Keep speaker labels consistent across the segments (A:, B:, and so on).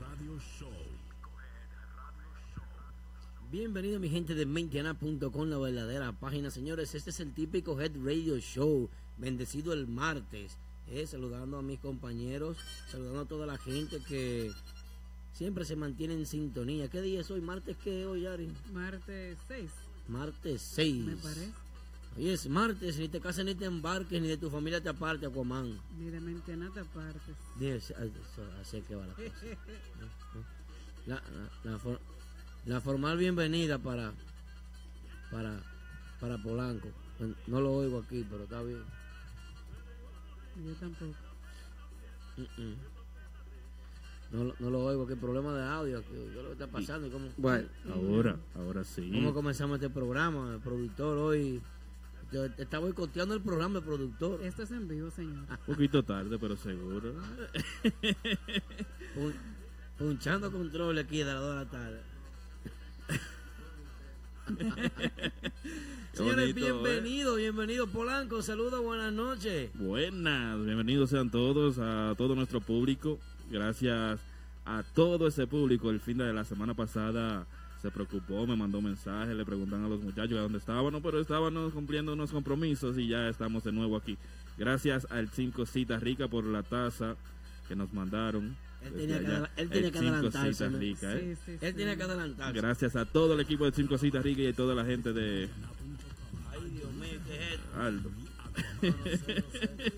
A: Radio Show.
B: Bienvenido mi gente de Mentiana.com, la verdadera página. Señores, este es el típico Head Radio Show. Bendecido el martes. eh, saludando a mis compañeros, saludando a toda la gente que siempre se mantiene en sintonía. ¿Qué día es hoy? ¿Martes qué es hoy, Ari?
C: Martes 6,
B: Martes 6.
C: me parece.
B: Hoy es martes, ni te cases ni te embarques, ni de tu familia te aparte, Aquaman.
C: Ni de Mentianata partes.
B: Dice, ah, eso, así que va la cosa. La, la- la for- la formal bienvenida para, para, para Polanco. Pues, No lo oigo aquí, pero está bien.
C: Yo tampoco.
B: Mm, mm. No, lo- no lo oigo, qué problema de audio. aquí. Yo lo que está pasando y cómo,
D: Bueno, ahora, ahora sí.
B: cómo comenzamos este programa. El productor hoy yo- te está boicoteando el programa, el productor.
C: Esto es en vivo, señor.
D: Un poquito tarde, pero seguro.
B: Pun- punchando control aquí de las 2 de la tarde. Señores,
D: Bonito, ¿eh?
B: bienvenidos, bienvenidos Polanco, saludos, buenas noches.
D: Buenas, bienvenidos sean todos, a todo nuestro público. Gracias a todo ese público. El fin de la semana pasada se preocupó, me mandó mensajes, le preguntan a los muchachos a dónde estábamos, pero estábamos cumpliendo unos compromisos y ya estamos de nuevo aquí. Gracias al 5 Citas Rica por la taza que nos mandaron.
B: Él
D: desde
B: tenía que
D: allá.
B: adela- él
D: El
B: tenía que
D: Cinco
B: adelantarse,
D: Citas
B: ¿no?
D: Rica, ¿eh?
C: Sí, sí,
B: Él
C: sí.
B: tiene que adelantarse.
D: Gracias a todo el equipo de Cinco Citas Rica y a toda la gente de
B: Ay, Dios mío, qué es esto?
D: Aldo.
B: qué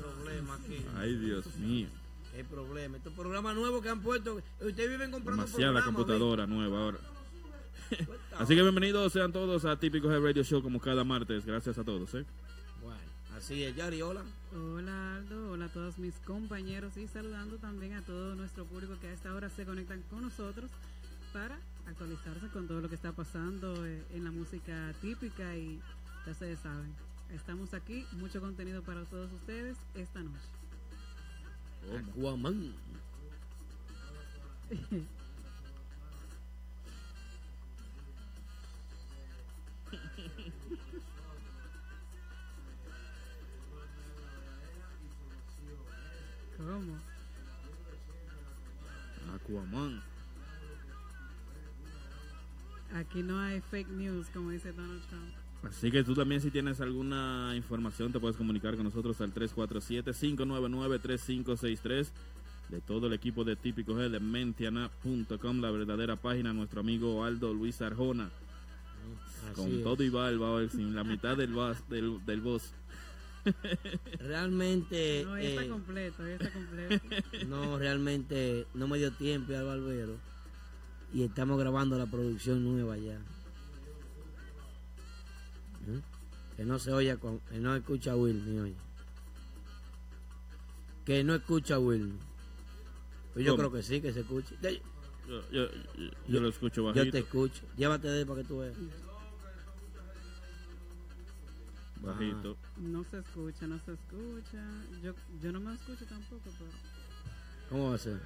B: problema aquí.
D: Ay, Dios mío.
B: Qué problema. Estos programas nuevos que han puesto, ustedes viven comprando
D: Demasiada
B: programas,
D: computadora nueva ahora.
B: ¿viste? Pues, está
D: Así que bienvenidos sean todos a Típicos Head Radio Show como cada martes. Gracias a todos, ¿eh?
B: Bueno, así es, Yari, hola.
C: Hola Aldo, hola a todos mis compañeros y saludando también a todo nuestro público que a esta hora se conectan con nosotros para actualizarse con todo lo que está pasando eh, en la música típica y ya ustedes saben. Estamos aquí, mucho contenido para todos ustedes esta noche.
B: Aquaman.
C: ¿Cómo?
D: Aquaman.
C: Aquí no hay fake news, como dice Donald Trump.
D: Así que tú también si tienes alguna información te puedes comunicar con nosotros al 347-599-3563 de todo el equipo de Típicos Head de mentiana.com, la verdadera página, nuestro amigo Aldo Luis Arjona,
B: Así
D: con
B: es.
D: todo y barba, hoy, sin la mitad del, vas- del, del voz.
B: Realmente.
C: No, hoy está
B: eh,
C: completo, hoy está completo.
B: No, realmente no me dio tiempo ir al barbero. Y estamos grabando la producción nueva ya. ¿Eh? Que no se oye, con- que no escucha a Will, ni oye. Que no escucha a Will. Pues yo
D: ¿Cómo?
B: creo que sí, que se escucha. Te-
D: Yo, yo- yo- yo lo escucho bajito.
B: Yo te escucho. Llévate de él para que tú veas. Ah.
D: Bajito.
C: No se escucha, no se escucha. Yo, yo no me escucho tampoco, pero
B: ¿Cómo va a ser?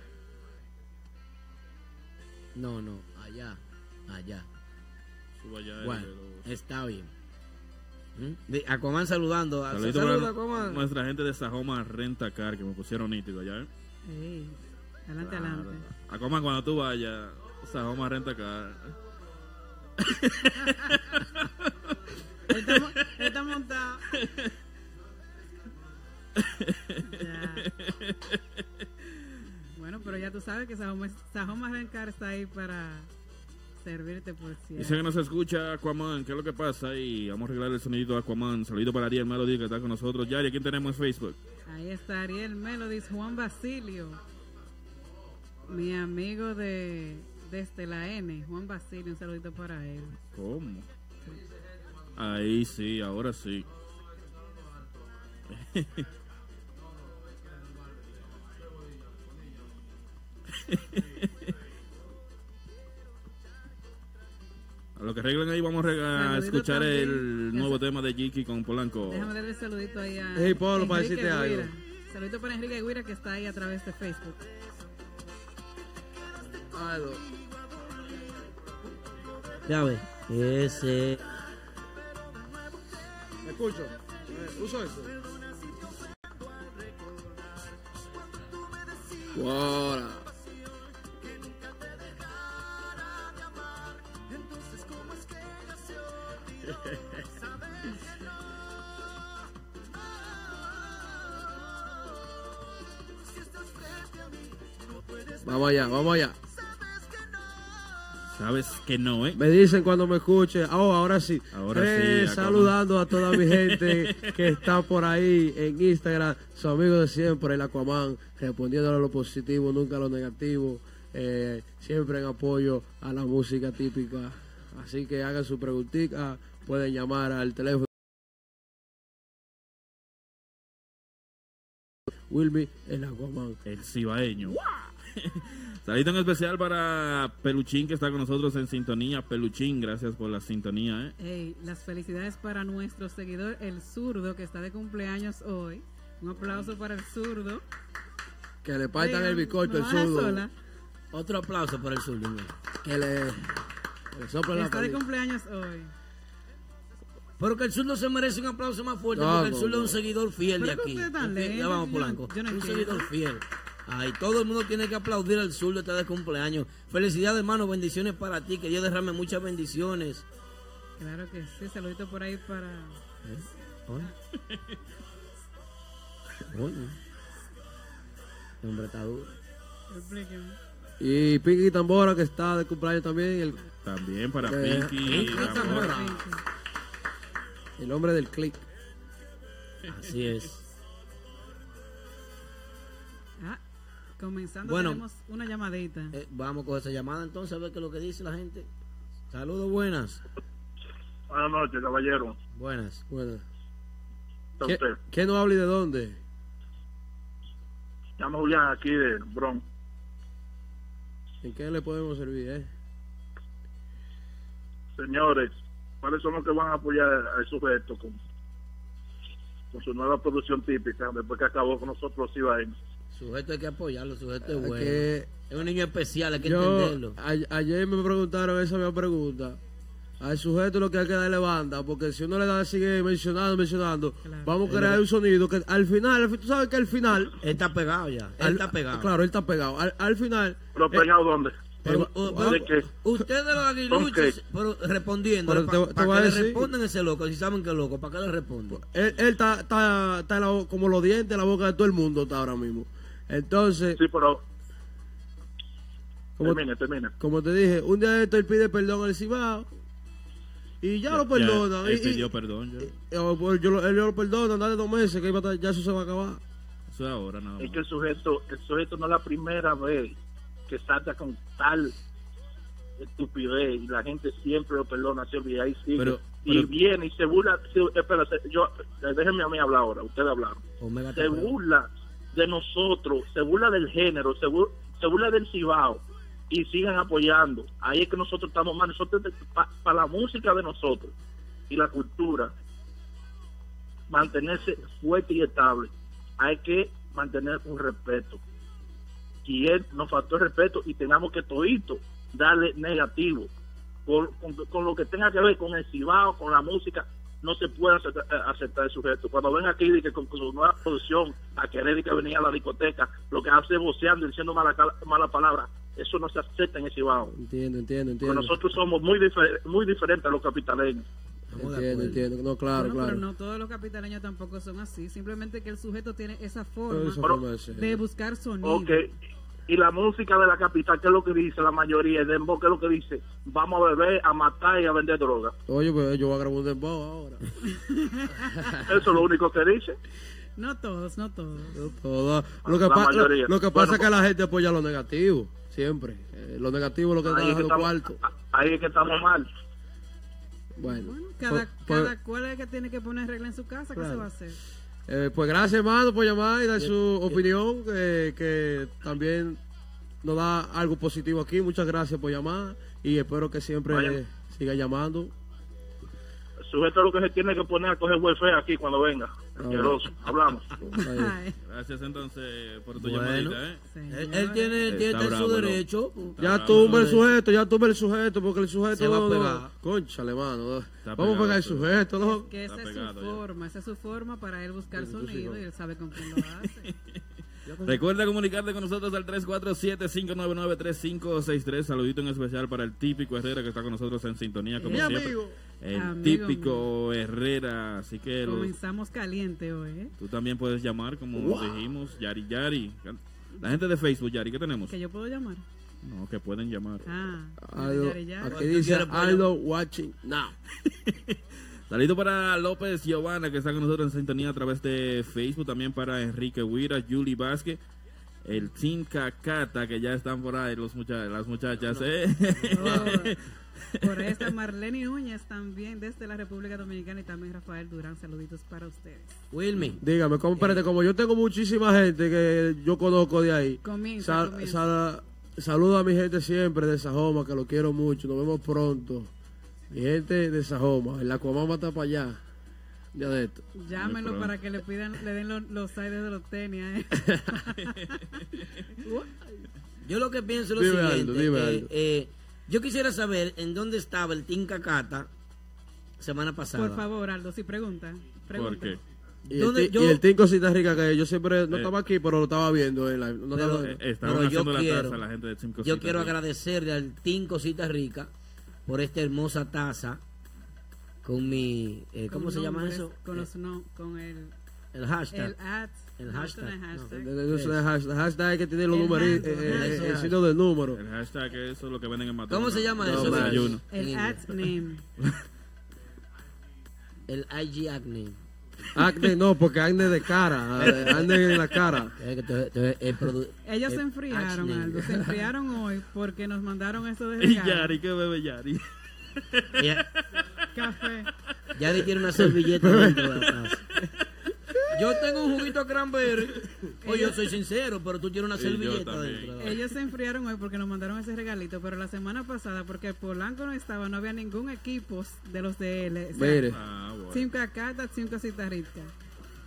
B: No, no, allá, allá.
D: Suba ya el-
B: Bueno,
D: el-
B: está bien. ¿Mm? De- Aquaman saludando. Ah,
D: Saludito
B: saluda,
D: para
B: Aquaman.
D: nuestra gente de Sajoma Renta Car que me pusieron nítido allá. ¿eh?
C: ey, adelante,
D: Claro.
C: adelante.
D: Acoman cuando tú vayas, Sajoma Renta Car.
C: Está, mo- está montado. Ya. Bueno, pero ya tú sabes que Sajoma, Sajoma Rencar está ahí para servirte por
D: Dice
C: cierto.
D: que nos escucha Aquaman, ¿qué es lo que pasa? Y vamos a arreglar el sonidito de Aquaman. Saludito para Ariel Melody que está con nosotros. Yari, ¿quién tenemos en Facebook?
C: Ahí está Ariel Melodis, Juan Basilio, mi amigo de desde la N, Juan Basilio, un saludito para él.
D: ¿Cómo? Ahí sí, ahora sí. A lo que arreglan ahí vamos a rega- a
C: Saludito
D: escuchar
C: también.
D: el nuevo tema de Jiki con Polanco.
C: Déjame darle el saludito ahí a.
B: Hey, Pablo, para
C: Enrique
B: decirte algo.
C: Guira. Saludito para Enrique Guira que está ahí a través de Facebook.
B: Algo. Ya ves, ese.
E: ¿Me escucho? Eh, uso eso.
D: Ahora.
F: Vamos allá, vamos allá.
D: Sabes que no, ¿eh?
F: Me dicen cuando me escuche, oh, ahora sí.
D: Ahora
F: Eh,
D: sí, acabamos.
F: saludando a toda mi gente que está por ahí en Instagram, su amigo de siempre, el Aquaman, respondiendo a lo positivo, nunca a lo negativo, eh, siempre en apoyo a la música típica. Así que hagan su preguntita, pueden llamar al teléfono. Wilmy, el Aquaman.
D: El cibaeño. Saludito en especial para Peluchín que está con nosotros en sintonía. Peluchín, gracias por la sintonía, ¿eh?
C: Ey, las felicidades para nuestro seguidor, el zurdo, que está de cumpleaños hoy. Un aplauso para el zurdo.
F: Que le partan
C: Ey,
F: el bizcocho,
C: ¿me
F: el
C: vas a
F: zurdo.
C: sola?
B: Otro aplauso para el sur. niño.
F: Que le, le soplen la
C: Está de
F: palita.
C: cumpleaños hoy.
B: Pero que el sur no se merece un aplauso más fuerte,
F: No,
B: porque el
F: no,
B: sur es
F: no.
B: un seguidor fiel de
C: Pero que
B: aquí.
C: usted es tan
B: Usted- ya
C: lento,
B: vamos,
C: yo no-
B: Polanco.
C: yo no
B: un
C: entiendo.
B: seguidor fiel. Ay, todo el mundo tiene que aplaudir al sur de este cumpleaños. Felicidades, hermano. Bendiciones para ti. Que Dios derrame muchas bendiciones.
C: Claro que sí, saludito por ahí para...
B: Oye. Hombre, está duro.
C: Explíqueme.
F: Y Pinky Tambora, que está de cumpleaños también, el,
D: También para
F: Eh,
D: Pinky.
B: Pinky
D: Gamora.
B: Zamora.
F: el hombre del click.
B: Así es.
C: Ah, comenzando
B: Bueno.
C: tenemos una llamadita.
B: Eh, vamos con esa llamada entonces a ver qué es lo que dice la gente. Saludos, buenas.
G: Buenas noches, caballero.
B: Buenas.
F: Bueno,
G: Está
F: ¿qué,
G: usted.
F: qué no habla y de dónde?
G: Llamo Julián aquí de Bron.
F: ¿En qué le podemos servir? Eh?
G: Señores, ¿cuáles son los que van a apoyar al sujeto con, con su nueva producción típica después que acabó con nosotros Ibaen?
B: Sujeto hay que apoyarlo, sujeto es
F: Hay
B: bueno.
F: que-
B: Es un niño especial, hay que
F: Yo,
B: entenderlo.
F: a- ayer me preguntaron esa misma pregunta. Al sujeto lo que hay que darle banda, porque si uno le da, sigue mencionando, mencionando,
C: Claro.
F: vamos a crear un sonido que al final, al fin- tú sabes que al final...
B: Él está pegado ya, él
F: al-
B: está pegado.
F: Claro, él está pegado. Al, al final...
G: ¿Pero
F: eh,
G: pegado dónde?
B: Pero,
F: eh,
B: o-
F: va-
G: ¿De qué?
B: Ustedes los aguiluchos,
G: Ok.
B: pero respondiendo,
F: Pero
B: para
F: te- te
B: que
F: voy a
B: le
F: decir- Pues,
B: respondan ese loco, si saben que es loco, para que le respondan.
F: Él, él está, está- está en la bo- como los dientes en la boca de todo el mundo está ahora mismo. Entonces,
G: Sí, pero
F: como,
G: termine, termine.
F: como te dije, un día de esto él pide perdón al Cibao y ya, lo perdonan.
D: Ya, él
F: y- y-
D: pidió perdón ya.
F: y- o- pues, yo lo- él lo perdona, dale dos meses que iba a estar- ya eso se va a acabar.
D: Eso es ahora nada
G: Es que el
D: más.
G: sujeto, el sujeto no es la primera vez que salta con tal estupidez y la gente siempre lo perdona, se olvida y sigue.
D: Pero-
G: y
D: pero-
G: viene y se burla. se- espérate, yo, eh, déjenme a mí hablar ahora, ustedes hablaron.
B: Omega
F: eh,
B: está
G: se
B: pegado.
G: burla de nosotros, se burla del género, se, bur- se burla del cibao y sigan apoyando. Ahí es que nosotros estamos mal, nosotros para la música de nosotros y la cultura, mantenerse fuerte y estable. Hay que mantener un respeto. Y él nos faltó el respeto y tengamos que todito darle negativo. Por- con, con lo que tenga que ver con el cibao, con la música, no se puede acepta- eh, aceptar, el sujeto. Cuando ven aquí de que con, con su nueva producción a querer de que venía a la discoteca, lo que hace es voceando, diciendo mala, cala- mala palabra, eso no se acepta en el cibao.
F: Entiendo, entiendo,
G: Porque
F: entiendo.
G: nosotros somos muy, difer- muy diferentes a los capitaleños.
B: Estamos de
F: Entiendo,
B: acuerdo.
F: entiendo. No, claro,
C: Bueno,
F: claro.
C: Pero no todos los capitaleños tampoco son así. Simplemente que el sujeto tiene esa forma
F: Pero eso fue más, eh,
C: de buscar sonido.
G: Ok. Y la música de la capital, ¿qué es lo que dice la mayoría? El dembow, ¿qué es lo que dice? Vamos a beber, a matar y a vender droga.
F: Oye, pues yo voy a grabar un dembow ahora.
G: Eso es lo único que dice.
C: No todos, no todos.
F: Yo todo- Lo que,
G: La
F: pa- lo,
G: mayoría.
F: lo que
G: Bueno,
F: pasa es que
G: pues-
F: la gente apoya lo negativo, siempre. Eh, lo negativo es lo que está
G: Ahí es que
F: dejando
G: estamos,
F: cuarto.
G: ahí es que estamos mal.
F: Bueno,
C: Bueno, cada,
F: pues- pues-
C: cada cual es el que tiene que poner regla en su casa. ¿Qué
F: Claro.
C: se va a hacer?
F: Eh, pues gracias, hermano, por llamar y dar su opinión, eh, que también nos da algo positivo aquí. Muchas gracias por llamar y espero que siempre
G: Vaya.
F: eh, siga llamando.
G: El sujeto lo que se tiene que poner a coger welfare aquí cuando venga. Asqueroso. Hablamos.
C: Ay,
D: Gracias entonces por tu
B: Bueno.
D: llamadita, ¿eh?
C: señor.
B: Él, él tiene,
D: Está
B: tiene está en
D: bravo,
B: su
D: loco.
B: derecho.
F: Ya
D: bravo,
F: tumba el
B: hombre.
F: sujeto, ya tumba el sujeto, porque el sujeto...
B: Se va a
F: no-
B: pegar.
F: Cónchale, mano.
D: Está
F: Vamos
D: pegado,
F: a pegar el
D: sí.
F: sujeto, loco.
C: Que esa
D: Está
C: es su
D: pegado ya.
C: forma, esa es su forma para él buscar sonido y él sabe con quién lo hace.
D: Recuerda comunicarte con nosotros al 347-599-3563. Saludito en especial para el típico Herrera que está con nosotros en sintonía como
F: Mi
D: siempre.
F: amigo.
D: el
C: Amigo
D: típico Herrera. Así que los-
C: Comenzamos caliente hoy, ¿eh?
D: tú también puedes llamar, como dijimos, Yari Yari. La gente de Facebook, Yari, ¿qué tenemos?
C: Que yo puedo llamar.
D: No, que pueden llamar.
C: Ah,
F: Aldo,
C: Yari Yari.
F: aquí dice Aldo watching now.
D: Saludo para López Giovanna, que está con nosotros en sintonía a través de Facebook. También para Enrique Huira, Julie Vázquez, el Team Cacata, que ya están por ahí los mucha- las muchachas. ¿eh?
C: Oh, por esta Marlene Núñez también desde la República Dominicana y también Rafael Durán. Saluditos para ustedes.
B: Wilmy,
F: Dígame, como, espérate, como yo tengo muchísima gente que yo conozco de ahí.
C: Comienza,
F: sal-
C: comienza.
F: sal- saludo a mi gente siempre de Sajoma, que lo quiero mucho. Nos vemos pronto. Mi gente de Sajoma. El Aquamama está para allá. Ya de esto.
C: Llámenlo
D: pronto.
C: para que le pidan, le den lo- los aires de los tenis. ¿eh?
B: yo lo que pienso es lo
F: Dime
B: siguiente.
F: Aldo, dime
B: eh,
F: Aldo.
B: eh, yo quisiera saber en dónde estaba el Team Cacata semana pasada.
C: Por favor, Aldo, si pregunta. pregunta.
D: ¿Por qué?
F: Y el,
B: ¿Dónde
F: ti-
B: yo-
F: y el Team Cosita Rica, que yo siempre no
D: Eh.
F: estaba aquí, pero lo estaba viendo. en live. No
B: Pero-
F: estaba-
D: Eh, Estaban
B: Pero yo
D: haciendo la
B: quiero-
D: taza la gente de Team Cosita
B: Yo quiero
D: Rica.
B: agradecerle al Team Cosita Rica por esta hermosa taza con mi... eh, ¿Cómo
C: Con
B: se llama
C: nombres,
B: eso?
C: Con,
B: Eh,
C: los no- con el,
B: el hashtag.
C: el ad.
B: El
C: no,
B: hashtag,
C: no es
B: no,
F: El
C: hashtag.
F: hashtag, hashtag que tiene los
C: Ah, El
F: números, eh,
C: Nando,
F: eh,
B: Nando.
F: el signo del número.
D: El hashtag, eso es lo que venden en Mateo.
B: ¿Cómo se llama
F: No,
B: eso?
F: hombre.
D: Desayuno.
C: El ad name.
B: El IG Acne.
F: Acne no, porque acne de cara. eh, Acne en la cara.
B: Eh, que te- te- el produ-
C: Ellos
B: el
C: se enfriaron,
B: acne.
C: Aldo. Se enfriaron hoy porque nos mandaron eso de
D: Y
C: regalo.
D: Yari, ¿qué bebe Yari?
B: Ya-
C: Café.
B: Ya le tiene una servilleta dentro de la taza. Yo tengo un juguito cranberry. Oye, yo soy sincero, pero tú tienes una
D: Y yo
B: servilleta
D: también.
B: dentro de la
C: Ellos se enfriaron hoy porque nos mandaron ese regalito, pero la semana pasada, porque el Polanco no estaba, no había ningún equipo de los de él. O sea,
F: Mire.
D: Ah, bueno.
C: Team Cacata, Team Cosita Rica.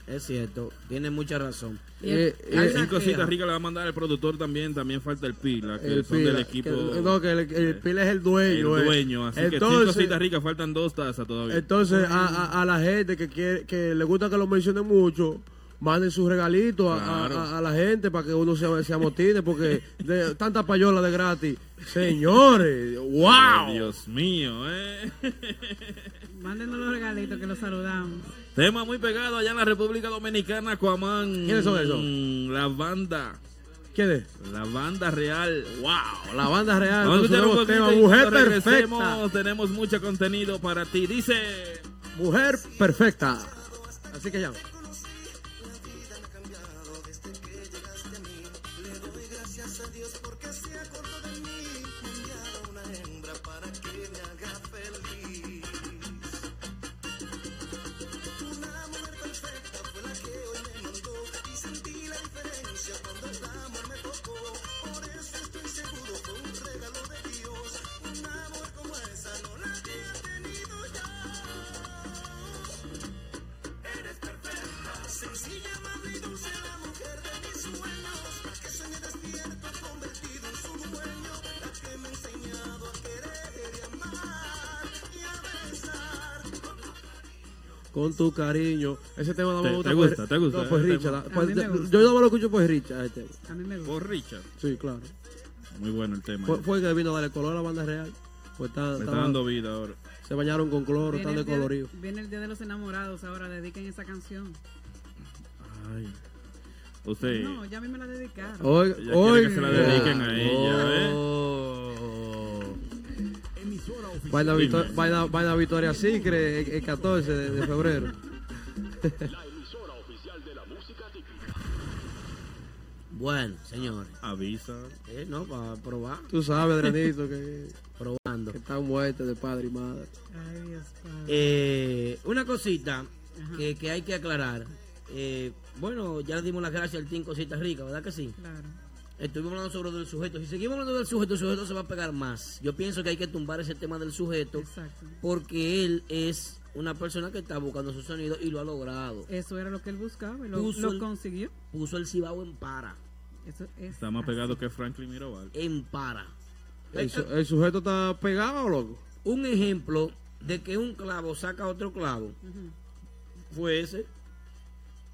B: Es cierto, tiene mucha razón.
F: Eh, eh,
B: Hay
D: El
B: una
D: Team Cosita
B: queja.
D: Rica le va a mandar el productor también. También falta el Pila, que
F: El
D: son
F: Pila,
D: del equipo. Eh,
F: que- no, que el, el Pila es el dueño.
D: el
F: eh.
D: dueño. Así que Team
F: entonces,
D: Cosita Rica faltan dos tazas todavía.
F: entonces a, a- a la gente que quiere, que le gusta que lo mencionen mucho, manden sus regalitos a, a-
D: Claro.
F: a- a la gente para que uno se, se amotine, porque de, tanta payola de gratis. Señores,
D: Ay,
F: wow.
D: Dios mío, eh.
C: Mándenos los regalitos que los saludamos.
D: Tema muy pegado allá en la República Dominicana, Cuamán. Mm,
F: ¿Quiénes son esos?
D: La banda.
F: ¿Quién es?
D: La banda real. ¡Wow!
F: La banda real.
D: Vamos a
F: con su
D: escuchar un
F: nuevo
D: poquito
F: Ah, tema,
D: y
F: mujer
D: cuando
F: perfecta.
D: regresemos, Tenemos mucho contenido para ti. Dice.
F: Mujer perfecta. Así que ya. con tu cariño. Ese tema no me
D: ¿Te-
F: gusta.
D: te
F: pues-
D: gusta, te gusta
F: No, pues
D: ese
F: Richa.
D: tema?
F: la- pues,
C: A mí me gusta.
F: yo no me lo escucho pues Richa. Este.
C: A mí me gusta.
D: Por Richard.
F: Sí, claro.
D: Muy bueno el tema.
F: Fue, fue que vino a darle color a la banda real. Pues está-
D: Me está
F: estaba-
D: dando vida ahora.
F: se bañaron con cloro,
C: Viene
F: están
C: el, día,
F: descoloridos.
C: viene el Día de los Enamorados ahora, dediquen esa canción.
D: Ay.
B: Eh,
D: Usted.
C: No, ya a mí me la dedicaron.
B: oh.
F: Hoy,
D: quiere
F: hoy.
D: que se la dediquen a ella, ¿eh?
B: Oh.
F: Vaina, eh, Victor- vaina- vaina Victoria Sicre el, el 14 de, de febrero.
B: Bueno, señores.
D: Avisa.
B: Eh, no, para probar,
F: Tú sabes, Adrianito, que,
B: probando.
F: que están muertos de padre y madre.
C: Ay, Dios padre.
B: Eh, una cosita que, que hay que aclarar. Eh, bueno, ya le dimos las gracias al Team Cosita Rica, ¿verdad que sí?
C: Claro.
B: Estuvimos hablando sobre lo del sujeto. Si seguimos hablando del sujeto, el sujeto se va a pegar más. Yo pienso que hay que tumbar ese tema del sujeto
C: Exacto.
B: porque él es una persona que está buscando su sonido y lo ha logrado.
C: Eso era lo que él buscaba y lo,
B: Puso
C: lo
B: el-
C: consiguió.
B: Puso el cibao en para.
C: Eso es
D: Está más
C: así.
D: pegado que Franklin Mirabal.
B: En para.
F: El, su- el sujeto está pegado, loco.
B: Un ejemplo de que un clavo saca otro clavo fue ese.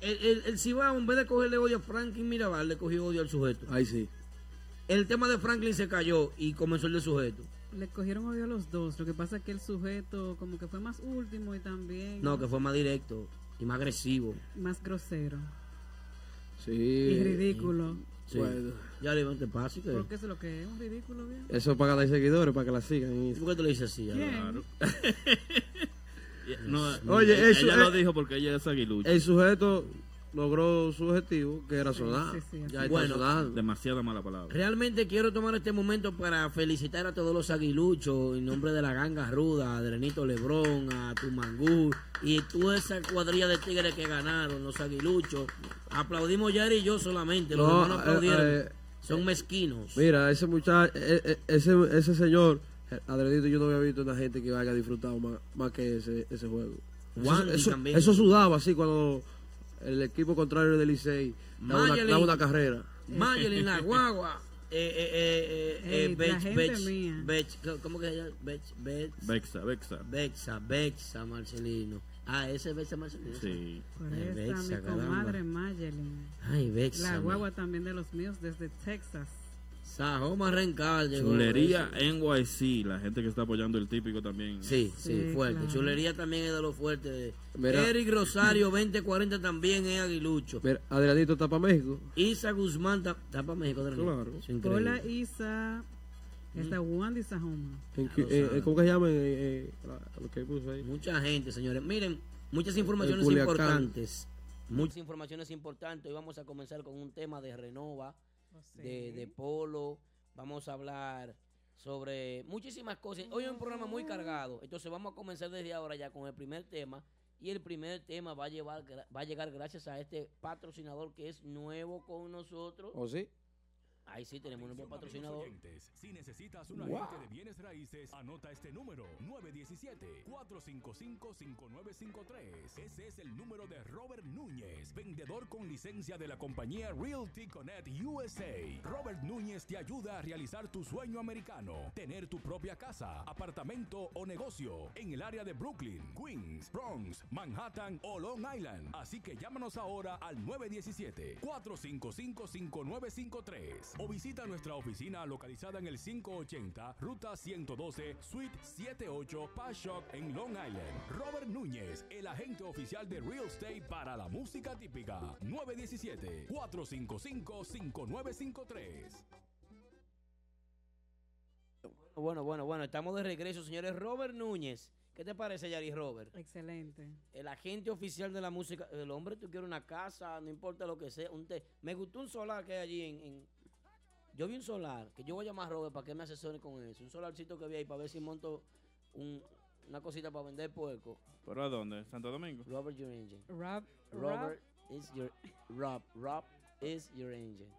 B: El, el, el cibao, en vez de cogerle odio a Franklin Mirabal, le cogió odio al sujeto.
F: Ahí sí.
B: El tema de Franklin se cayó y comenzó el de sujeto.
C: Le cogieron odio a los dos. Lo que pasa es que el sujeto como que fue más último y también
B: No, que fue más directo y más agresivo.
C: más grosero
F: Sí. eh,
C: y ridículo.
B: Sí.
F: Bueno.
B: Ya le te paso. Que...
C: Porque eso es lo que es un ridículo, bien.
F: Eso es para ganar seguidores, para que la sigan. en Instagram.
B: ¿Por qué tú le dices así? Aldo?
C: Bien.
D: Claro. No,
F: Oye,
D: ella
F: eso
D: lo
F: es-
D: dijo porque ella es aguilucha.
F: El sujeto logró su objetivo, que era
C: Sí,
F: sonar.
C: sí, sí, así
F: ya
B: es.
F: está
B: Bueno,
F: sonando.
D: Demasiada mala palabra.
B: Realmente quiero tomar este momento para felicitar a todos los aguiluchos en nombre de la ganga ruda, a Drenito Lebrón, a Tumangú y toda esa cuadrilla de tigres que ganaron, los aguiluchos. Aplaudimos Yari y yo solamente, los
F: No,
B: demás no
F: eh,
B: aplaudieron.
F: eh,
B: Son mezquinos.
F: Mira, ese muchacho, eh, eh, ese, ese señor, eh, Adredito, yo no había visto una gente que haya disfrutado más, más que ese, ese juego. Eso,
B: Wandy
F: eso-
B: también.
F: eso sudaba así cuando el equipo contrario del Licey daba una,
B: Mayerlin.
F: daba una carrera.
B: Mayelin, la guagua. Eh, eh, eh, eh, eh,
C: Ey,
B: Bech,
C: la gente
B: Bech,
C: mía.
B: Bech, co- ¿cómo que se llama? Bech, Bech,
D: Vexa, vexa.
B: Bexa, Bexa Marcelino. Ah, ese es Bexa Marcelino.
D: Sí.
C: Por
B: Ay,
C: esta,
B: Bexa,
C: mi
B: caramba.
C: comadre Mayelin.
B: Ay, Bexa.
C: La
B: man.
C: guagua también de los míos desde Texas.
B: Sajoma Rencar llegó.
D: Chulería NYC, la gente que está apoyando el típico también.
B: Sí, sí,
C: Sí,
B: fuerte.
C: claro.
B: Chulería también es de los fuertes.
F: Mira.
B: Eric Rosario 2040 también es aguilucho.
F: Mira, Adrianito está para México.
B: Isa Guzmán ta- está para México también.
F: Claro.
B: Es increíble. Mm.
C: Hola Isa. Está Wandy Sahoma.
F: En
B: Ya
F: Q-
B: lo
F: eh,
B: saben.
F: ¿Cómo que se llama? Eh, eh, la- lo que puso ahí.
B: Mucha gente, señores. Miren, muchas informaciones
F: Culiacán.
B: importantes. Muchas informaciones importantes. Hoy vamos a comenzar con un tema de Renova, de, de Polo. Vamos a hablar sobre muchísimas cosas. Hoy es un programa muy cargado. Entonces vamos a comenzar desde ahora ya con el primer tema. Y el primer tema va a, llevar, gra- va a llegar gracias a este patrocinador que es nuevo con nosotros.
F: ¿O sí?
B: Ahí sí tenemos un nuevo
H: Atención, amigos
B: patrocinador.
H: oyentes, Si necesitas un
F: Wow.
H: agente de bienes raíces, anota este número 917-455-5953. Ese es el número de Robert Núñez, vendedor con licencia de la compañía Realty Connect USA. Robert Núñez te ayuda a realizar tu sueño americano, tener tu propia casa, apartamento o negocio en el área de Brooklyn, Queens, Bronx, Manhattan o Long Island. Así que llámanos ahora al 917-455-5953 o visita nuestra oficina localizada en el 580 Ruta 112 Suite 78 Pashock en Long Island. Robert Núñez, el agente oficial de Real Estate para la música típica. 917-455-5953.
B: Bueno, bueno, bueno. Estamos de regreso, señores. Robert Núñez. ¿Qué te parece, Yari Robert?
C: Excelente.
B: el agente oficial de la música, el hombre, tú quieres una casa, no importa lo que sea, un te- Me gustó un solar que hay allí en, en- Yo vi un solar, que yo voy a llamar a Robert para que me asesore con eso. Un solarcito que vi ahí para ver si monto un- una cosita para vender puerco.
D: ¿Pero a dónde? ¿Santo Domingo?
B: Robert, your engine.
C: Rob,
B: Robert is your... Rob, Rob is your engine.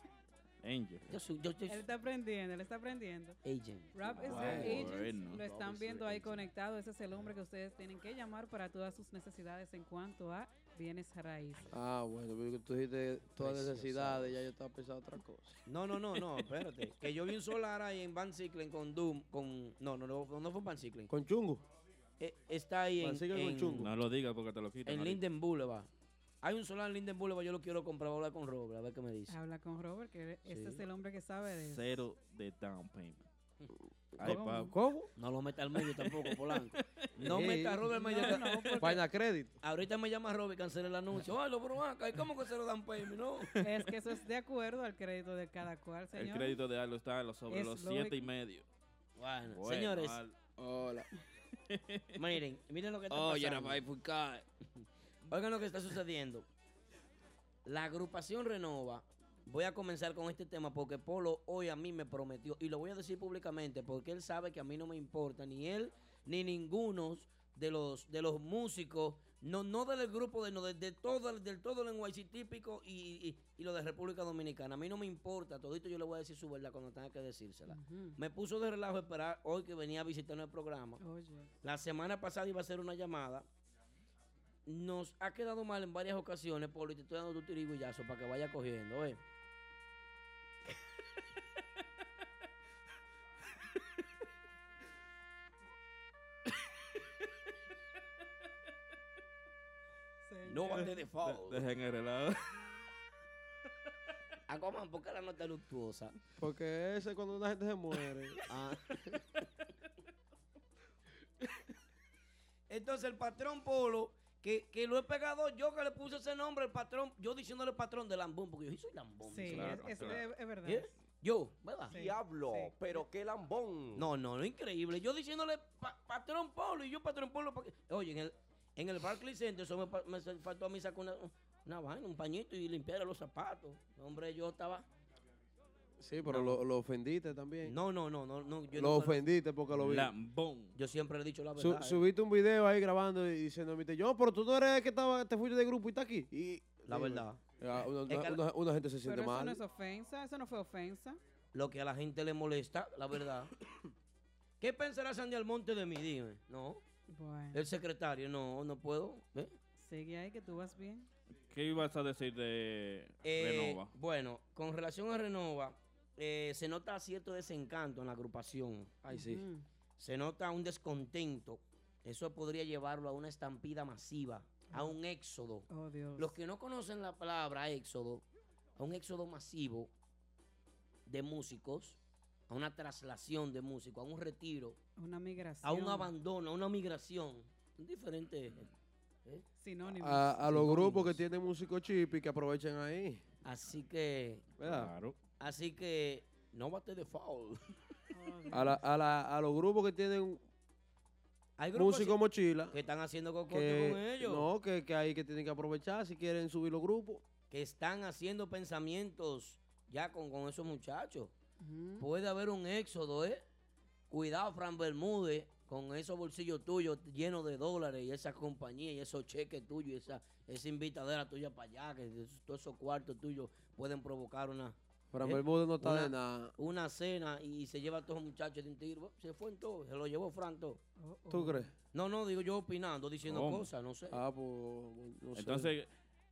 D: Angel.
B: Yo soy... Yo, yo-
C: Él está aprendiendo, él está aprendiendo.
B: agent.
C: Rob es
D: Wow,
C: your agent,
D: bueno.
C: lo
B: Rob
C: están
B: is
C: viendo
B: your
C: ahí
B: agent.
C: conectado. Ese es el hombre que ustedes tienen que llamar para todas sus necesidades en cuanto a bienes raíces.
F: Ah, bueno, porque tú dijiste todas las
B: Precioso.
F: necesidades, ya yo estaba pensando otra cosa.
B: No, no, no, no, espérate. que yo vi un solar ahí en Van Cyclen con Doom, con... No, no, no, no fue en Van Cyclen.
F: Con chungo.
B: Eh, está ahí
F: Van
B: en-
F: Cyclen con
B: en
F: chungo.
D: No lo digas porque te lo quitan.
B: En
D: ahorita.
B: Linden Boulevard. Hay un solar en Linden Boulevard, yo lo quiero comprar, voy a hablar con Robert, a ver qué me dice.
C: Habla con Robert, que
B: Sí.
C: ese es el hombre que sabe de eso.
D: Cero de down payment. Ay,
C: ¿Cómo?
D: Pablo.
F: Ah, ¿Cómo?
B: No lo meta al medio tampoco, Polanco. No
F: Sí.
B: meta a Robert al medio.
C: No, no, porque
F: Vaina crédito.
B: Ahorita me llama Robert y cancela el anuncio. Ay, lo pero acá, ¿y cómo que se lo dan premio? No.
C: es que eso es de acuerdo al crédito de cada cual,
D: El
C: señor.
D: crédito de algo está en los sobre
C: Es
D: los
C: lógico.
D: siete y medio.
B: Bueno,
D: Bueno,
B: señores,
D: al-
F: Hola.
B: miren, miren lo que está
I: Oye,
B: pasando.
I: Rafael Fulcar.
B: Oigan lo que está sucediendo. La agrupación Renova, voy a comenzar con este tema porque Polo hoy a mí me prometió, y lo voy a decir públicamente porque él sabe que a mí no me importa, ni él ni ninguno de los, de los músicos, no, no del grupo de, no, de, de todo, el- del todo el NYC típico y, y, y lo de República Dominicana. A mí no me importa, todito yo le voy a decir su verdad cuando tenga que decírsela.
C: Ujú.
B: Me puso de relajo esperar hoy que venía a visitarnos el programa.
C: Oye,
B: La semana pasada iba a hacer una llamada. Nos ha quedado mal en varias ocasiones, Polo, y te estoy dando tu tirigullazo para que vaya cogiendo, ¿eh? No
C: señor.
B: one de default.
D: de- Dejen el relajo.
B: Aquaman, ¿por qué la nota luctuosa?
F: Porque ese es cuando una gente se muere.
B: Ah. Entonces el patrón Polo, que, que lo he pegado yo, que le puse ese nombre, el patrón, yo diciéndole patrón de Lambón, porque yo sí soy Lambón.
C: Sí,
J: Claro,
C: es, es-
J: claro.
C: es- es verdad.
B: ¿Eh? Yo, ¿verdad?
C: Sí,
J: Diablo,
C: sí.
J: pero qué lambón.
B: No, no, no, increíble. Yo diciéndole pa- patrón Polo y yo patrón Polo. porque- Oye, en el, en el Barclays Center, eso me, pa- me se- faltó a mí sacar una, una vaina, un pañito y limpiar los zapatos. Hombre, yo estaba.
F: Sí, pero lo, lo ofendiste también.
B: No, no, no, no. no yo
F: lo
B: nunca-
F: ofendiste porque lo vi.
D: Lambón.
B: Yo siempre le he dicho la
F: Su-
B: verdad. ¿eh?
F: subiste un video ahí grabando y diciendo, yo, pero tú no eres el que estaba, te fuiste de grupo y está aquí. Y,
B: La
F: Sí,
B: verdad.
F: ya, una,
B: Es que-
F: una- una gente se
C: Pero
F: siente
C: eso
F: mal.
C: no es ofensa, eso no fue ofensa.
B: Lo que a la gente le molesta, la verdad. ¿Qué pensará Sandy Almonte de mí? Dime. No.
C: Bueno,
B: El secretario, no, no puedo. ¿eh?
C: sigue ahí que tú vas bien.
D: ¿Qué ibas a decir de
B: Eh,
D: Renova?
B: Bueno, con relación a Renova, eh, se nota cierto desencanto en la agrupación. Ay, sí.
C: Ujú.
B: Se nota un descontento. Eso podría llevarlo a una estampida masiva, a un éxodo.
C: Oh, Dios.
B: Los que no conocen la palabra éxodo, a un éxodo masivo de músicos, a una traslación de músicos, a un retiro,
C: Una migración.
B: a un abandono, a una migración. Son diferentes. ¿eh?
C: Sinónimo.
F: A, a los
B: Sinónimos.
F: grupos que tienen músicos chip y que aprovechan ahí.
B: Así que,
C: Ah.
F: ¿verdad?
B: así que, no bate de foul.
C: Oh, Dios.
F: A, la- a la- a los grupos que tienen
B: Hay grupos
F: músicos mochila.
B: que están haciendo cocote con
F: Que,
B: ellos.
F: no, que, que hay que tienen que aprovechar si quieren subir los grupos.
B: que están haciendo pensamientos ya con, con esos muchachos. Puede haber un éxodo, ¿eh? Cuidado, Fran Bermúdez, con esos bolsillos tuyos llenos de dólares y esa compañía y esos cheques tuyos y esa, esa invitadera tuya para allá, que es- todos esos cuartos tuyos pueden provocar una,
F: Fran
B: ¿Eh?
F: Bermúdez no está
B: una,
F: de nada.
B: una cena y se lleva a todos los muchachos de un tiro. Se fue en todo, se lo llevó Fran todo.
C: Oh, oh.
F: ¿Tú crees?
B: No, no, digo yo opinando, diciendo
D: ¿Cómo?
B: cosas, no sé.
F: Ah, pues no sé.
D: Entonces,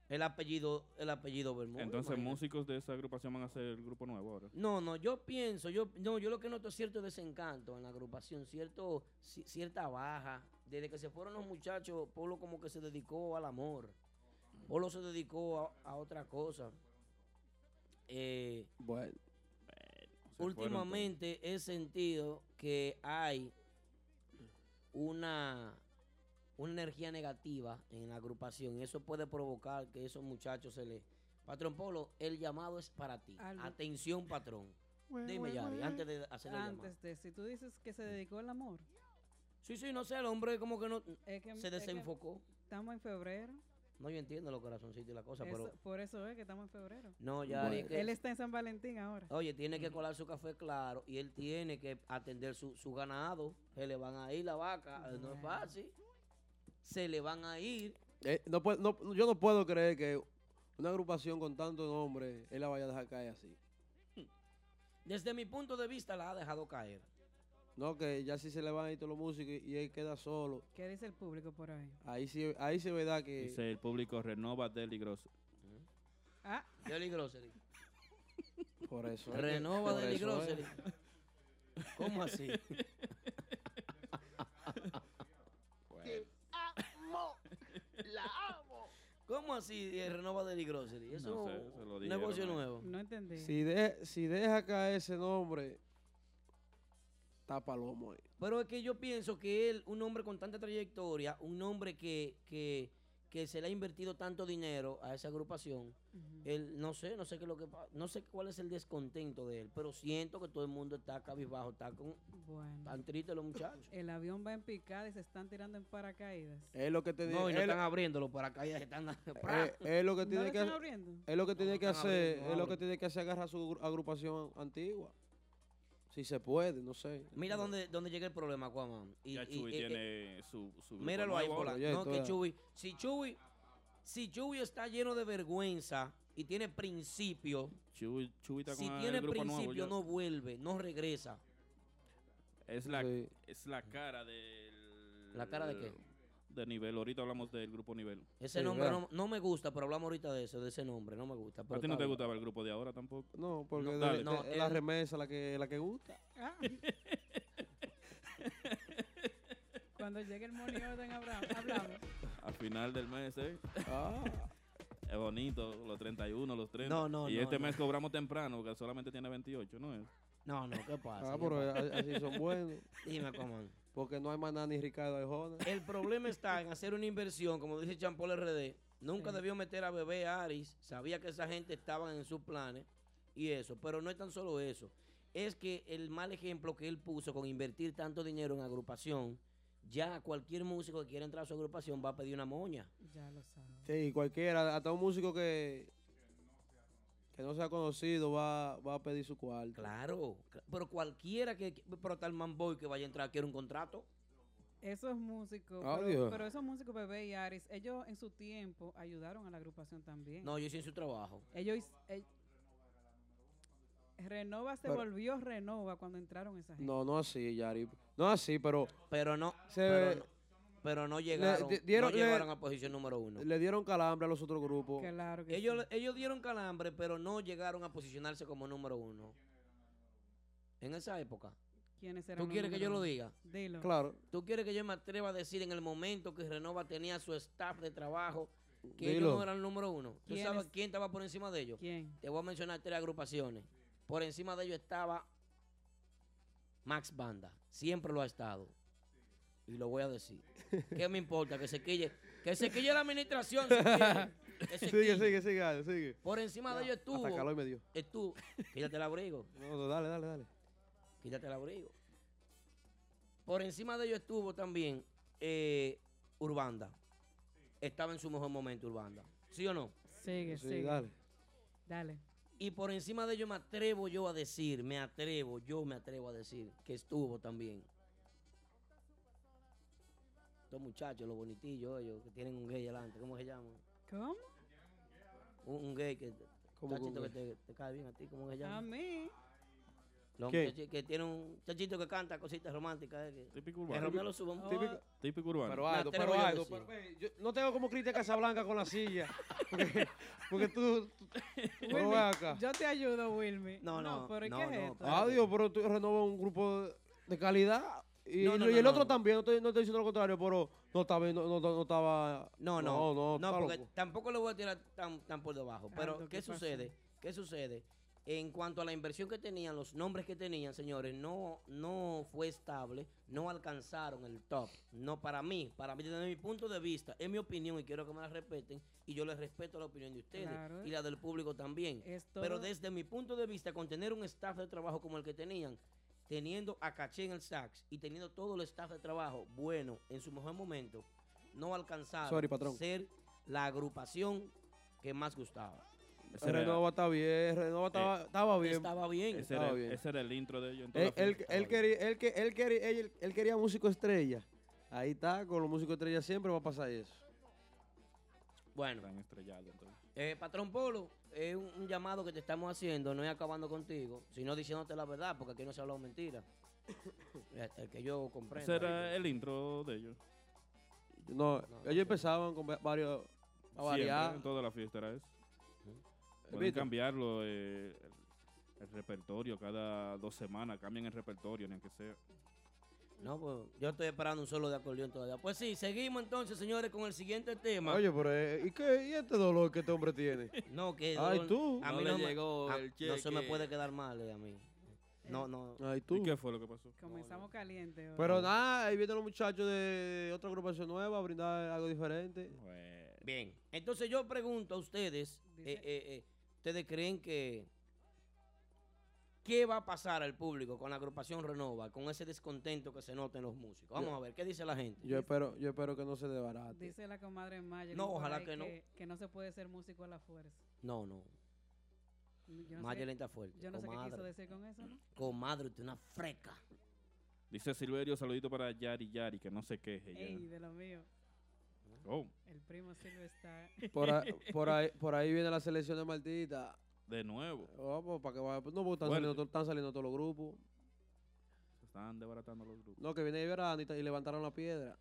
B: El apellido, el apellido Bermúdez.
D: entonces
B: imagínate.
D: músicos de esa agrupación van a hacer el grupo nuevo ahora.
B: No, no, yo pienso, yo no, yo lo que noto es cierto desencanto en la agrupación, cierto, ci- cierta baja. Desde que se fueron los muchachos, Polo como que se dedicó al amor. Polo se dedicó a, a otra cosa. Eh,
F: bueno,
D: Se
B: últimamente he sentido que hay una, una energía negativa en la agrupación. Eso puede provocar que esos muchachos se le... Patrón Polo, el llamado es para ti.
C: Algo.
B: Atención, patrón. Dime, Yari, antes de hacer el llamado.
C: Antes de, si tú dices que se dedicó al amor,
B: Sí, sí, no sé, el hombre como que no...
C: es que
B: Se
C: es que
B: desenfocó.
C: estamos en febrero.
B: No, yo entiendo los corazoncitos y la cosa,
C: Eso-
B: pero...
C: por eso es que estamos en febrero.
B: No, Yari, que...
C: Él está en San Valentín ahora.
B: Oye, tiene que colar su café claro y él tiene que atender su, su ganado. Se le van a ir la vaca, eh, no es
C: Bueno.
B: fácil. Se le van a ir.
F: eh, no puedo- no- yo no puedo creer que una agrupación con tanto nombre él la vaya a dejar caer así.
B: Desde mi punto de vista la ha dejado caer.
F: No, que ya si se le van a ir todos los músicos y, y él queda solo.
C: ¿Qué dice el público por ahí?
F: Ahí sí, ahí sí es verdad que.
D: Dice el público Renova Deli Grosso.
C: Ah,
B: Deli Grocery.
F: Por eso. es que-
B: Renova
F: por
B: Deli
F: eso es.
B: Grocery. ¿Cómo así? ¿Cómo así eh, Renova Deli Grocery? Eso
D: No
B: no
D: sé, se lo dijeron
B: negocio
D: ahí.
B: nuevo.
C: no entendí.
F: Si, de- si deja caer ese nombre, está palomo ahí.
B: Pero es que yo pienso que él, un hombre con tanta trayectoria, un hombre que, que, que se le ha invertido tanto dinero a esa agrupación, él no sé, no sé qué es lo que pa- no sé cuál es el descontento de él, pero siento que todo el mundo está cabizbajo, está con
C: Bueno,
B: tan triste los muchachos.
C: el avión va en picada y se están tirando en paracaídas.
F: Es lo que tenía,
B: No, y no
F: él-
B: están abriendo los paracaídas, están
F: eh, es lo
C: ¿No lo
F: que tiene que
C: están
F: hacer.
C: abriendo?
F: Es lo que tiene
B: no
F: que
B: están
F: hacer,
B: abriendo, no
F: es lo
B: abren.
F: que tiene que hacer agarrar su gru- agrupación antigua. Si se puede, no sé.
B: Mira dónde, dónde llega el problema, Cuamán. Y,
D: Ya
B: y-
D: Chuy
B: eh, eh,
D: tiene su, su grupo
B: Míralo ahí,
D: nuevo.
B: Pola.
F: Oye,
B: No, que
F: toda-
B: Chuy. Si Chuy, si Chuy está lleno de vergüenza y tiene principio,
D: Chuy, Chuy está con
B: si
D: el
B: tiene
D: grupo nuevo,
B: principio
D: yo-
B: no vuelve, no regresa.
D: Es la,
F: Sí.
D: es la cara del...
B: ¿La cara de qué?
D: De nivel. Ahorita hablamos del grupo nivel.
B: Ese
F: Sí,
B: nombre
F: claro.
B: no, no me gusta, pero hablamos ahorita de eso, de ese nombre, no me gusta. pero
D: ¿A ti no
B: está
D: te
B: bien.
D: gustaba el grupo de ahora tampoco?
F: No, porque
B: No,
F: de-
D: dale.
F: de-
B: No, eh.
F: es la
B: él-
F: remesa la que, la que gusta.
C: Ah. Cuando llegue el money order hablamos. hablamos.
D: Al final del mes, ¿eh?
F: Ah,
D: Es bonito, los 31, los 30.
B: No, no,
D: Y
B: no,
D: este
B: no.
D: mes cobramos temprano, que solamente tiene 28, ¿no es?
B: No, no, ¿qué pasa?
F: ah,
B: ¿Qué
F: pero
B: pasa?
F: a- así son buenos.
B: Dime, Comán.
F: Porque no hay más nada ni Ricardo Arjona.
B: El problema está en hacer una inversión, como dice Champol RD. Nunca
F: Sí.
B: debió meter a Bebé a Aris. Sabía que esa gente estaban en sus planes y eso. Pero no es tan solo eso. Es que el mal ejemplo que él puso con invertir tanto dinero en agrupación, ya cualquier músico que quiera entrar a su agrupación va a pedir una moña.
C: Ya lo sabes.
F: Sí, cualquiera, hasta un músico que, que no sea conocido va, va a pedir su cuarto.
B: Claro, cl- pero cualquiera que. que- Pero tal manboy que vaya a entrar quiere un contrato.
C: Esos músicos,
B: Ah,
C: pero,
B: Dios.
C: pero esos músicos Bebé y Aris, ellos en su tiempo ayudaron a la agrupación también.
B: No, yo hice su trabajo.
C: Ellos, hic- ell- Renova se
F: Pero-
C: volvió Renova cuando entraron esa gente.
F: No, no así, Yari. No así, pero.
B: Pero no. pero no- pero no llegaron- no llegaron a posición número uno.
F: Le dieron calambre a los otros grupos.
B: ellos, ellos dieron calambre, pero no llegaron a posicionarse como número uno. En esa época.
C: ¿Quiénes eran
B: ¿Tú
C: los
B: quieres que yo
C: número
B: lo
C: uno?
B: diga?
C: Dilo.
B: ¿Tú quieres que yo me atreva a decir en el momento que Renova tenía su staff de trabajo que ellos
F: Dilo.
B: no eran el número uno? ¿Tú
C: ¿Quiénes?
B: sabes quién estaba por encima de ellos?
C: ¿Quién?
B: Te voy a mencionar tres agrupaciones. Por encima de ellos estaba Max Banda. Siempre lo ha estado. Y lo voy a decir. ¿Qué me importa? Que se quille. Que se quille la administración. si quiere. Que se
F: Sigue,
B: quille.
F: sigue, sigue, Ale, sigue.
B: Por encima de ellos Ah, estuvo.
F: Hasta calor me dio.
B: Estuvo. Quítate el abrigo.
F: No, no, dale, dale, dale.
B: Quítate el abrigo. Por encima de ellos estuvo también eh, Urbanda. Estaba en su mejor momento Urbanda. ¿Sí o no?
C: Sigue,
B: Sí,
C: sigue.
B: dale.
C: Dale.
B: Y por encima de ello me atrevo yo a decir, me atrevo, yo me atrevo a decir que estuvo también. Estos muchachos, los bonitillos ellos, que tienen un gay delante, ¿cómo se llaman?
C: ¿Cómo?
B: Un, un gay que,
C: ¿Cómo que un
B: chachito que
C: gay?
B: te, te cae bien a ti, ¿cómo se
C: A
B: llama?
C: mí.
B: Los
D: ¿Qué?
B: muchachi- que tiene un chachito que canta cositas románticas. eh, que,
D: Típico
B: Que
D: urbano.
B: Romeo lo suba un-
D: Típico, típico urbano.
F: Pero Aldo,
B: atrevo
F: pero
B: yo a
F: Aldo,
B: decir.
F: pero, ey, yo no tengo como Cristian Casablanca con la silla. Porque, porque tú. tú- pero ven acá.
C: Yo te ayudo, Wilmy.
F: No, no,
C: pero ¿y
F: no,
C: ¿qué es
F: no,
C: esto?
F: Adiós, pero tú renovas un grupo de- de calidad. Y,
B: No, no,
F: y el
B: no,
F: otro
B: no.
F: también, no estoy, no estoy diciendo lo contrario, pero no estaba. No, no, no estaba
B: No, no, no,
F: está
B: porque
F: loco.
B: tampoco lo voy a tirar tan, tan por debajo. Pero,
F: Aldo,
B: ¿qué,
F: ¿qué pasó?
B: sucede? ¿Qué sucede? En cuanto a la inversión que tenían, los nombres que tenían, señores, no, no fue estable, no alcanzaron el top. No para mí, para mí, desde mi punto de vista, es mi opinión y quiero que me la respeten. Y yo les respeto la opinión de ustedes
C: Claro.
B: y la del público también.
C: Es
B: Pero
C: todo-
B: desde mi punto de vista, con tener un staff de trabajo como el que tenían, teniendo a Caché en el sax y teniendo todo el staff de trabajo bueno en su mejor momento, no alcanzaron
F: Sorry, patrón.
B: ser la agrupación que más gustaba.
F: Renova está bien, Renova estaba,
B: Eh,
F: estaba bien.
B: estaba bien.
D: Ese, era,
F: Estaba bien.
D: ese era el intro de ellos. en toda
F: Él,
D: la
F: él-
D: fiesta.
F: él quería, él, que- él quería, él, él quería músico estrella. Ahí está, con los músicos estrella siempre va a pasar eso.
B: Bueno. Eh, Patrón Polo, es un, un llamado que te estamos haciendo, no es acabando contigo, sino diciéndote la verdad, porque aquí no se ha hablado mentira. el, el que yo comprendo.
D: Ese era el intro de ellos.
F: No, ellos empezaban con va- varios. A variar.
D: Siempre, en toda la fiesta era eso. Pueden
F: Vito.
D: cambiarlo eh, el, el repertorio cada dos semanas, cambian el repertorio, ni aunque sea.
B: No, pues yo estoy esperando un solo de acordeón todavía. Pues sí, seguimos entonces, señores, con el siguiente tema.
F: Oye, pero eh, ¿y, qué, ¿y este dolor que este hombre tiene?
B: No, que
F: Ay,
B: don-
F: tú.
B: A mí
F: No
B: no,
F: le
B: me-
F: llegó
B: a-
F: el
B: no se me
F: cheque.
B: puede quedar mal eh, a mí. No, no.
F: Ay, tú. ¿Y
D: qué fue lo que pasó?
C: Comenzamos caliente. hoy.
F: Pero nada, ahí vienen los muchachos de otra agrupación nueva a brindar algo diferente.
B: Bien, entonces yo pregunto a ustedes, eh, eh, eh, ¿ustedes creen que qué va a pasar al público con la agrupación Renova, con ese descontento que se nota en los músicos? Vamos
F: Yo-
B: a ver, ¿qué dice la gente?
F: Yo espero, yo espero que no se desbarate.
C: Dice la comadre Maya.
B: No,
C: por
B: ojalá
C: ahí
B: que no.
C: Que no se puede ser músico a la fuerza.
B: No, no,
C: Yo no
B: Maya
C: sé-
B: lenta fuerte.
C: Yo no sé qué quiso
D: comadre.
C: decir con eso, ¿no?
B: comadre, usted es una freca.
D: Dice Silverio, saludito para Yari Yari, que no se queje. ya.
C: Ey, de lo mío.
D: Oh,
C: El primo Silvio está.
F: Por, ahí- por ahí, por ahí viene la selección de Martita.
D: de nuevo.
F: Vamos, para que vaya. pues, No, porque están,
D: Bueno.
F: saliendo, to- están saliendo todos los grupos.
D: Están desbaratando los grupos.
F: No, que viene el verano y, ta- y levantaron la piedra.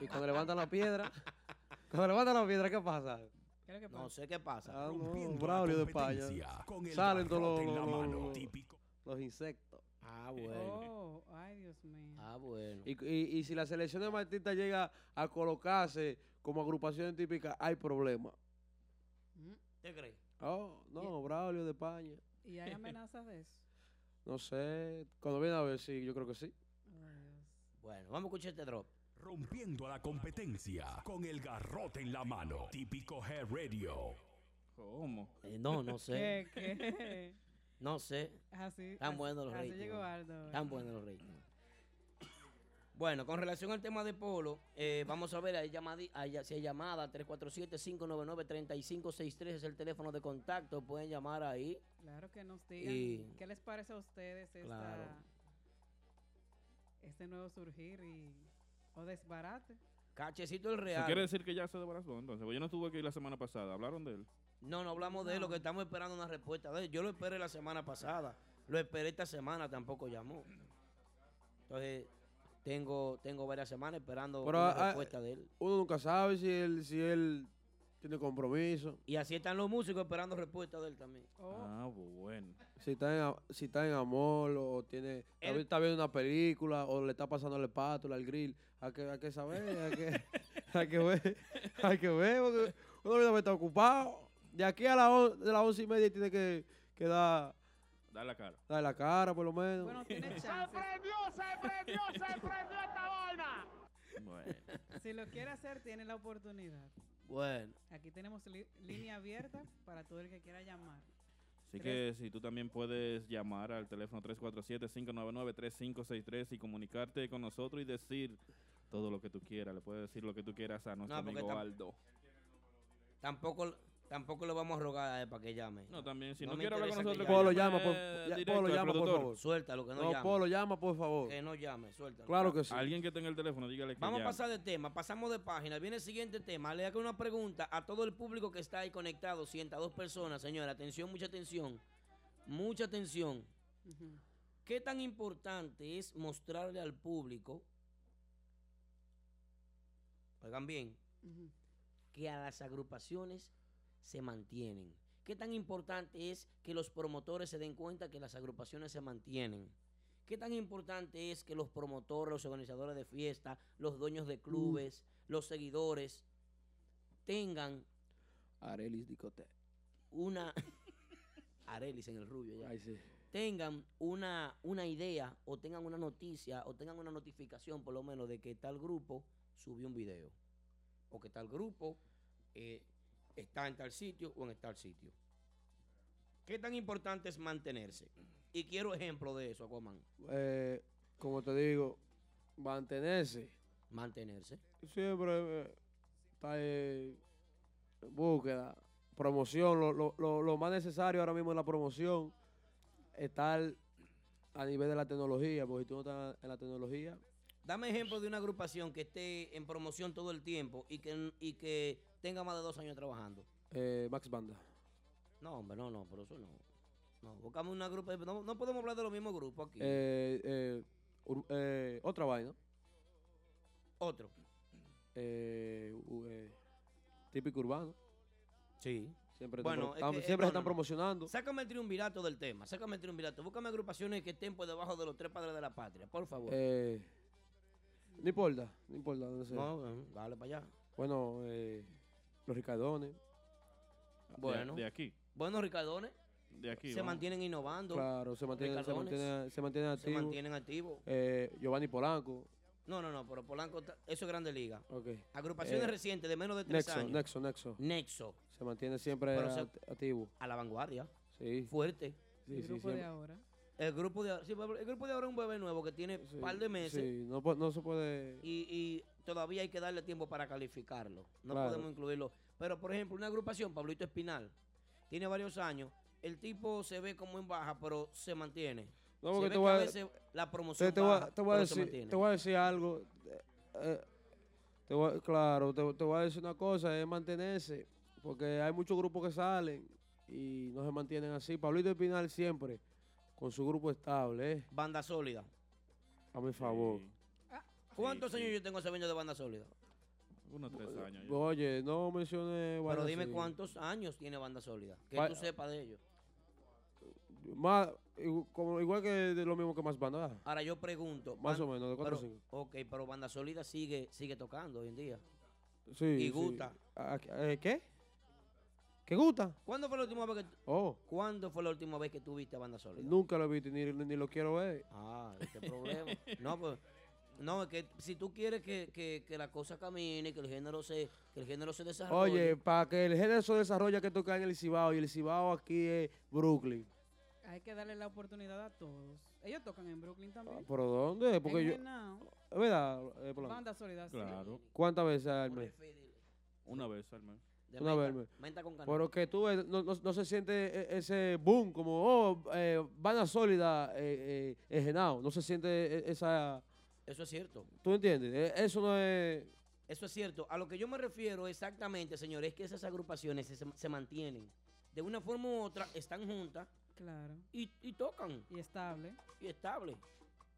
F: Y cuando levantan la piedra, cuando levantan la piedra, ¿qué pasa?
B: No sé qué pasa.
F: Ah, no,
B: Rompiendo la
F: Braulio de Paya.
B: competencia con el
F: Salen todos los,
B: barrote en la
F: los- los-
B: mano.
F: los- los insectos.
B: Ah, bueno.
C: Oh, ay, Dios mío.
B: Ah, bueno.
F: Y, y- y si la selección de Martita llega a colocarse como agrupación típica, hay problema.
B: ¿Usted cree?
F: Oh, no, Braulio de Paña.
C: ¿Y hay amenazas de eso?
F: No sé. Cuando viene a ver, sí, yo creo que sí.
B: Bueno, vamos a escuchar este drop.
H: Rompiendo a la competencia con el garrote en la mano. Típico Head Radio.
D: ¿Cómo?
B: Eh, no, no sé.
C: ¿Qué, qué?
B: No sé.
C: Así.
B: Tan
C: así-
B: buenos los
C: así
B: ratings.
C: llegó Aldo.
B: Tan buenos los ratings. Bueno, con relación al tema de Polo, eh, vamos a ver, hay llamadi- hay- si hay llamada, 347-599-3563 es el teléfono de contacto, pueden llamar ahí.
C: Claro que nos digan.
B: Y-
C: ¿Qué les parece a ustedes esta,
B: Claro.
C: este nuevo surgir y, o desbarate?
B: Cachecito el
F: Eh,
D: ¿Se quiere
B: Real.
D: decir que ya se desbarató entonces? Porque yo no estuve aquí la semana pasada. ¿Hablaron de él?
B: No, no hablamos de él, lo que estamos esperando una respuesta de él. Yo lo esperé la semana pasada, lo esperé esta semana, tampoco llamó. Entonces, tengo, tengo varias semanas esperando
F: Pero,
B: una
F: ah,
B: respuesta de él.
F: Uno nunca sabe si él, si él tiene compromiso,
B: Y así están los músicos esperando respuesta de él también.
C: Oh,
D: Ah, bueno.
F: si está en, a- si está en amor o tiene, está, vi- está viendo una película o le está pasando la espátula al grill. Hay que, hay que saber, hay que, hay que ver, hay que ver, porque uno debe estar ocupado. De aquí a las on- de las once y media tiene que, que dar,
D: Da la cara.
F: dar la cara por lo menos.
C: bueno, tiene chance.
D: Bueno.
C: Si lo quiere hacer, tiene la oportunidad.
B: Bueno.
C: Aquí tenemos li- línea abierta para todo el que quiera llamar.
D: Así que si tú también puedes llamar al teléfono 347-599-3563 y comunicarte con nosotros y decir todo lo que tú quieras. Le puedes decir lo que tú quieras a nuestro
B: No, porque
D: amigo
B: tam-
D: Aldo.
B: Tampoco, tampoco le vamos a rogar a él para que llame.
D: No, también, si
B: No
D: no,
B: me
D: quiere hablar con
B: interesa
D: nosotros,
B: que
F: Polo
D: que
F: llama, por,
D: eh,
F: ya-
D: directo
F: Polo
D: al
F: llama, por
D: productor.
F: favor.
B: Suéltalo, que no,
F: No,
B: llame.
F: Polo llama, por favor.
B: Que no llame, suéltalo.
F: Claro que sí.
D: Alguien que tenga el teléfono, dígale que
B: Vamos a
D: llame.
B: pasar de tema, pasamos de página. Viene el siguiente tema. Le hago una pregunta a todo el público que está ahí conectado, 102 personas, señora. Atención, mucha atención. Mucha atención.
C: Ujú.
B: ¿Qué tan importante es mostrarle al público, oigan bien,
C: Ujú.
B: que a las agrupaciones se mantienen. ¿Qué tan importante es que los promotores se den cuenta que las agrupaciones se mantienen? ¿Qué tan importante es que los promotores, los organizadores de fiesta, los dueños de clubes, los seguidores tengan
F: Arelis Dicote.
B: una Arelis en el rubio ya.
F: Ay, sí.
B: tengan una, una idea o tengan una noticia o tengan una notificación por lo menos de que tal grupo subió un video o que tal grupo eh, está en tal sitio o en tal sitio. ¿Qué tan importante es mantenerse? Y quiero ejemplo de eso, Aquaman.
F: Eh, como te digo, mantenerse.
B: Mantenerse.
F: Siempre eh, está eh, en búsqueda, promoción, lo, lo- lo- lo más necesario ahora mismo en la promoción, estar a nivel de la tecnología, porque si tú no estás en la tecnología,
B: Dame ejemplo de una agrupación que esté en promoción todo el tiempo y que, y que tenga más de dos años trabajando.
F: eh, Max Banda.
B: No, hombre, no, no, pero eso no. No, buscamos una grupo. No, no podemos hablar de los mismos grupos aquí.
F: Eh, eh, Ur- eh, otra vaina,
B: Otro.
F: eh, u- eh, típico urbano,
B: Sí.
F: siempre,
B: Bueno,
F: están,
B: es
F: pro-
B: que, eh,
F: siempre
B: no,
F: se
B: no,
F: están
B: no.
F: promocionando.
B: Sácame el triunvirato del tema, sácame el triunvirato. Búscame agrupaciones que estén por debajo de los tres padres de la patria, por favor.
F: Eh, no importa, no importa dónde sea.
B: no, eh, dale para allá.
F: Bueno, eh, los Ricardones,
D: De-
B: Bueno.
D: De, aquí.
B: Buenos Ricardones
D: De aquí.
B: se
D: vamos.
B: mantienen innovando,
F: claro, se mantienen, se
B: Ricardones.
F: mantienen, se mantienen
B: se
F: activos.
B: mantienen activos.
F: Eh, Giovanni Polanco,
B: No, no, no, pero Polanco, ta- eso es Grande Liga.
F: ok.
B: Agrupaciones
F: Eh,
B: recientes de menos de tres
F: Nexo,
B: años.
F: Nexo, Nexo.
B: Nexo,
F: Se mantiene siempre
B: Pero se-
F: act- activo.
B: a la vanguardia,
F: Sí,
B: fuerte.
F: sí,
C: el
F: sí.
C: grupo
F: siempre.
C: de ahora.
B: El grupo de, ahora- sí, el grupo de ahora es un bebé nuevo que tiene un
F: Sí,
B: par de meses
F: Sí, no, po- no se puede.
B: y, y todavía hay que darle tiempo para calificarlo. No
F: Claro.
B: podemos incluirlo. Pero, por ejemplo, una agrupación, Pablito Espinal, tiene varios años. El tipo se ve como en baja, pero se mantiene.
F: No,
B: se
F: porque
B: ve
F: te
B: que
F: voy
B: a
F: a,
B: veces la
F: te,
B: promoción
F: te voy a-
B: baja,
F: te voy a
B: pero se
F: decir,
B: mantiene.
F: te voy a decir algo. eh, eh, te voy a- claro, te, te voy a decir una cosa, es mantenerse. Porque hay muchos grupos que salen y no se mantienen así. Pablito Espinal siempre con su grupo estable, eh,
B: Banda sólida.
F: a mi favor.
D: Sí.
B: ¿Cuántos
D: sí.
B: años yo tengo sabiendo de banda sólida?
D: Unos tres años. ya.
F: Oye, no mencioné.
B: Pero
F: vainas
B: dime
F: así.
B: cuántos años tiene banda sólida. Que
F: Va-
B: tú sepas de ellos.
F: Más, igu- como, igual que de lo mismo que más bandas.
B: Ahora yo pregunto.
F: Más
B: ban-
F: o menos, de cuatro a
B: pero-
F: cinco.
B: Ok, pero banda sólida sigue, sigue tocando hoy en día.
F: Sí.
B: y
F: sí.
B: Guta.
F: Ah, eh, ¿Qué? ¿Qué gusta?
B: ¿Cuándo fue la última vez que,
F: Oh,
B: ¿cuándo fue la última vez que tú viste a banda sólida?
F: nunca lo he visto ni, ni lo quiero ver.
B: Ah, este problema. No, pues, No, es que si tú quieres que, que, que la cosa camine, que el género se, que el género se desarrolle.
F: Oye, para que el género se desarrolle hay que tocar en el Cibao y el Cibao aquí es Brooklyn.
C: Hay que darle la oportunidad a todos. Ellos tocan en Brooklyn
B: Ah,
C: también.
F: Ah, ¿Pero dónde? Porque
C: En
F: yo...
C: Henao.
F: ¿Es verdad? eh, Polanco?
C: Banda Soledad. sí.
D: Claro.
F: ¿Cuántas veces al mes?
D: Una vez al mes.
B: de
F: Una
B: menta,
F: vez.
B: menta con canela.
F: Pero que tú ves, no, no- no se siente e- ese boom como, oh, eh, banda sólida, eh, eh, en Henao. No se siente e- esa...
B: Eso es cierto.
F: ¿Tú entiendes? Eh, Eso no es...
B: Eso es cierto. A lo que yo me refiero exactamente, señores, es que esas agrupaciones se, se mantienen. De una forma u otra están juntas
C: Claro.
B: y, y tocan.
C: Y estable.
B: Y estable.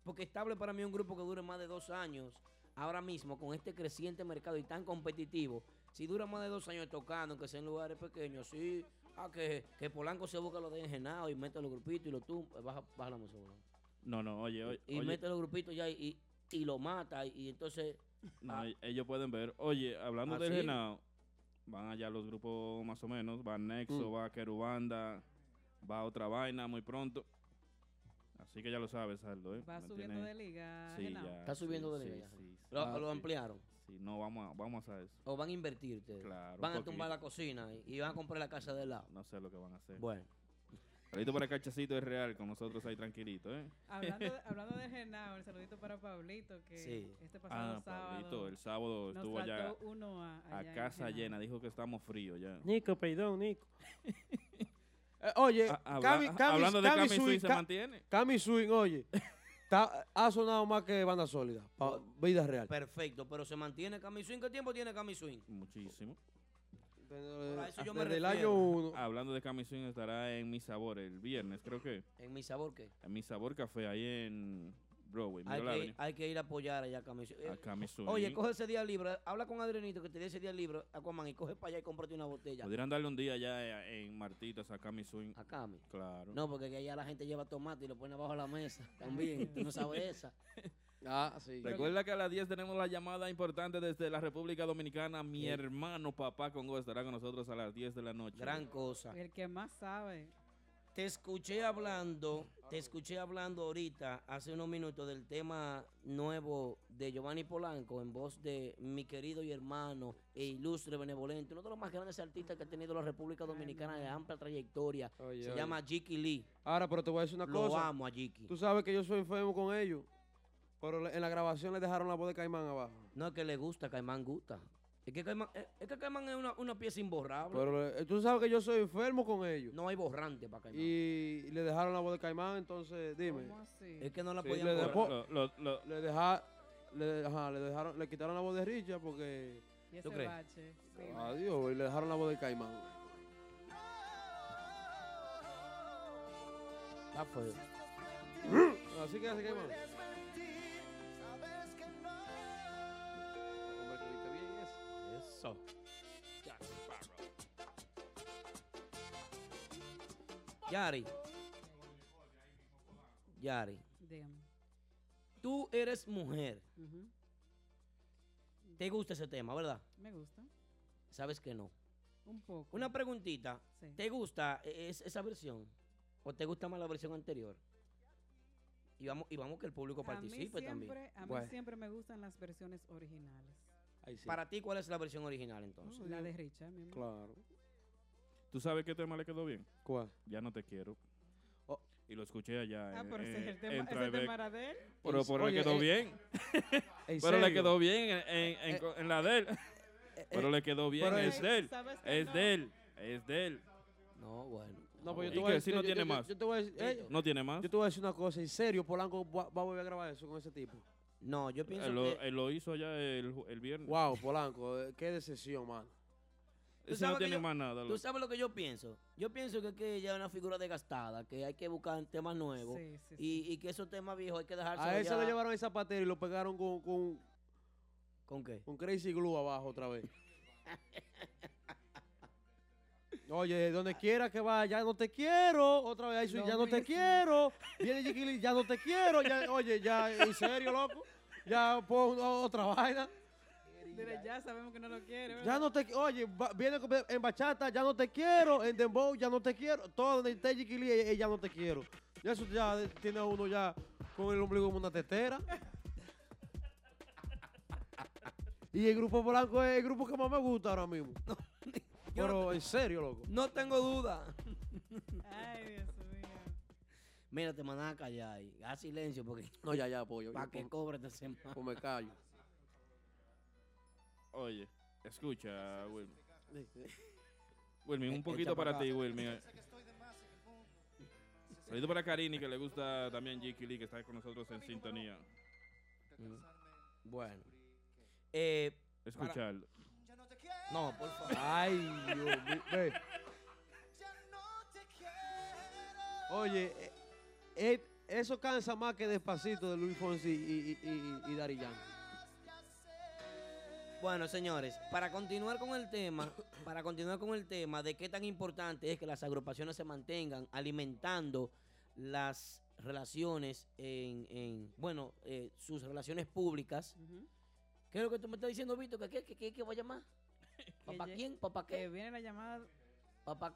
B: Porque estable para mí es un grupo que dure más de dos años. Ahora mismo, con este creciente mercado y tan competitivo, si dura más de dos años tocando, que sea en lugares pequeños, sí. Ah, que, que Polanco se busca los de engenado y mete los grupitos y lo tumba. Baja, baja la música, Polanco.
D: No, no, oye, oye.
B: Y
D: oye,
B: mete los grupitos ya y, y, y lo mata. Y, y entonces,
D: no,
B: ah.
D: ellos pueden ver. Oye, hablando
B: Ah,
D: del
B: sí.
D: Genao, van allá los grupos más o menos. Va
B: Mm.
D: Nexo, va Querubanda, va otra vaina muy pronto. Así que ya lo sabes, Aldo, ¿eh?
C: Va
D: No
C: subiendo
D: tiene-
C: de liga.
D: Sí,
C: Henao.
D: ya.
B: Está
D: sí,
B: subiendo de
D: sí,
B: nivel, ya.
D: sí, sí,
B: lo,
D: sí,
B: lo
D: Ah, sí.
B: ampliaron.
D: Sí, no, vamos a, vamos a eso.
B: O van a invertir ustedes.
D: Claro,
B: van
D: un
B: a tumbar
D: poquito.
B: la cocina y, y van a comprar la casa del lado.
D: No sé lo que van a hacer.
B: Bueno.
D: Saludito para Cachacito es real, con nosotros ahí tranquilito, ¿eh?
C: Hablando, de, hablando de Genao, el saludito para Pablito, que
B: Sí.
C: este pasado
D: Ah,
C: sábado
D: Pablito, el sábado
C: nos
D: estuvo allá
C: trató uno a,
D: a
C: allá en
D: casa
C: Henao.
D: llena, dijo que estamos fríos ya.
F: Nico, perdón, Nico. eh, oye,
D: Ah, habla-
F: Cami,
D: ah,
F: Cami-
D: hablando de
F: Cami
D: Cami
F: Swing,
D: Swing, se
F: Ca-
D: mantiene.
F: Cami Swing, oye, está- ha sonado más que banda sólida, pa- vida real.
B: Perfecto, pero se mantiene Cami Swing. ¿Qué tiempo tiene Cami Swing?
D: Muchísimo.
F: Desde,
B: a eso yo me
F: desde el año
B: refiero. Ah,
F: uno.
D: Hablando de Cami Swing, estará en Mi Sabor el viernes, creo que.
B: En mi sabor, ¿qué?
D: En Mi Sabor Café, ahí en Ah, Broadway.
B: Hay
D: Miro la
B: que, ir-
D: avenida.
B: hay que ir a apoyar allá a Cami Swing. Eh,
D: A Cami Swing.
B: Oye, coge ese día libre. Habla con Adrianito que te dé ese día libre, Aquaman, y coge para allá y cómprate una botella.
D: Pudieran darle un día ya eh, en Martitas a Cami Swing.
B: A Cami.
D: Claro.
B: Ah, No, porque que allá la gente lleva tomate y lo pone abajo de la mesa. También, tú no sabes esa.
F: Ah, sí.
D: Recuerda que a las 10 tenemos la llamada importante desde la República Dominicana. Mi
B: Sí.
D: hermano Papá Congo estará con nosotros a las 10 de la noche.
B: Gran cosa.
C: El que más sabe.
B: Te escuché hablando, te escuché hablando ahorita, hace unos minutos, del tema nuevo de Giovanni Polanco en voz de mi querido y hermano e ilustre benevolente, uno de los más grandes artistas que ha tenido la República Dominicana de amplia trayectoria.
F: Oye,
B: Se
F: oye.
B: llama Jiki Lee.
F: Ahora, pero te voy a decir una
B: Lo
F: cosa.
B: amo a Jiki.
F: Tú sabes que yo soy enfermo con ellos, pero le- en la grabación le dejaron la voz de Caimán abajo.
B: No es que le gusta, Caimán gusta. Es que Caimán es, es que Caimán es una, una pieza imborrable.
F: Pero eh, tú sabes que yo soy enfermo con ellos.
B: no hay borrante para Caimán.
F: Y le dejaron la voz de Caimán, entonces
B: pues,
F: dime.
C: ¿Cómo así?
B: Es que no la
F: Sí,
B: podían
F: le
B: borrar.
F: dejó-
D: Lo- lo- lo-
F: Le deja, le, ajá, le dejaron, le quitaron la voz de Richard porque
C: Y ese
B: ¿tú crees? Ah.
C: bache. sí.
F: adiós, y le dejaron la voz de Caimán.
B: Está feo.
F: Así que hace Caimán. Hombre, que viste bien eso.
B: Eso. Yari. Yari.
C: Dígame.
B: Tú eres mujer.
C: Ujú.
B: ¿Te gusta ese tema, verdad?
C: Me gusta.
B: Sabes que no.
C: Un poco.
B: Una preguntita.
C: Sí.
B: ¿Te gusta eh, es- esa versión? ¿O te gusta más la versión anterior? Y vamos, y vamos que el público
C: a mí,
B: participe
C: siempre,
B: también. Pues.
C: a mí
F: Bueno.
C: siempre me gustan las versiones originales.
F: Ahí sí.
B: Para ti, ¿cuál es la versión original entonces?
D: Oh,
C: la de Richard, mi amor.
F: Claro.
D: ¿Tú sabes qué tema le quedó bien?
F: ¿Cuál?
D: Ya no te quiero.
F: Oh.
D: Y lo escuché allá.
C: Ah,
D: en-
C: pero ese es
D: en-
C: el
D: en
C: tema, ese
D: Tribeca.
C: tema era de él.
D: Pero, pero
F: Oye,
D: le quedó
F: eh,
D: bien.
F: ¿En
D: Pero le
F: serio?
D: quedó bien en, en-
B: Eh,
D: en co- en la de él. Pero le quedó bien.
F: pero
D: es
C: es-
D: de él.
C: ¿sabes que
D: Es
C: no?
D: de él. Es de él.
B: No, bueno.
F: No, pues
D: ¿Y
F: yo te
D: qué?
F: voy a
D: Si
F: decir,
D: no
F: yo-
D: tiene
F: yo- yo-
D: más.
F: yo te voy a decir, eh,
D: No tiene más.
F: yo te voy a decir una cosa, en serio, Polanco va, va a volver a grabar eso con ese tipo.
B: No,
K: Eh,
B: yo pienso
D: Él lo,
B: que...
D: él lo hizo allá el, ju- el viernes.
F: Wow, Polanco, eh, qué decepción, mano.
B: Tú
D: Ese no
B: sabes que
D: tiene
B: yo-
D: más nada.
B: ¿Tú
D: loco.
B: sabes lo que yo pienso? Yo pienso que, que ella es una figura desgastada, que hay que buscar temas nuevos
C: Sí, sí, sí.
B: y, y que esos temas viejos hay que
F: A
B: dejarse
F: él se lo llevaron en zapatero y lo pegaron con, con,
B: ¿Con qué?
F: con Crazy Glue abajo otra vez. Oye, donde quiera que vaya, ya no te quiero. Otra vez ahí sí,
C: Lo
F: ya no te
C: mismo.
F: quiero. Viene Jiquili, ya no te quiero. Ya, oye, ya, en serio, loco. Ya pon o- otra vaina.
C: Dile, ya sabemos que no lo quiere.
F: Ya
C: ¿verdad?
F: no te qui- Oye, va- viene con- en bachata, ya no te quiero. En dembow, ya no te quiero. Todo donde esté Jiquili, eh, eh, ya no te quiero. Ya eso ya tiene a uno ya con el ombligo como una tetera.
K: Y el grupo blanco es el grupo que más me gusta ahora mismo. Pero en serio, loco.
B: No tengo duda.
C: Ay, Dios mío.
B: Mira, te mandan a callar ahí. Haz silencio porque
K: No, ya, ya, pollo.
B: para que
K: Yo,
B: cobre esta semana.
K: pues, me callo.
D: Oye, escucha, Wilmy.
K: Sí, sí.
D: Wilmy,
B: Echa
D: un poquito
B: para
D: para
B: acá.
D: ti, Wilmy. Saludo para Karini, que le gusta también Jiki Lee, que está con nosotros en sintonía.
B: Bueno. Eh,
D: Escucharlo.
B: no, por favor.
K: Ay, Dios mío. Ve. Oye, eh, eh, eso cansa más que despacito de Luis Fonsi y, y, y, y Daddy Yankee.
B: Bueno, señores, para continuar con el tema, para continuar con el tema de qué tan importante es que las agrupaciones se mantengan alimentando las relaciones en, en, bueno, eh, sus relaciones públicas.
C: Ujú.
B: ¿Qué es lo que tú me estás diciendo, Vito? ¿Que qué, que, que- que voy a llamar? ¿Papá
C: ye-
B: quién? ¿Papá
C: Que
B: qué?
C: viene la llamada.
B: Papá,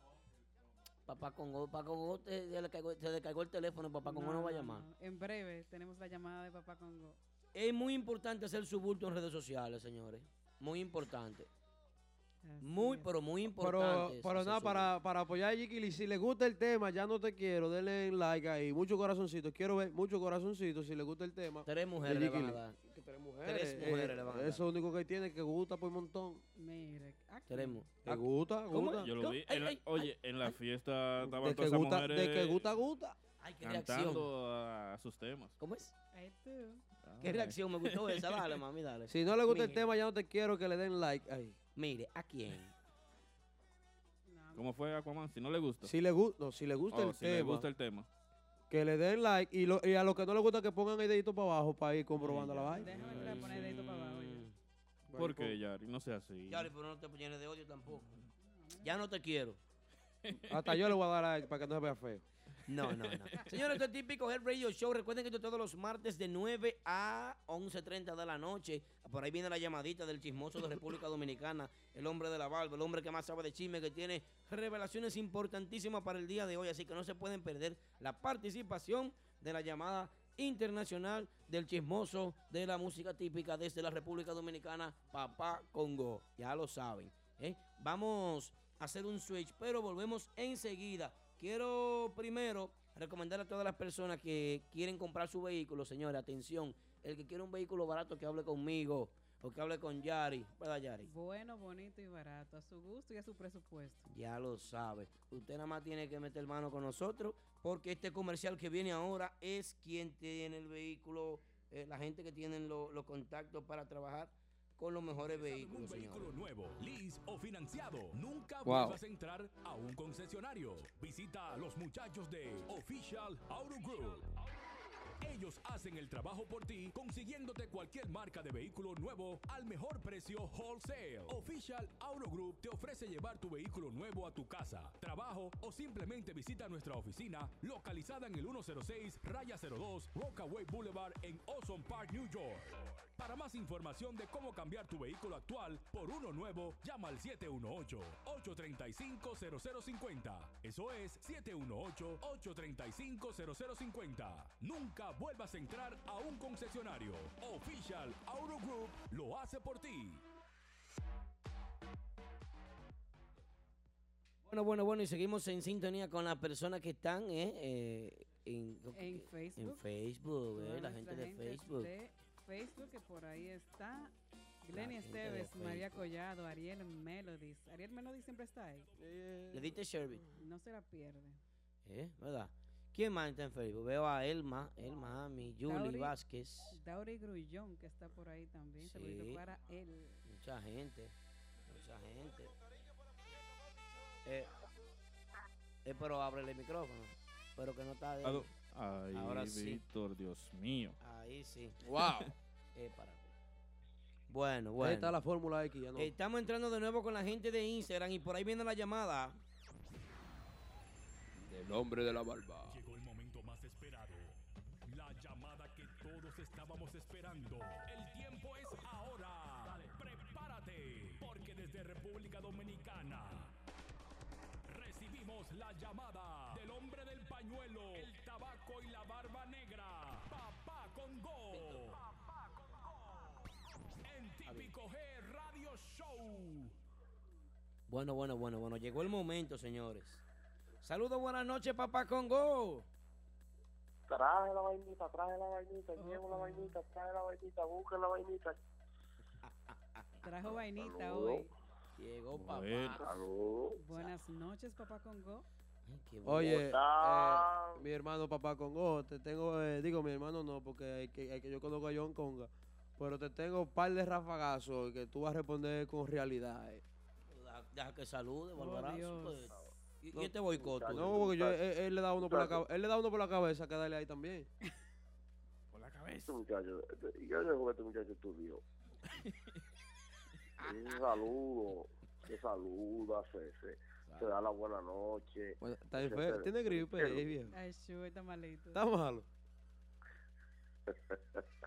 B: papá Congo, papá Congo, te- se le cagó, se le cagó el teléfono, papá Congo no, va a llamar.
C: no. En breve tenemos la llamada de Papá Congo.
B: Es muy importante hacer su bulto en redes sociales, señores. Muy importante.
C: Así
B: Muy,
C: es.
B: pero muy
K: Pero,
B: importante. es
K: pero
B: hacer
K: nada,
B: su bulto.
K: para, para apoyar a Jiquili, si les gusta el tema, ya no te quiero, denle like ahí. Muchos corazoncitos, quiero ver muchos corazoncitos si les gusta el tema.
B: Tres mujeres
K: de
B: le van a
K: Jiquili.
B: dar.
K: Que tres mujeres.
B: Tres mujeres le van a dar.
K: Eso es lo único que tiene, que gusta por un montón. Ah,
C: Mire, aquí.
B: Tenemos.
K: Que gusta,
B: ¿cómo?
K: gusta.
D: Yo lo vi.
B: Ay,
D: en la-
B: ay,
D: oye, en la fiesta estaban
K: De que
D: todas esas
K: gusta,
D: mujeres
K: de que gusta, gusta.
B: Ay, qué reacción.
D: cantando a sus temas. Ah,
B: ¿Cómo es?
C: Ahí tú.
B: Qué reacción, me gustó esa. Dale, mami, dale.
K: Si no le gusta el
B: Mire.
K: tema, ya no te quiero que le den like ahí.
B: Mire, ¿a quién?
C: No,
D: ¿Cómo fue Aquaman? Si no le gusta.
K: Si le gusta, no, si le gusta
D: Oh,
K: el
D: si
K: tema,
D: le gusta el tema.
K: que le den like y, lo- y a los que no le gusta que pongan el dedito para abajo para ir comprobando la vaina.
C: Déjame que le voy a poner el dedito para abajo. ya.
D: ¿Por qué, Yari? No sea así.
B: Yari, pero no te llenes de odio tampoco. Ya no te quiero.
K: Hasta yo le voy a dar like para que no se vea feo.
B: No, no, no. Señores, esto es típico Head Radio Show. Recuerden que esto es todos los martes de 9 a 11.30 de la noche. Por ahí viene la llamadita del chismoso de República Dominicana, el hombre de la barba, el hombre que más sabe de chisme, que tiene revelaciones importantísimas para el día de hoy. Así que no se pueden perder la participación de la llamada internacional del chismoso de la música típica desde la República Dominicana, Papá Congo. Ya lo saben. ¿eh? Vamos a hacer un switch, pero volvemos enseguida. Quiero primero recomendar a todas las personas que quieren comprar su vehículo, señores, atención, el que quiere un vehículo barato que hable conmigo o que hable con Yari, ¿verdad Yari?
C: Bueno, bonito y barato, a su gusto y a su presupuesto.
B: Ya lo sabe. Usted nada más tiene que meter mano con nosotros porque este comercial que viene ahora es quien tiene el vehículo, eh, la gente que tiene lo- los contactos para trabajar con los mejores
H: en un
B: vehículos,
H: vehículo
B: señores.
H: nuevo, lease o financiado, nunca
K: Wow.
H: vuelvas a entrar a un concesionario. Visita a los muchachos de Official Auto Group. Ellos hacen el trabajo por ti, consiguiéndote cualquier marca de vehículo nuevo al mejor precio wholesale. Official Auto Group te ofrece llevar tu vehículo nuevo a tu casa, trabajo o simplemente visita nuestra oficina localizada en el 106 Raya 02 Rockaway Boulevard en Ozone Park, New York. Para más información de cómo cambiar tu vehículo actual por uno nuevo, llama al 718-835-0050. Eso es 718-835-0050. Nunca vuelvas a entrar a un concesionario. Official Auto Group lo hace por ti.
B: Bueno, bueno, bueno, y seguimos en sintonía con las personas que están eh, eh, en,
C: En Facebook.
B: en Facebook, eh,
C: Toda
B: la
C: nuestra
B: gente de Facebook.
C: de Facebook, que por ahí está. Glenny
B: gente de
C: Esteves, María
B: Facebook.
C: Collado, Ariel Melodies. Ariel Melodies siempre está ahí.
B: Le diste Sherby,
C: No se la pierde.
B: ¿eh? ¿Verdad? ¿Quién más está en Facebook? Veo a Elma, Elma, a mi Julie
C: Tauri.
B: Vázquez,
C: Dauri Grullón, que está por ahí también.
B: Sí.
C: Saludito para él.
B: mucha gente, mucha gente. Eh, eh, pero ábrele el micrófono, pero que no está de-
D: ¿A dó- Ay,
B: Ahora sí.
D: Víctor, Dios mío.
B: ahí sí.
K: Wow.
B: Eh, para. Bueno,
K: Ahí
B: bueno.
K: está la fórmula X, ya no.
B: Estamos entrando de nuevo con la gente de Instagram y por ahí viene la llamada.
K: El hombre de la barba.
H: Llegó el momento más esperado. La llamada que todos estábamos esperando. El tiempo es ahora. Prepárate, porque desde República Dominicana recibimos la llamada del hombre del pañuelo, el tabaco y la barba negra. Papá Congo. En ti Típico G Radio Show.
B: Bueno, bueno, bueno, bueno. Llegó el momento, señores. Saludos, buenas noches, papá Congo.
L: Traje la vainita, traje la vainita, llevo la vainita, traje la vainita, busca la vainita. Ah,
C: Trajo vainita hoy.
B: Llegó
D: Bueno.
B: papá.
C: Buenas noches, papá Congo.
B: Ay, qué bueno.
F: Oye,
L: Hola.
F: eh, mi hermano papá Congo, te tengo, eh, digo mi hermano no, porque hay que, hay que- yo conozco a John Conga, pero te tengo un par de rafagazos que tú vas a responder con realidad. eh.
B: Da- Deja que salude,
C: Oh,
B: Barbarazo.
C: Dios.
B: pues. Y- y este boicot.
L: Ah,
B: tú.
F: No, porque yo, él, él le da uno por la cabeza, él le da uno por la cabeza, que dale ahí también.
H: Con la cabeza.
L: Este muchacho, este- yo digo que este muchacho estudió. Y Un saludo, se saluda, se, se, se da la buena noche.
F: Bueno, está
L: Ese
F: enfermo,
L: perro.
F: tiene gripe,
L: Perro.
F: eh, viejo.
C: Ay, chulo, está malito.
F: Está malo.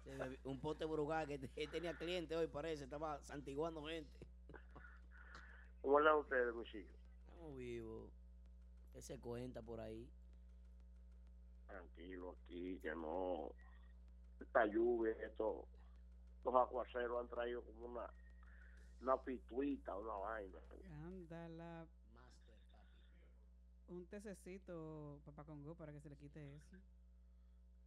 B: Se bebió Eh, Un pote brugal que te- tenía cliente hoy, parece. Estaba santiguando gente.
L: ¿Cómo le da a ustedes, muchachos?
B: Estamos vivos. ¿Qué se cuenta por ahí?
L: Tranquilo aquí, que no. Esta lluvia, esto, los aguaceros han traído como una, una pituita, una vaina.
C: Ándala.
B: Master, papi.
C: Un tececito, papá Congo, para que se le quite eso.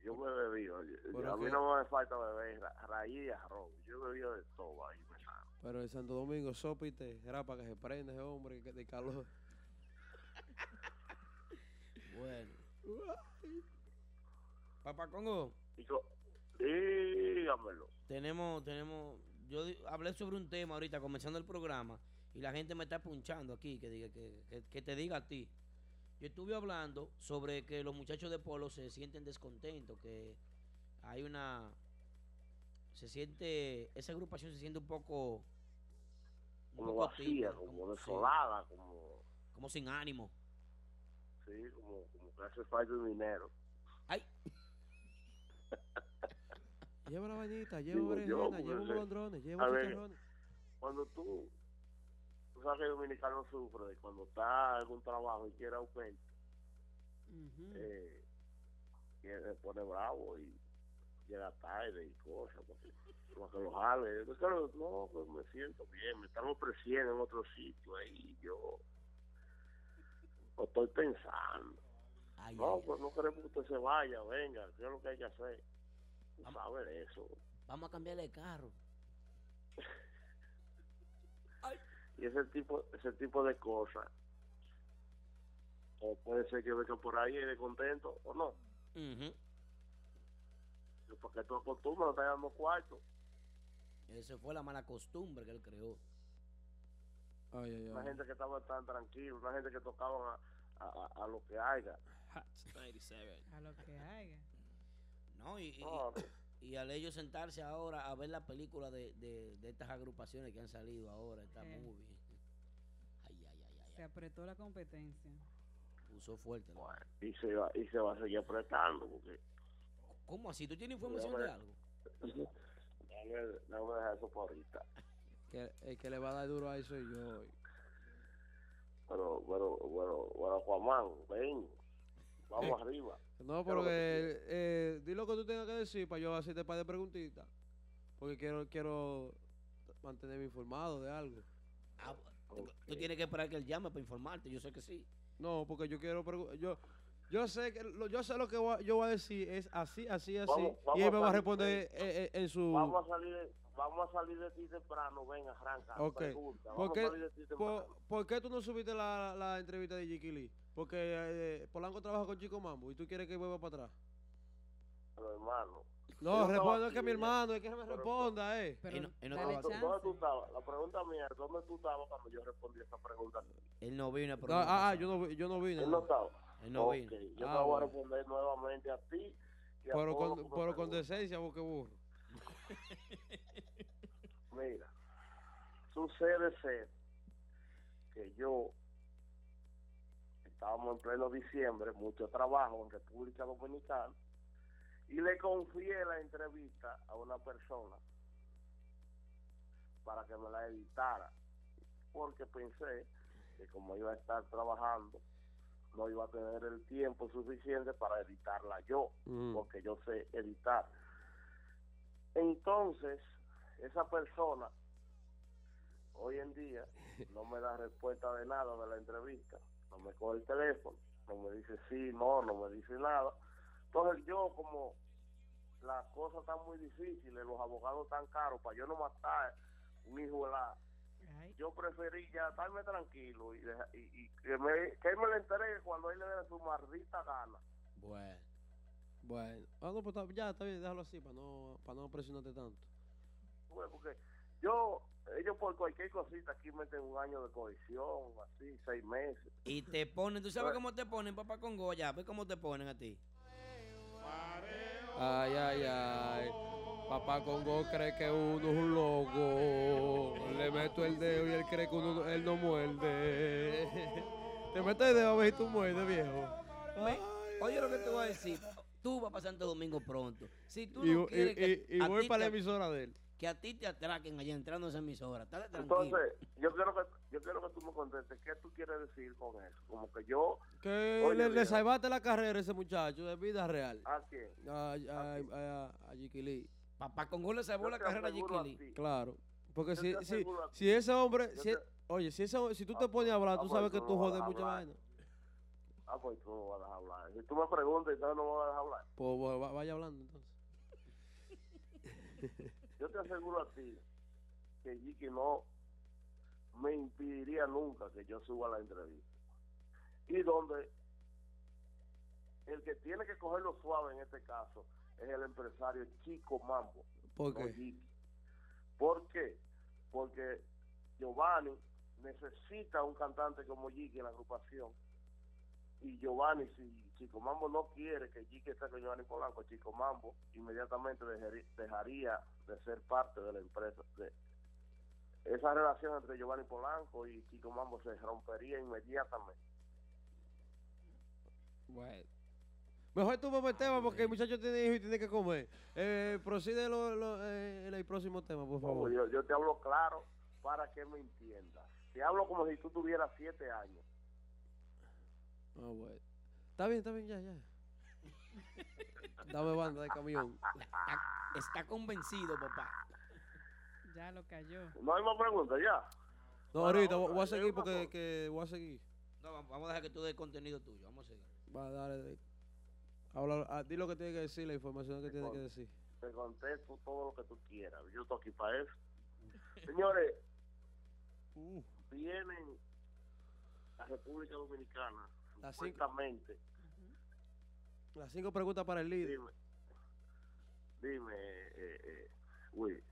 L: Yo me bebí, oye,
F: ¿Pero
L: a mí
F: qué?
L: no me hace falta beber ra- raíz y arroz. Yo he bebido de todo ahí, me sano.
F: Pero en Santo Domingo, sópite, era para que se prenda ese hombre que- de calor.
B: Bueno. Papá Congo,
L: Digo, dígamelo.
B: tenemos, tenemos. Yo di- hablé sobre un tema ahorita, comenzando el programa, y la gente me está punchando aquí, que, diga, que, que- que te diga a ti. Yo estuve hablando sobre que los muchachos de polo se sienten descontentos, que hay una. Se siente. Esa agrupación se siente un poco. un
L: como
B: poco
L: vacía,
B: tímida,
L: como
B: sí,
L: desolada, como,
B: como sin ánimo.
L: sí, como, como que hace falta un dinero.
B: ¡Ay!
F: Lleva la vainita, lleva
L: Digo yo,
F: orejona,
L: porque
F: lleva
L: se-
F: bolondrones,
L: a
F: lleva
L: ver.
F: chicharrones.
L: Cuando tú, tú sabes que el dominicano sufre de cuando está en algún trabajo y quiere aumento,
C: Ujú.
L: eh, que se pone bravo y llega tarde y cosas, porque, como que lo jale. Yo, claro, no, pues me siento bien, me están ofreciendo en otro sitio ahí, yo lo estoy pensando.
B: Ay,
L: No,
B: ay, ay.
L: pues no queremos que usted se vaya, venga, ¿qué es lo que hay que hacer? Tú
B: Ah.
L: sabes de eso.
B: Vamos a cambiarle de carro.
L: y ese tipo ese tipo de cosas o puede ser que venga por ahí y de contento o no
B: Ujú.
L: porque tú acostumbras estás dando cuarto
B: Esa fue la mala costumbre que él creó.
F: Ay, ay,
L: una
F: ay.
L: gente que estaba tan tranquila una gente que tocaban a, a- a- a lo que haya
C: A lo que haga.
B: No, y, y-
L: no,
B: y al ellos sentarse ahora a ver la película de, de- de estas agrupaciones que han salido ahora, está
C: Eh.
B: muy bien. Ay, ay, ay, ay,
C: Se
B: ay.
C: apretó la competencia.
B: Puso fuerte. la-
L: bueno, y se va y se va a seguir apretando porque
B: ¿Cómo así? ¿Tú tienes información de
L: Bueno.
B: algo?
L: déjame- déjame dejar eso por ahorita
F: Que, el que le va a dar duro a eso soy yo.
L: pero bueno bueno bueno Juanman ven vamos arriba
F: No,
L: Claro
F: porque
L: que
F: eh, di lo que tú tengas que decir para yo hacerte un par de preguntitas. Porque quiero, quiero mantenerme informado de algo.
B: Ah, tú- Tú tienes que esperar que él llame para informarte, yo sé que sí.
F: No, porque yo quiero pregu- yo yo sé que lo, yo sé lo que voy a- yo voy a decir es así, así, así.
L: Vamos-
F: y él me
L: vamos a
F: va a
L: salir,
F: responder eh, eh, en su
L: vamos a salir de, vamos a salir de ti temprano ven arranca
F: Ok.
L: pregunta
F: ¿Por
L: vamos
F: qué,
L: a salir de ti temprano
F: por, por qué tú no subiste la, la entrevista de Jiquili? Porque eh, Polanco trabaja con Chico Mambo y tú quieres que vuelva para atrás.
L: pero hermano Yo
F: No,
L: estaba
F: responda
L: aquí,
F: que mi
L: ya.
F: hermano, es que me
L: Pero-
F: responda, eh.
C: Pero
B: En- en
C: dale
B: otro-
C: chance.
L: ¿Dónde tú estabas? La pregunta mía es, ¿dónde tú estabas cuando yo respondí esa pregunta?
B: Él no vino, pero...
F: No, ah, ah, yo no, vi- yo no vine.
L: Él no estaba.
B: Él no
L: Ok,
B: vino.
L: Yo
F: Ah,
L: te voy a
F: bueno.
L: responder nuevamente a ti. y a
F: Pero
L: todos
F: con,
L: los que
F: pero
L: me
F: con
L: preguntan.
F: decencia, porque burro.
L: Mira, sucede ser que yo estábamos en pleno diciembre, mucho trabajo en República Dominicana, y le confié la entrevista a una persona para que me la editara, porque pensé que como iba a estar trabajando, no iba a tener el tiempo suficiente para editarla yo,
F: Mm.
L: porque yo sé editar. Entonces, esa persona hoy en día no me da respuesta de nada de la entrevista, no me coge el teléfono, no me dice sí, no, no me dice nada. Entonces yo como las cosas están muy difíciles, los abogados están caros, para yo no matar un hijo de la... Yo preferí ya estarme tranquilo y, deja- y- y que, me, que él me lo entregue cuando él le dé su maldita gana.
B: Bueno.
F: Bueno, ah, no, pues, está- ya está bien, déjalo así para no, para no presionarte tanto.
L: Tú ves, Porque yo, ellos por cualquier cosita aquí meten un año de cohesión, así, seis meses.
B: Y te ponen, ¿tú sabes cómo te ponen, papá Congo? Ya, ¿ves cómo te ponen a ti?
F: Ay, ay, ay. Papá Congo cree que uno es un loco. Le meto el dedo y él cree que uno no- él no muerde. Te meto el dedo a ver si tú muerdes, viejo.
B: Ve, Oye lo que te voy a decir. Tú vas para Santo Domingo pronto. Si tú
F: Y,
B: no
F: vo- y-
B: quieres que,
F: y- y
B: a
F: voy
B: ti
F: para la
B: te-
F: emisora de él.
B: que a ti te atraquen allá entrando a esa emisora, estate tranquilo.
L: Entonces, yo quiero que yo quiero que tú me contestes qué tú quieres decir con eso. Como que yo,
F: Que
L: Oye, Ah.
F: le, le
L: viejo.
F: salvaste la carrera a ese muchacho de vida real.
L: ¿a quién?
F: Ay, ay, ay, a Jiquilí.
B: Papá Congo le salvó
L: Yo
B: la
L: te
B: carrera a
L: aseguro a
B: Jiquilí.
L: ti.
F: Claro. Porque
L: Yo
F: si,
L: te
F: si,
L: aseguro a ti.
F: si ese hombre.
L: Yo
F: si- e,
L: te-
F: oye, si, ese, si tú
L: Ah,
F: te pones a hablar, tú
L: pues,
F: sabes
L: tú
F: que
L: no
F: tú
L: vas a
F: jodes mucha
L: hablar.
F: vaina.
L: Ah, pues tú no vas a dejar hablar. Si tú me preguntas, entonces no me vas a dejar hablar.
F: Pues bueno, va- vaya hablando entonces.
L: Yo te aseguro a ti que Jiki no me impediría nunca que yo suba la entrevista. Y donde el que tiene que cogerlo suave en este caso es el empresario Chico Mambo.
F: ¿Por
L: no
F: qué?
L: Jiki. ¿Por qué? Porque Giovanni necesita un cantante como Jiki en la agrupación. Y Giovanni, si Chico Mambo no quiere que Jiki esté con Giovanni Polanco, Chico Mambo inmediatamente dejeri- dejaría de ser parte de la empresa. de- esa relación entre Giovanni Polanco y Chico Mambo se rompería inmediatamente.
F: Bueno. Mejor tú
L: Ah,
F: vamos al tema porque el muchacho tiene hijos y tiene que comer. Eh, procede lo, lo- eh, el próximo tema,
L: Ah,
F: por favor.
L: Yo, yo te hablo claro para que me entiendas. Te hablo como si tú tuvieras siete años.
F: Ah, bueno. Está bien, está bien, ya, ya. Dame banda de camión.
B: Está, está convencido, papá.
C: Ya lo cayó.
L: No hay más preguntas ya.
F: No, ahorita voy
L: otra,
F: voy a
L: lee
F: seguir
L: una
F: porque
L: por-
F: que voy a seguir.
B: No, va- vamos a dejar que tú des contenido tuyo. Vamos a seguir.
F: Va, dale. de- Habla, ah, di lo que tiene que decir, la información que tiene que decir.
L: te contesto todo lo que tú quieras. Yo estoy aquí para eso. Señores, vienen a República Dominicana,
F: Las cinco.
L: supuestamente.
F: Las cinco preguntas para el líder.
L: Dime, dime, eh, eh, Will,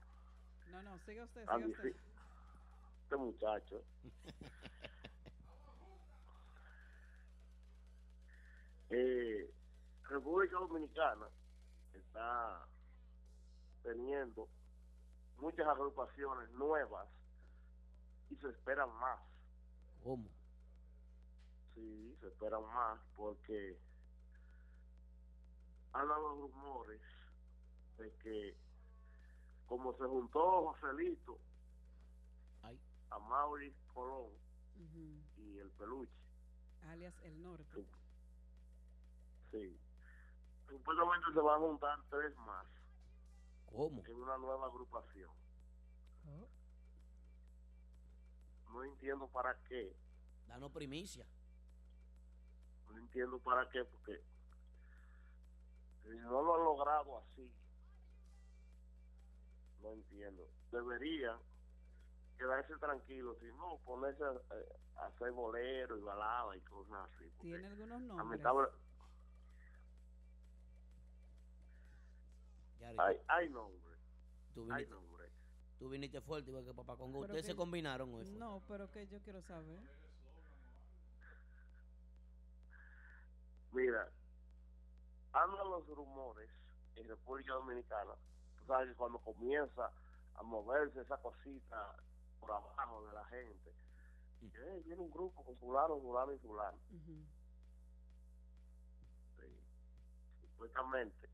C: No, no, siga usted,
L: a
C: siga
L: mí Ah, sí,
C: usted.
L: este muchacho. Eh, República Dominicana está teniendo muchas agrupaciones nuevas y se esperan más.
B: ¿Cómo?
L: Sí, se esperan más porque han dado rumores de que como se juntó Joselito
B: Ay.
L: a Mauri Colón
C: Ujú.
L: y el peluche,
C: Alias El Norte.
L: Sí. sí, supuestamente se van a juntar tres más
B: ¿Cómo?
L: en una nueva agrupación.
C: Oh.
L: No entiendo para qué,
B: Danos primicia.
L: no entiendo para qué, porque si no lo han logrado así, no entiendo. Deberían quedarse tranquilos, si no, ponerse a, a hacer bolero y balada y cosas así. porque
C: Tiene algunos nombres.
L: lamentable-
B: Ya,
L: hay, hay nombres,
B: tú,
L: hay
B: viniste,
L: nombres.
B: tú viniste fuerte igual que papá Congo.
C: Pero
B: Ustedes
C: que-
B: se combinaron hoy. fue.
C: No, pero que yo quiero saber.
L: Mira, andan los rumores en República Dominicana. Tú sabes que cuando comienza a moverse esa cosita por abajo de la gente, eh, viene un grupo con fulano, fulano y fulano.
C: Ujú.
L: sí. Supuestamente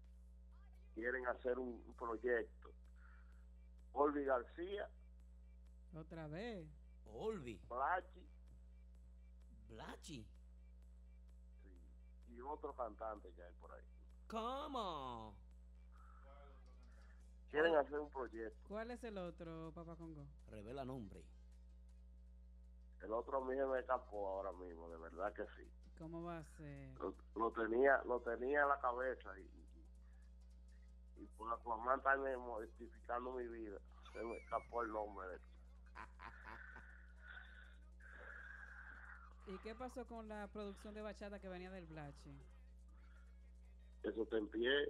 L: quieren hacer un, un proyecto. Olvi García,
C: Otra vez.
B: Olvi,
L: Blachi
B: Blachi.
L: sí, y otro cantante que hay por ahí.
B: ¿Cómo?
L: Quieren hacer un proyecto.
C: ¿Cuál es el otro, Papá Congo?
B: Revela nombre.
L: El otro a mí se me escapó ahora mismo, de verdad que sí.
C: ¿Cómo va a ser?
L: Lo, lo tenía lo tenía en la cabeza y, y, y por la mamá está me mortificando mi vida. Se me escapó el nombre de
C: ¿Y qué pasó con la producción de bachata que venía del Blache?
L: Eso está en pie,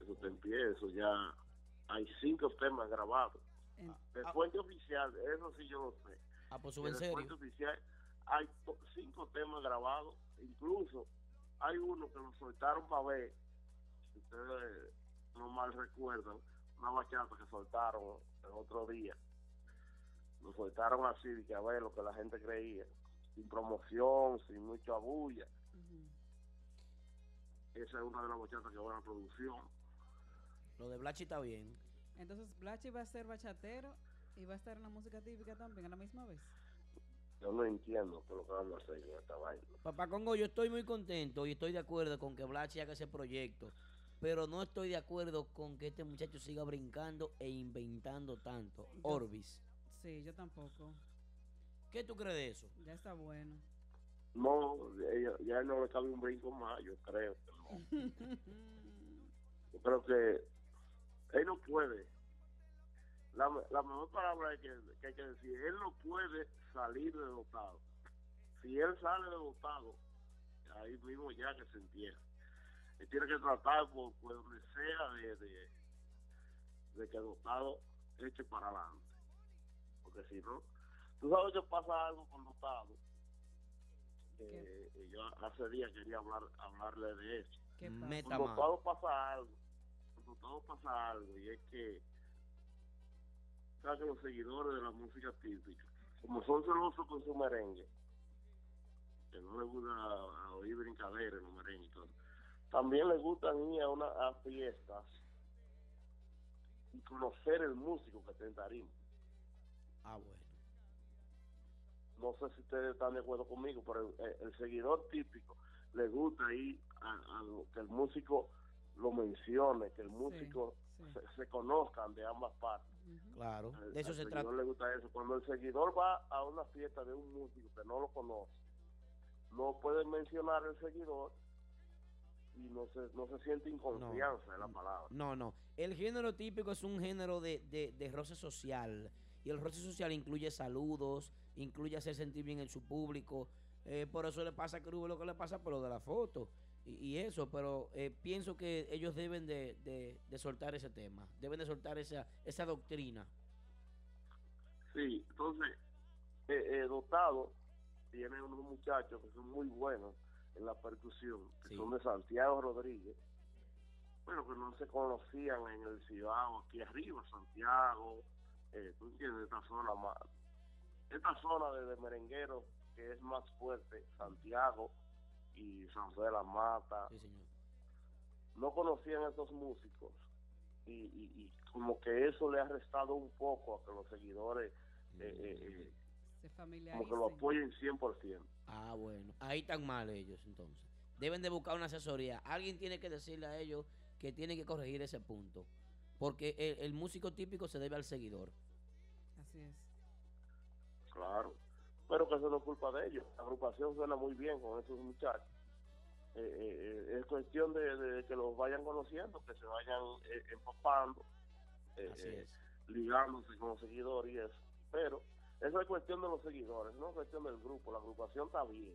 L: eso está en pie, eso ya hay cinco temas grabados.
C: En-
L: De fuente oficial, eso sí yo lo sé.
B: Ah, pues
L: De
B: sube en
L: fuente
B: serio.
L: oficial hay to- cinco temas grabados, incluso hay uno que lo soltaron para ver, si ustedes no mal recuerdan, una bachata que soltaron el otro día. Lo soltaron así, de que a ver lo que la gente creía, sin promoción, sin mucha bulla.
C: Ujú.
L: Esa es una de las bachatas que va a la producción.
B: Lo de Blachi está bien.
C: Entonces, Blachi va a ser bachatero y va a estar en la música típica también a la misma vez.
L: Yo no entiendo qué es lo que vamos a hacer con esta vaina.
B: Papá Congo, yo estoy muy contento y estoy de acuerdo con que Blachi haga ese proyecto, pero no estoy de acuerdo con que este muchacho siga brincando e inventando tanto. Orbis,
C: Sí, yo tampoco.
B: ¿qué tú crees de eso?
C: Ya está bueno.
L: No, ella- ya no le cabe un brinco más, yo creo. que no. Yo creo que él no puede. La, me- la mejor palabra que, que hay que decir, él no puede salir de dotado. Si él sale de dotado, ahí mismo ya que se entierra. Él tiene que tratar por, por donde sea de, de, de que dotado eche para adelante. Porque si no, tú sabes que pasa algo con dotado. Eh, y yo hace días quería hablar hablarle de eso.
C: ¿Qué pasa?
B: Meta
L: Cuando
B: mano.
L: todo pasa algo, cuando todo pasa algo, y es que, ¿sabes que los seguidores de la música típica, como son celosos con su merengue, que no les gusta a- oír brincaderas en los merengues, y todo, también les gusta ir a, una, a fiestas y conocer el músico que está en tarima.
B: Ah, bueno.
L: no sé si ustedes están de acuerdo conmigo, pero el, el seguidor típico le gusta ir a, a lo que el músico lo mencione, que el músico
C: sí.
L: Se, se conozcan de ambas partes.
C: Ujú.
B: Claro,
L: Al-
B: de eso
L: al
B: se
L: seguidor
B: trata.
L: le gusta eso. Cuando el seguidor va a una fiesta de un músico que no lo conoce, no puede mencionar el seguidor y no se, no se siente en confianza en
B: Mm.
L: la palabra.
B: No, no. El género típico es un género de, de, de roce social. Y el roce social incluye saludos, incluye hacer sentir bien en su público. Eh, por eso le pasa a Cruz lo que le pasa por lo de la foto. Y, y eso, pero eh, pienso que ellos deben de, de- de soltar ese tema. Deben de soltar esa, esa doctrina.
L: Sí, entonces, eh, eh, Dotado tiene unos muchachos que son muy buenos en la percusión, que
B: Sí.
L: son de Santiago Rodríguez, pero que no se conocían en el Cibao, aquí arriba, Santiago, eh, tú entiendes, esta zona más, esta zona de, de merengueros que es más fuerte, Santiago y San José de la Mata,
B: Sí, señor.
L: no conocían a estos músicos y, y- y como que eso le ha restado un poco a que los seguidores eh, eh, eh,
C: Se
L: como que lo
C: familiaricen.
L: apoyen 100%.
B: Ah, bueno. Ahí están mal ellos, entonces. Deben de buscar una asesoría. Alguien tiene que decirle a ellos que tienen que corregir ese punto. Porque el- el músico típico se debe al seguidor.
C: Así es.
L: Claro. Pero que eso no es culpa de ellos. La agrupación suena muy bien con esos muchachos. Eh, eh, eh, es cuestión de, de que los vayan conociendo, que se vayan eh, empapando, eh,
B: Así
L: eh,
B: es.
L: ligándose con los seguidores y eso. Pero eso es cuestión de los seguidores, no es cuestión del grupo. La agrupación está bien.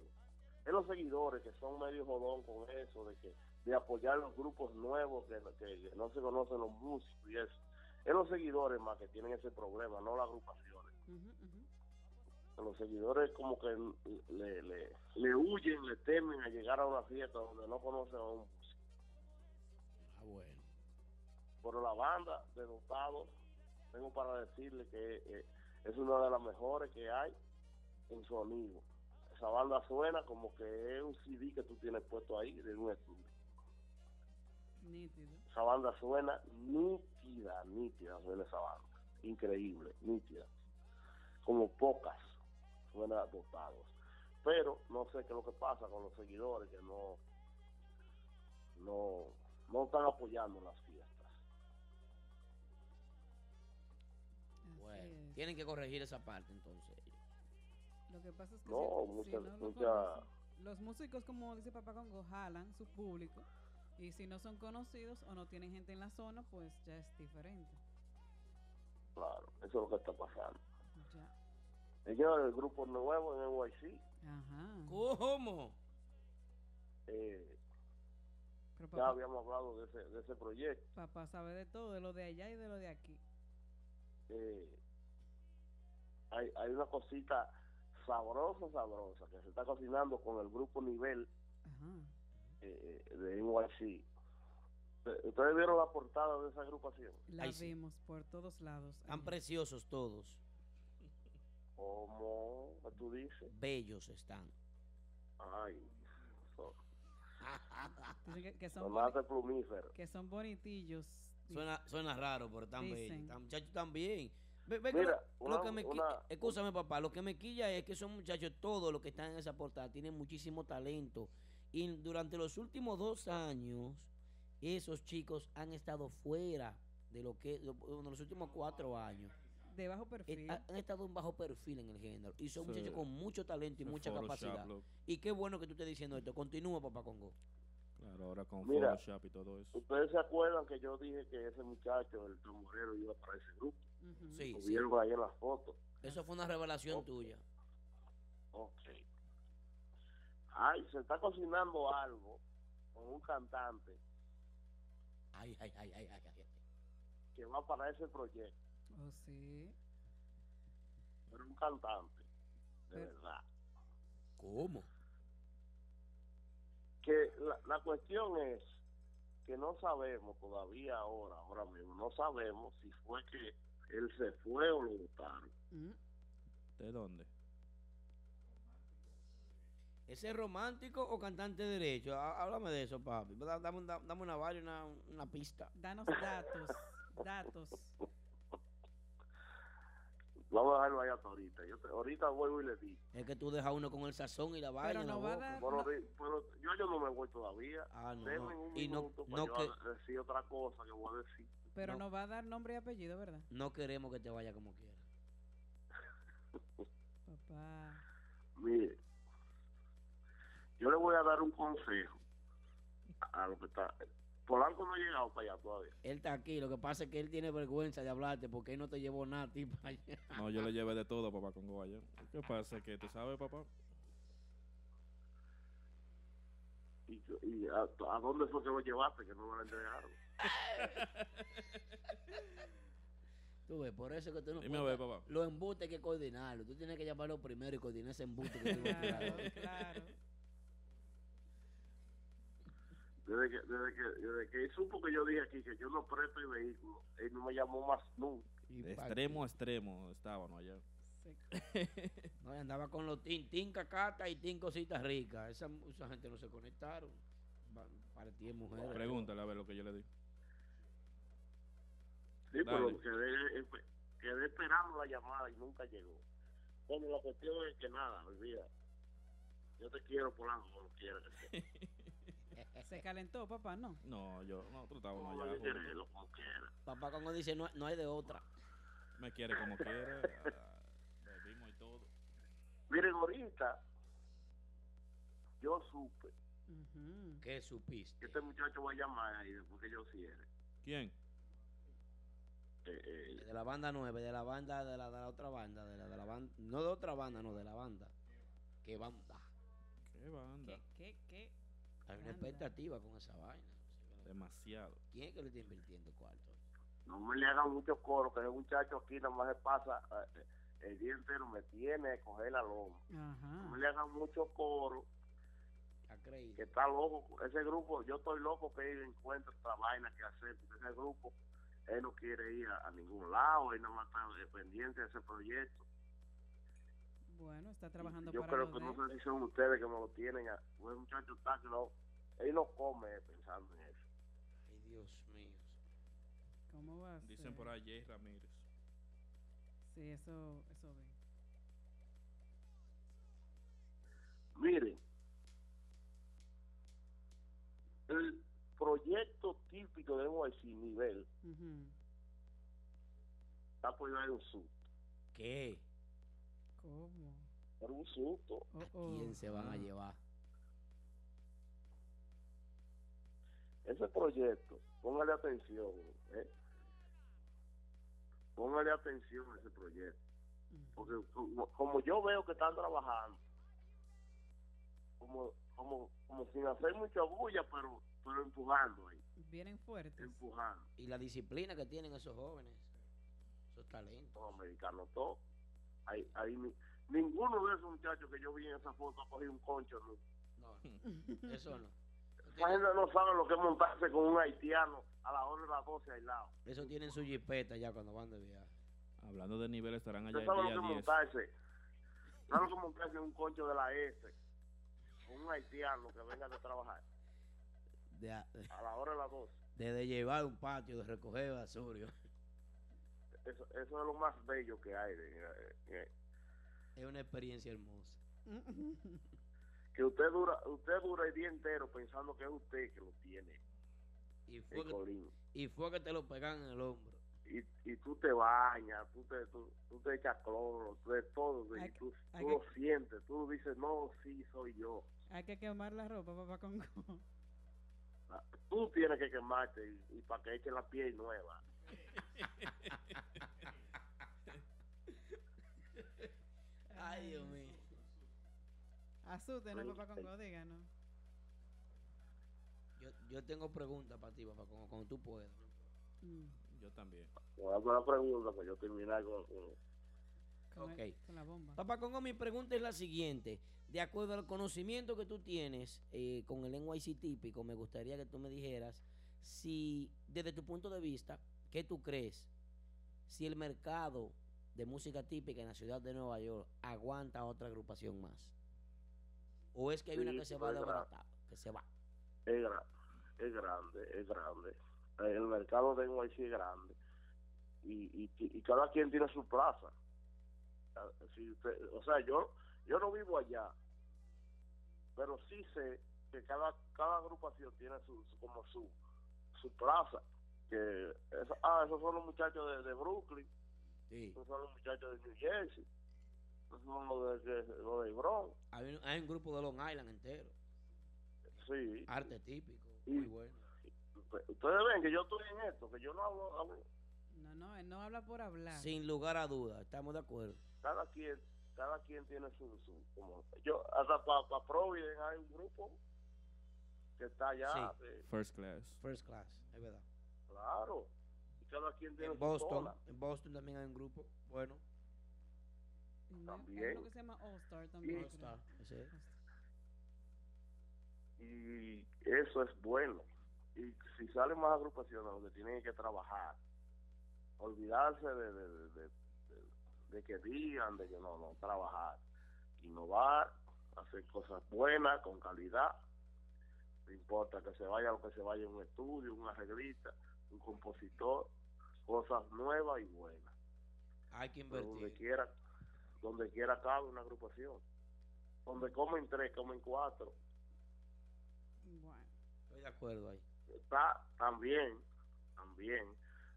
L: Es los seguidores que son medio jodón con eso, de que de apoyar los grupos nuevos que, que- que no se conocen los músicos y eso. Es los seguidores más que tienen ese problema, no las agrupaciones
C: Ujú, ujú.
L: los seguidores como que le, le, le huyen, le temen a llegar a una fiesta donde no conocen a un músico.
B: Ah, bueno.
L: Pero la banda de Dotados, tengo para decirle que eh, es una de las mejores que hay en sonido. Esa banda suena como que es un CD que tú tienes puesto ahí de un estudio.
C: Nítido.
L: Esa banda suena nítida, nítida suena esa banda. Increíble, nítida. Como pocas suena dotados. Pero no sé qué es lo que pasa con los seguidores que no, no, no están apoyando las fiestas.
C: Así
B: Bueno,
C: es.
B: tienen que corregir esa parte entonces.
C: Lo que pasa es que
L: No,
C: si- si
L: muchas-
C: no lo
L: muchas-
C: conocen, los músicos, como dice Papá Congo, jalan su público. Y si no son conocidos o no tienen gente en la zona, pues ya es diferente.
L: Claro, eso es lo que está pasando.
C: Ya.
L: Señor, el grupo nuevo en NYC,
C: Ajá.
B: ¿Cómo?
L: eh,
C: Pero
L: ya
C: papá,
L: habíamos hablado de ese, de ese proyecto.
C: papá sabe de todo, de lo de allá y de lo de aquí.
L: eh, hay, hay una cosita sabrosa, sabrosa, que se está cocinando con el grupo Nivel
C: Ajá.
L: eh, de NYC. Eh, ¿Ustedes vieron la portada de esa agrupación?
C: La
B: Ahí sí.
C: vimos por todos lados.
B: Están
C: Ajá.
B: preciosos todos.
L: ¿Cómo tú dices?
B: Bellos están.
L: Ay, so-
C: Dicen que, que son
L: son más
C: boni-
L: de plumífero.
C: que son bonitillos. Di-
B: Suena, suena raro, pero están
C: Dicen.
B: bellos. Están, muchachos están bien. Ve- ve que
L: Mira,
B: lo, lo
L: una-
B: que me qui-
L: una-
B: escúchame, papá, lo que me quilla es que esos muchachos, todos los que están en esa portada, tienen muchísimo talento. Y durante los últimos dos años, esos chicos han estado fuera de lo que, lo- bueno, los últimos cuatro años.
C: De bajo
B: Eh,
C: perfil.
B: ha- Han estado en bajo perfil en el género. Y son
D: Sí.
B: muchachos con mucho talento y mucha
D: Photoshop,
B: capacidad.
D: lo-
B: Y qué bueno que tú estés diciendo esto. Continúa, papá Congo.
D: Claro, ahora con
L: Mira.
D: Photoshop y todo eso.
L: ¿Ustedes se acuerdan que yo dije que ese muchacho, el tamborero, iba para ese grupo?
C: Ujú.
B: Sí,
L: Lo
B: sí.
L: vieron ahí en las fotos.
B: Eso fue una revelación
L: Ok.
B: tuya.
L: Ok. Ay, se está cocinando algo con un cantante
B: Ay, ay, ay, ay, ay, ay.
L: que va para ese proyecto.
C: Oh, sí.
L: Pero un cantante, de
C: Pero-
L: verdad.
B: ¿Cómo?
L: Que la, la cuestión es que no sabemos todavía ahora, ahora mismo, no sabemos si fue que él se fue o lo votaron.
C: Mm.
D: ¿De dónde?
B: ¿Ese es romántico o cantante de derecho? Há- Háblame de eso, papi. Da- Dame, un- da- dame una varia, una, una pista.
C: Danos datos. datos.
L: Vamos a dejarlo ahí hasta ahorita. Yo te- ahorita vuelvo y le digo.
B: Es que tú dejas uno con el sazón y la varia
C: Pero
B: en la
C: no va a
B: boca.
C: dar-
L: Pero, ahorita- pero yo, yo no me voy todavía.
B: Ah, no,
L: Denme
B: no.
L: un
B: Y no,
L: minuto para
B: no,
L: yo
B: que,
L: a- decir otra cosa que voy a decir.
C: Pero
B: No.
C: no. va a dar nombre y apellido, ¿verdad?
B: no queremos que te vaya como quieras.
C: Papá.
L: Mire, yo le voy a dar un consejo a lo que está. Polanco no ha llegado para allá todavía.
B: Él está aquí. Lo que pasa es que él tiene vergüenza de hablarte porque él no te llevó nada a ti para allá.
D: No, yo le llevé de todo, papá, con allá. ¿Qué pasa? que tú sabes, papá?
L: ¿Y, yo- y a, a dónde fue que lo llevaste? Que no me lo entregaron.
B: Tú ves, por eso que tú no
D: Dime a
B: puedes-
D: ver, papá.
B: Los embustes hay que coordinarlos. Tú tienes que llamarlo primero y coordinar ese embuste que tú vas a
C: Claro,
B: tirar.
C: claro.
L: Desde que, desde, que, desde que él supo que yo dije aquí que yo no presto el vehículo, él no me llamó más nunca.
B: Y
D: De
B: pa'
D: extremo a extremo estábamos allá.
C: Sí.
B: qué. No, y andaba con los tin, tin cacata y tin cositas ricas. Esa, esa gente no se conectaron. Va- Partí de mujeres.
D: Pregúntale a ver lo que yo le digo.
L: Sí, pero
D: Dale.
L: quedé, quedé esperando la llamada y nunca llegó. Bueno, la cuestión es que nada, olvida. Yo te quiero, Polanco, como quiera que sea.
C: Se calentó, papá, ¿no?
D: No, yo, nosotros
L: No,
D: estábamos allá.
L: yo
D: juntos.
L: quererlo, como quiera.
B: Papá Congo dice, no, no hay de otra.
D: Me quiere como quiera. ah, Bebimos y todo.
L: Miren, ahorita yo supe
C: Ujú.
B: ¿Qué supiste?
L: que este muchacho va a llamar ahí después que yo cierre.
D: ¿Quién?
L: Eh, eh,
B: De la banda 9, de la banda, de la, de la otra banda, de la, de la banda, no de otra banda, no, de la banda. ¿Qué banda?
D: ¿Qué banda?
C: ¿Qué, qué, qué?
B: Hay una
C: Banda.
B: expectativa con esa vaina.
D: Demasiado.
B: ¿Quién es que le está invirtiendo cuarto?
L: no me le hagan mucho coro, que ese muchacho aquí nada más se pasa eh, el día entero, me tiene que coger la loma. No me
C: Ajá.
L: le hagan mucho coro,
B: ¿Ha creído?
L: que está loco. Ese grupo, yo estoy loco que él encuentre otra vaina que hacer, porque ese grupo, él no quiere ir a, a ningún lado, él nada más está eh, pendiente de ese proyecto.
C: Bueno, está trabajando
L: yo
C: para
L: creo
C: lo
L: que
C: de
L: no
C: él.
L: sé si son ustedes que me lo tienen. a- Ese muchacho está que no, él no come eh, pensando en eso.
B: Ay, Dios mío.
C: ¿Cómo va a ser?
D: Dicen por ahí Jay Ramírez.
C: Sí, eso, eso ve.
L: Miren, el proyecto típico de NYC nivel
C: Ujú.
L: está por ahí en sur.
B: ¿Qué?
C: ¿Cómo?
L: Era un susto.
C: Oh, oh.
B: ¿Quién se van a llevar?
L: Ese proyecto, póngale atención. ¿eh? Póngale atención a ese proyecto. Porque como, como yo veo que están trabajando, como, como, como sin hacer mucha bulla, pero, pero empujando ahí,
C: Vienen fuertes.
L: empujando.
B: Y la disciplina que tienen esos jóvenes, esos talentos.
L: Todos americanos, todos. Ahí, ahí ni- ninguno de esos muchachos que yo vi en esa foto ha cogido un concho. ¿no?
B: No, eso no.
L: Esa gente no sabe lo que es montarse con un haitiano a la hora de las 12 aislado.
B: Eso tienen su jipeta ya cuando van de viaje.
D: Hablando de nivel, estarán allá
L: Usted
D: el
L: sabe lo que
D: día 10.
L: es montarse. Sabe lo que es montarse en un concho de la S. Con un haitiano que venga de trabajar
B: De, a- de,
L: a la hora de las 12.
B: de llevar un patio, de recoger basurios.
L: Eso, eso es lo más bello que hay. de- eh,
B: Es una experiencia hermosa.
L: que usted dura usted dura el día entero pensando que es usted que lo tiene,
B: Y fue
L: el
B: que,
L: colín.
B: y fue que te lo pegan en el hombro.
L: Y, y tú te bañas, tú te, tú, tú te echas cloro, tú de todo.
C: Hay
L: Y
C: que-
L: tú,
C: hay
L: tú
C: que-
L: lo sientes, tú dices, no, sí, soy yo.
C: Hay que quemar la ropa, papá Congo.
L: Ah, Tú tienes que quemarte y, para que eche la piel nueva.
B: Ay, Dios mío.
C: Asútenos, papá Congo, díganos.
B: Yo, yo tengo preguntas para ti, papá, como, como tú puedas.
C: Mm,
D: Yo también.
L: Voy a hacer una pregunta que yo terminar con, con-
C: Con, el-
B: Ok. Ah.
C: con la bomba.
B: Papá Congo, mi pregunta es la siguiente. De acuerdo al conocimiento que tú tienes eh, con el NYC típico, me gustaría que tú me dijeras si, desde tu punto de vista, ¿qué tú crees? Si el mercado de música típica en la ciudad de Nueva York aguanta otra agrupación más. ¿O es que hay una
L: Sí,
B: que se
L: sí,
B: va a
L: es verdad.
B: desbaratar? Que se va.
L: Es, gra- es grande, es grande. El mercado de NYC es grande. Y, y, y cada quien tiene su plaza. Ah, si usted- o sea, yo yo no vivo allá, pero sí sé que cada cada agrupación tiene su, su- como su su plaza. Que esa- ah, esos son los muchachos de, de Brooklyn,
B: Sí.
L: esos son los muchachos de New Jersey, esos son los de, de- los de Bronx.
B: Hay, un- hay un grupo de Long Island entero.
L: Sí.
B: Arte típico.
L: Y-
B: Muy bueno.
L: Usted- Ustedes ven que yo estoy en esto, que yo no hablo- hablo
C: No, no, él no habla por hablar.
B: Sin lugar a dudas, estamos de acuerdo.
L: cada quien cada quien tiene su, su como yo hasta para pa Providence hay un grupo que está allá de-
D: First class.
B: First class, es verdad.
L: claro y cada quien tiene
B: En
L: su
B: Boston,
L: zona.
B: en Boston también hay un grupo bueno.
C: Y no, Hay
L: también.
C: uno que se llama All Star también.
L: Sí.
C: creo.
B: All-Star, ese es.
L: y eso es bueno y si salen más agrupaciones donde tienen que trabajar olvidarse de, de, de- de- de- de que digan de que no no trabajar innovar hacer cosas buenas con calidad no importa que se vaya o que se vaya un estudio un arreglista un compositor cosas nuevas y buenas
B: Hay que
L: Pero donde
B: invertir.
L: quiera donde quiera cabe una agrupación donde comen tres comen cuatro
C: Bueno.
B: Estoy de acuerdo ahí.
L: está también, también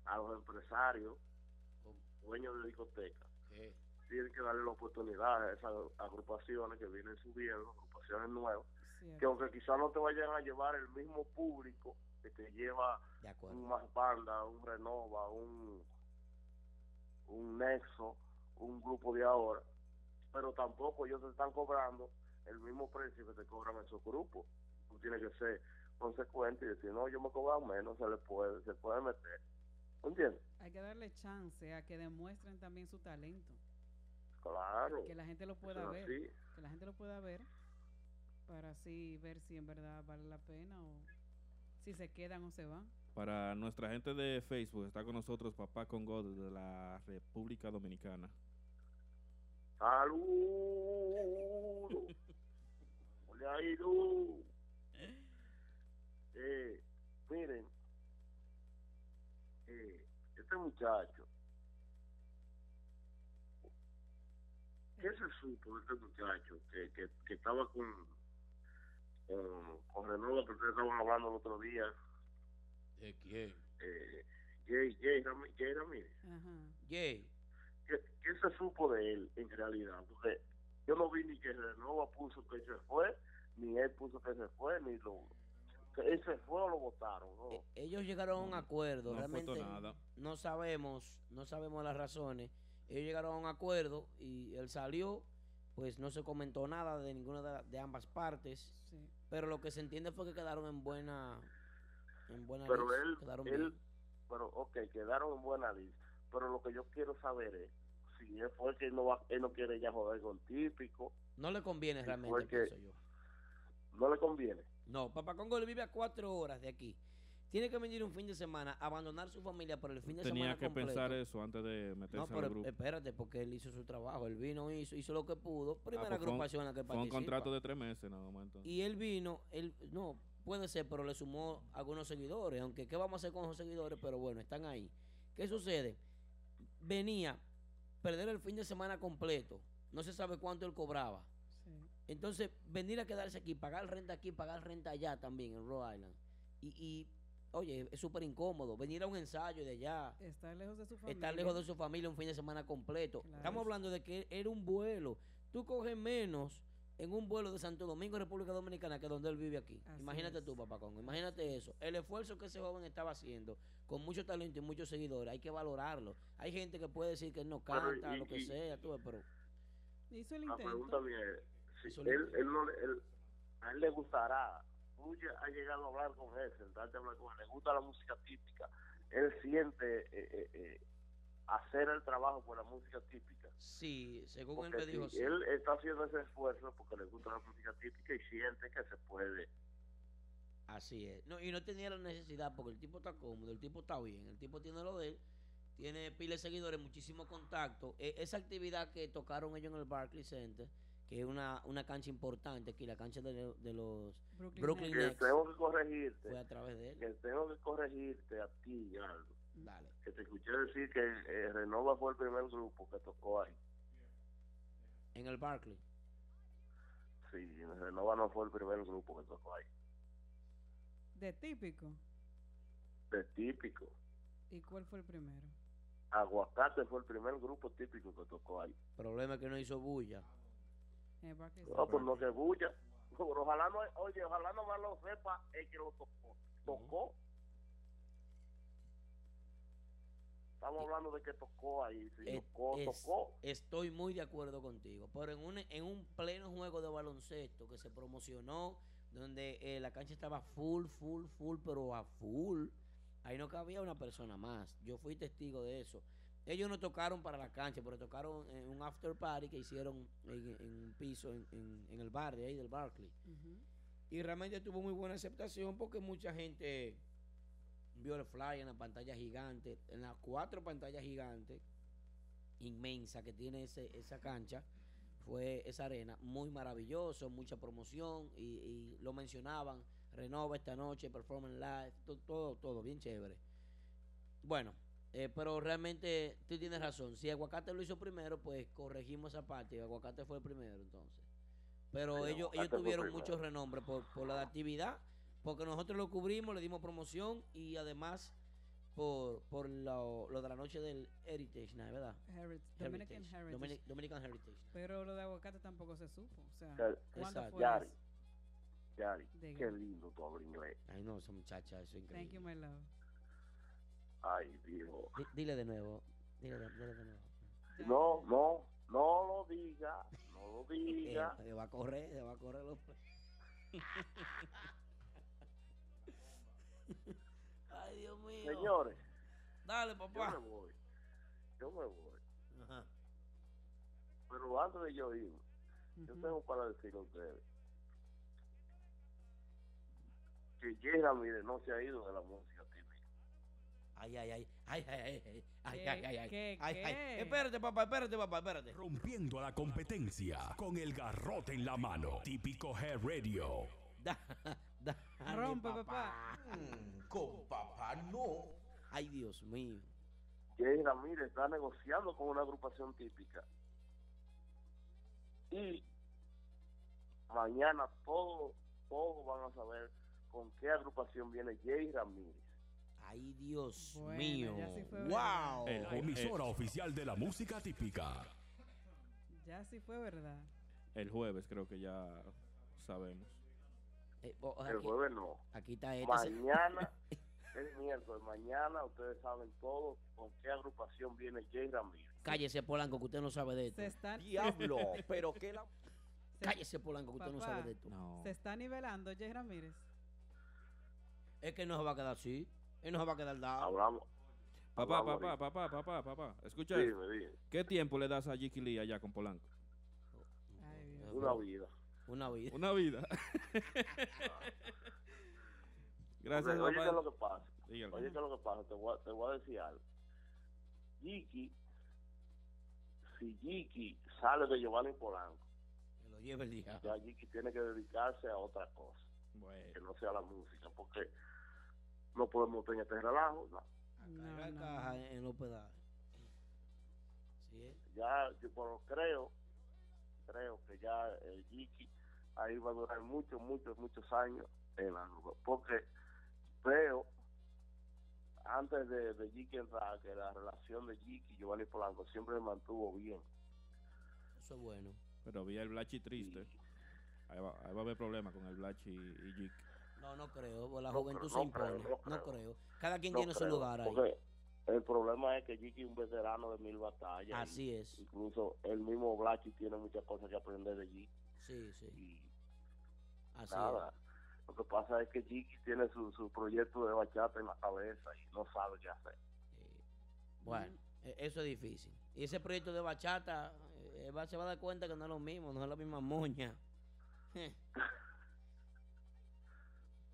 L: a los empresarios, dueños de discotecas,
B: Sí.
L: tienen que darle la oportunidad a esas agrupaciones que vienen subiendo, agrupaciones nuevas, que
C: Cierto.
L: aunque quizás no te vayan a llevar el mismo público que te lleva
B: De acuerdo.
L: un más banda, un renova, un, un nexo, un grupo de ahora, pero tampoco ellos te están cobrando el mismo precio que te cobran esos grupos. Tú tienes que ser consecuente y decir, no, yo me cobro menos, se le puede, se puede meter. ¿Entiendes?
C: Hay que darle chance a que demuestren también su talento.
L: Claro.
C: Que la gente lo
L: eso es
C: pueda ver.
L: así.
C: Que la gente lo pueda ver. Para así ver si en verdad vale la pena o si se quedan o se van.
D: Para nuestra gente de Facebook, está con nosotros Papá Congo de la República Dominicana.
L: Saludos. Hola, Airu. Eh, miren, eh, este muchacho, ¿qué se supo de este muchacho que, que, que estaba con, con, con Renova, que ustedes estaban hablando el otro día?
B: ¿De quién?
L: Eh, Jay, Jay, Ramí- Jay Ramírez.
C: Ajá.
B: Jay.
L: ¿Qué, qué se supo de él en realidad? Porque Yo no vi ni que Renova puso que se fue, ni él puso que se fue, ni lo. que Él se fue o lo votaron, ¿no?
B: E- Ellos llegaron a un acuerdo,
D: no
B: realmente
D: faltó nada.
B: no sabemos, no sabemos las razones. Ellos llegaron a un acuerdo y él salió, pues no se comentó nada de ninguna de, la- de ambas partes,
C: Sí.
B: pero lo que se entiende fue que quedaron en buena en buena
L: pero
B: lid,
L: él,
B: quedaron
L: él,
B: bien.
L: pero ok, quedaron en buena lista. Pero lo que yo quiero saber es si él fue que él no, va, él no quiere ya jugar con típico,
B: no le conviene
L: él
B: realmente,
L: fue que-
B: pienso yo.
L: no le conviene.
B: No, Papá Congo le vive a cuatro horas de aquí. Tiene que venir un fin de semana, abandonar su familia por el fin de semana
D: Tenía que
B: completo.
D: pensar eso antes de
B: No,
D: meterse al
B: pero eh,
D: grupo.
B: espérate, porque él hizo su trabajo. Él vino, hizo, hizo lo que pudo. Primera
D: pues fue un-
B: agrupación en la que
D: Fue un
B: participa.
D: contrato de tres meses nada más entonces.
B: Y él vino, él, no, puede ser, pero le sumó algunos seguidores, aunque qué vamos a hacer con esos seguidores, pero bueno, están ahí. ¿Qué sucede? Venía perder el fin de semana completo, no se sabe cuánto él cobraba.
C: Sí.
B: Entonces, venir a quedarse aquí, pagar renta aquí, pagar renta allá también en Rhode Island. Y, y, oye, es súper incómodo, venir a un ensayo de allá,
C: Está lejos de su familia.
B: estar lejos de su familia un fin de semana completo.
C: Claro.
B: Estamos hablando de que era un vuelo. Tú coges menos en un vuelo de Santo Domingo, República Dominicana, que donde él vive aquí.
C: Así
B: imagínate
C: es.
B: tú, papá Congo, imagínate eso. El esfuerzo que ese joven estaba haciendo, con mucho talento y muchos seguidores, hay que valorarlo. Hay gente que puede decir que él no
L: Claro,
B: canta,
L: y-
B: lo que
L: y-
B: sea, tú ves, pero
C: Hizo el
L: La pregunta
C: intento.
L: mía es, si
B: Eso
L: él,
B: le-
L: él no, le- él- a él le gustará, tú ya has llegado a hablar con él, sentarte a hablar con él, le gusta la música típica, él siente eh, eh, eh, hacer el trabajo por la música típica.
B: sí, según él
L: Porque
B: me dijo,
L: si
B: sí.
L: él está haciendo ese esfuerzo porque le gusta la música típica y siente que se puede.
B: Así es. No, y no tenía la necesidad porque el tipo está cómodo, el tipo está bien, el tipo tiene lo de él, tiene pila de seguidores, muchísimo contacto. E- esa actividad que tocaron ellos en el Barclays Center, que es una, una cancha importante aquí, la cancha de, lo- de los...
C: Brooklyn.
B: Brooklyn
C: Nets.
L: Que
B: Next.
L: tengo que
B: fue
L: corregirte,
B: a través de él.
L: que tengo que corregirte a ti, Gerardo,
B: Dale.
L: que te escuché decir que eh, Renova fue el primer grupo que tocó ahí.
B: En el Barclays.
L: Sí, Renova no fue el primer grupo que tocó ahí.
C: De típico.
L: De típico.
C: ¿Y cuál fue el primero?
L: Aguacate fue el primer grupo típico que tocó ahí.
B: Problema es que no hizo bulla.
C: Eh, Barclays.
L: No, pues no se bulla. No, pero ojalá no, oye, ojalá no más lo sepa el que lo tocó. Tocó. Estamos hablando de que tocó ahí. sí,
B: Eh,
L: tocó,
B: es-
L: tocó.
B: Estoy muy de acuerdo contigo, pero en un, en un pleno juego de baloncesto que se promocionó, donde eh, la cancha estaba full, full, full, pero a full, ahí no cabía una persona más. Yo fui testigo de eso. Ellos no tocaron para la cancha, pero tocaron en un after party que hicieron en, en un piso en, en- en el bar de ahí del Barclay.
C: Ujú.
B: Y realmente tuvo muy buena aceptación porque mucha gente vio el flyer en la pantalla gigante, en las cuatro pantallas gigantes inmensa que tiene ese, esa cancha, fue esa arena, muy maravilloso, mucha promoción y, y lo mencionaban, renova esta noche, performance live, to- todo, todo, bien chévere. Bueno, eh, pero realmente tú tienes razón, si Aguacate lo hizo primero, pues corregimos esa parte, Aguacate fue el primero entonces. Pero
L: Sí,
B: ellos,
L: Aguacate
B: ellos
L: fue
B: tuvieron
L: primero.
B: mucho renombre por, por la actividad, porque nosotros lo cubrimos, le dimos promoción y además por, por lo, lo de la noche del Heritage Night, ¿verdad?
C: Heritage-
B: Heritage,
C: Dominican Heritage.
B: Dominic- Dominican Heritage Night.
C: Pero lo de aguacate tampoco se supo. O sea,
L: Ya-
C: ¿cuándo
B: Exacto.
C: fue
L: Yari,
C: eso?
L: Yari,
C: De-
L: qué lindo tu habla inglés.
B: Ay, no, esa muchacha, eso es
C: Thank you,
B: increíble.
C: my love.
L: Ay, Dios.
B: Di- Dile de nuevo, dile de, dile de nuevo.
C: Ya.
L: No, no, no lo diga, no lo diga.
B: Eh, se va a correr, se va a correr los... Ay, Dios mío.
L: Señores,
B: Dale,
L: yo me
B: papá.
L: voy. Yo me voy.
B: Ajá.
L: Pero antes de yo irme, Yo
C: Ujú.
L: tengo para decir a ustedes que Jera, mire, no se ha ido de la música típica.
B: Ay, ay, ay, ay, ay, ay, ay,
C: ¿Qué,
B: ay, ay, ay,
C: qué,
B: ay, ay.
C: qué?
B: Espérate, papá, espérate, papá, espérate.
H: Rompiendo a la competencia con el garrote en la mano. Típico Head Radio.
B: Da- dale,
C: Rompe,
M: Con papá no.
B: Ay, Dios mío.
L: Jera, mire, está negociando con una agrupación típica. Y mañana todos todos van a saber con qué agrupación viene Jay Ramírez.
B: Ay, Dios
C: Bueno,
B: mío.
C: ya sí fue verdad.
B: wow.
D: Eh,
H: La emisora oficial de la música típica.
C: Ya sí fue verdad.
D: El jueves creo que ya sabemos.
B: Eh, o- o
L: El
B: aquí-
L: jueves no.
B: Aquí está este. se-
L: Mañana, el miércoles, mañana ustedes saben todo con qué agrupación viene Jay Ramírez.
B: Cállese, Polanco, que usted no sabe de esto.
C: Se está-
M: Diablo, pero que la...
B: Cállese, Polanco, que usted no
C: Papá.
B: sabe de esto.
C: Se está nivelando, Jay Ramírez.
B: Es que no se va a quedar así. Él no se va a quedar dado.
L: Hablamos.
D: Papá,
L: Vamos,
D: papá, papá, papá, papá. Escucha esto.
L: Dime, dime.
D: ¿Qué tiempo le das a Jiki Lee allá con Polanco?
C: Ay, Dios.
L: Ah, Una vida.
B: Una vida.
D: Una vida. Gracias,
L: Porque, oye, ¿qué es
D: papá.
L: lo que pasa?
D: Dígalo.
L: Oye, ¿qué es lo que pasa? Te voy a, te voy a decir algo. Jiki, si Jiki sale de Giovanni Polanco,
B: Que lo lleve el diablo.
L: ya Jiki tiene que dedicarse a otra cosa, que
D: Bueno,
L: no sea la música, porque no podemos tener este relajo. no.
C: No,
B: Carga
C: no,
B: caja
C: no.
B: en los pedales. Sí, eh.
L: Ya, yo pero creo, creo que ya el Jiki ahí va a durar muchos, muchos, muchos años en la nube, porque creo antes de, de Jiki entrar, que la relación de Jiki y Giovanni Polanco siempre se mantuvo bien.
B: Eso es bueno.
D: pero vi el Blachi triste. Ahí va, ahí va a haber problemas con el Blachi y y Jiki.
B: No, no creo. porque La
L: No
B: juventud
L: creo,
B: se
L: no
B: impone.
L: creo, no
B: no
L: creo.
B: creo. Cada quien
L: No
B: tiene su
L: creo,
B: lugar ahí.
L: porque el problema es que Jiki es un veterano de mil batallas. y
B: Así es.
L: Incluso el mismo Blacky tiene muchas cosas que aprender de Jiki.
B: Sí, sí.
L: Y
B: Así
L: nada, lo que pasa es que Jiki tiene su, su proyecto de bachata en la cabeza y no sabe qué hacer.
B: es. Eh, Bueno, e- eso es difícil. Y ese proyecto de bachata, eh, él va- se va a dar cuenta que no es lo mismo, no es la misma moña.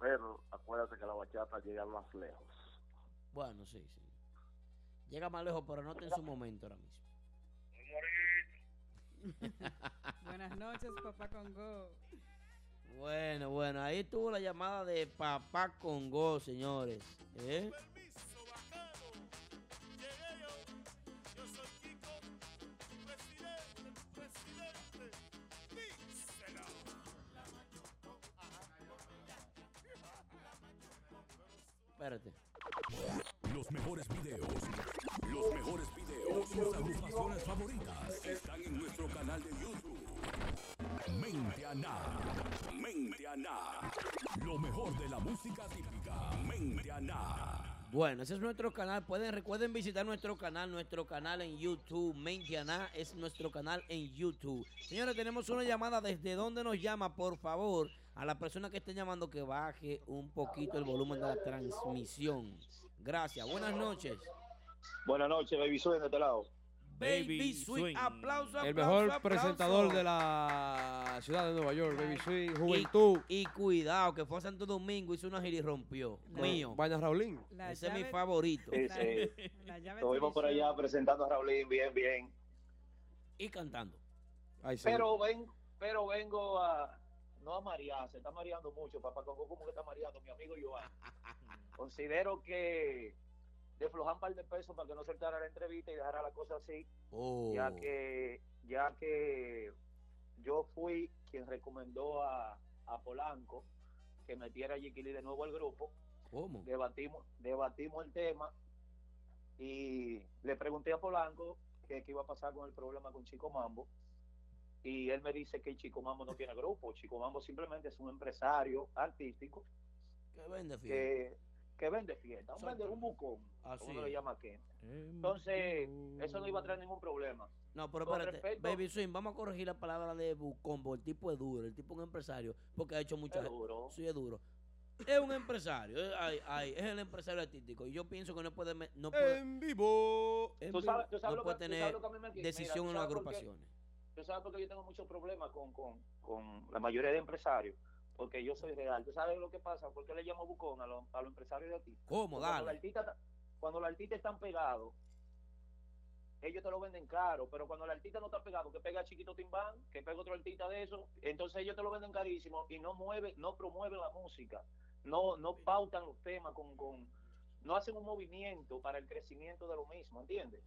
L: Pero acuérdate que la bachata llega más lejos.
B: Bueno, sí, sí. Llega más lejos, pero no está en su momento ahora mismo.
C: Buenas noches, papá Congo.
B: Bueno, bueno, ahí estuvo la llamada de Papá Congo, señores. ¿eh? Espérate.
H: Los mejores videos, los mejores videos, tus agrupaciones favoritas están en nuestro canal de YouTube. Mente Aná, Mente Aná, lo mejor de la música típica. Mente Aná.
B: Bueno, ese es nuestro canal. Pueden, recuerden visitar nuestro canal, nuestro canal en YouTube. Mentiana es nuestro canal en YouTube. Señores, tenemos una llamada. ¿Desde dónde nos llama? Por favor, a la persona que esté llamando que baje un poquito el volumen de la transmisión. Gracias. Buenas noches.
N: Buenas noches, Baby Swing de este lado.
B: Baby,
D: Baby
B: Sweet.
D: Swing.
B: Aplauso,
K: El
B: aplauso,
K: mejor
B: aplauso.
K: presentador de la ciudad de Nueva York, Baby Sweet,
B: Y-
K: Juventud.
B: Y, cuidado, que fue a Santo Domingo, hizo una gira y rompió.
F: Eh,
C: La-
B: Mío.
K: Vaina Raulín.
C: La
B: Ese es mi
C: llave-
B: favorito.
K: Eh.
N: Ese,
C: La llave
N: estuvimos por
C: televisión.
N: allá presentando a Raulín, bien, bien.
B: Y cantando.
K: Ay, sí.
N: Pero, ven, pero vengo a. No a marear, se está mareando mucho, papá. ¿Cómo cómo que está mareando mi amigo Joan? Considero que de flojar un par de pesos para que no soltara la entrevista y dejara la cosa así,
B: Oh.
N: ya que ya que yo fui quien recomendó a, a Polanco que metiera a Jiquilí de nuevo al grupo.
B: ¿Cómo?
N: debatimos, debatimos el tema y le pregunté a Polanco que qué iba a pasar con el problema con Chico Mambo y él me dice que Chico Mambo no tiene grupo, Chico Mambo simplemente es un empresario artístico
B: Que vende fiel.
N: que, que vende fiesta, un,
B: Exacto.
N: vende, un bucón,
B: Así
N: como lo
B: es. Mm.
N: llama aquí. Entonces, eso no iba a traer ningún problema.
B: No, pero
N: Con
B: espérate,
N: respecto-
B: Baby Swing, vamos a corregir la palabra de Bucombo. El tipo es duro, el tipo es un empresario, porque ha hecho muchas.
N: Es duro.
B: Sí, es duro. Es un empresario, es, ay, ay, es el empresario artístico. Y yo pienso que no puede. me- No puede,
K: En vivo.
B: en
N: Tú
B: fin,
N: sabes- tú sabes
B: no
N: lo
B: puede
N: que- tú
B: tener
N: sabes lo que a mí me- mira,
B: decisión
N: tú
B: en las
N: sabes por qué-
B: agrupaciones.
N: Tú sabes por qué yo tengo muchos problemas con, con, con la mayoría de empresarios, porque yo soy real. Tú sabes lo que pasa, porque le llamo bucón a los, a los empresarios de aquí.
B: ¿Cómo?
N: Cuando los
B: Dale.
N: artistas ta- cuando los artistas están pegados, ellos te lo venden caro, pero cuando el artista no está pegado, que pega Chiquito Timbán, que pega otro artista de eso, entonces ellos te lo venden carísimo y no mueven, no promueven la música, no, no pautan los temas con, con- no hacen un movimiento para el crecimiento de lo mismo, ¿entiendes?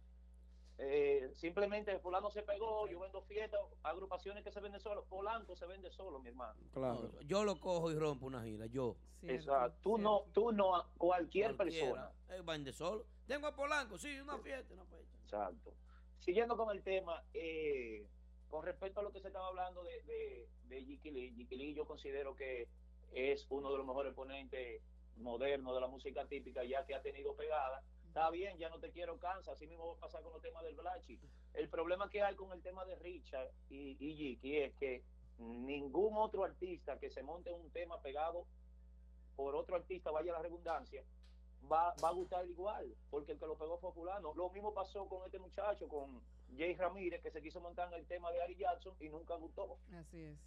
N: Eh, simplemente fulano se pegó, yo vendo fiestas, agrupaciones que se venden solo, Polanco se vende solo, mi hermano.
K: Claro.
B: No, yo lo cojo y rompo una gira, yo.
C: Cierto,
N: Exacto. Tú no,
C: cierto.
N: tú no, a cualquier
B: Cualquiera.
N: persona.
B: Eh, vende solo. Tengo a Polanco, sí, una fiesta, una fiesta.
N: Exacto. Siguiendo con el tema, eh, Con respecto a lo que se estaba hablando de, de, de Jiquilí, Jiquilí yo considero que es uno de los mejores ponentes modernos de la música típica, ya que ha tenido pegada. Está bien, ya no te quiero cansa, así mismo va a pasar con los temas del Blachi. El problema que hay con el tema de Richard y, y Jiki es que ningún otro artista que se monte un tema pegado por otro artista, vaya la redundancia, va, va a gustar igual, porque el que lo pegó fue fulano. Lo mismo pasó con este muchacho, con Jay Ramírez, que se quiso montar en el tema de Ari Jackson y nunca gustó.
C: Así es.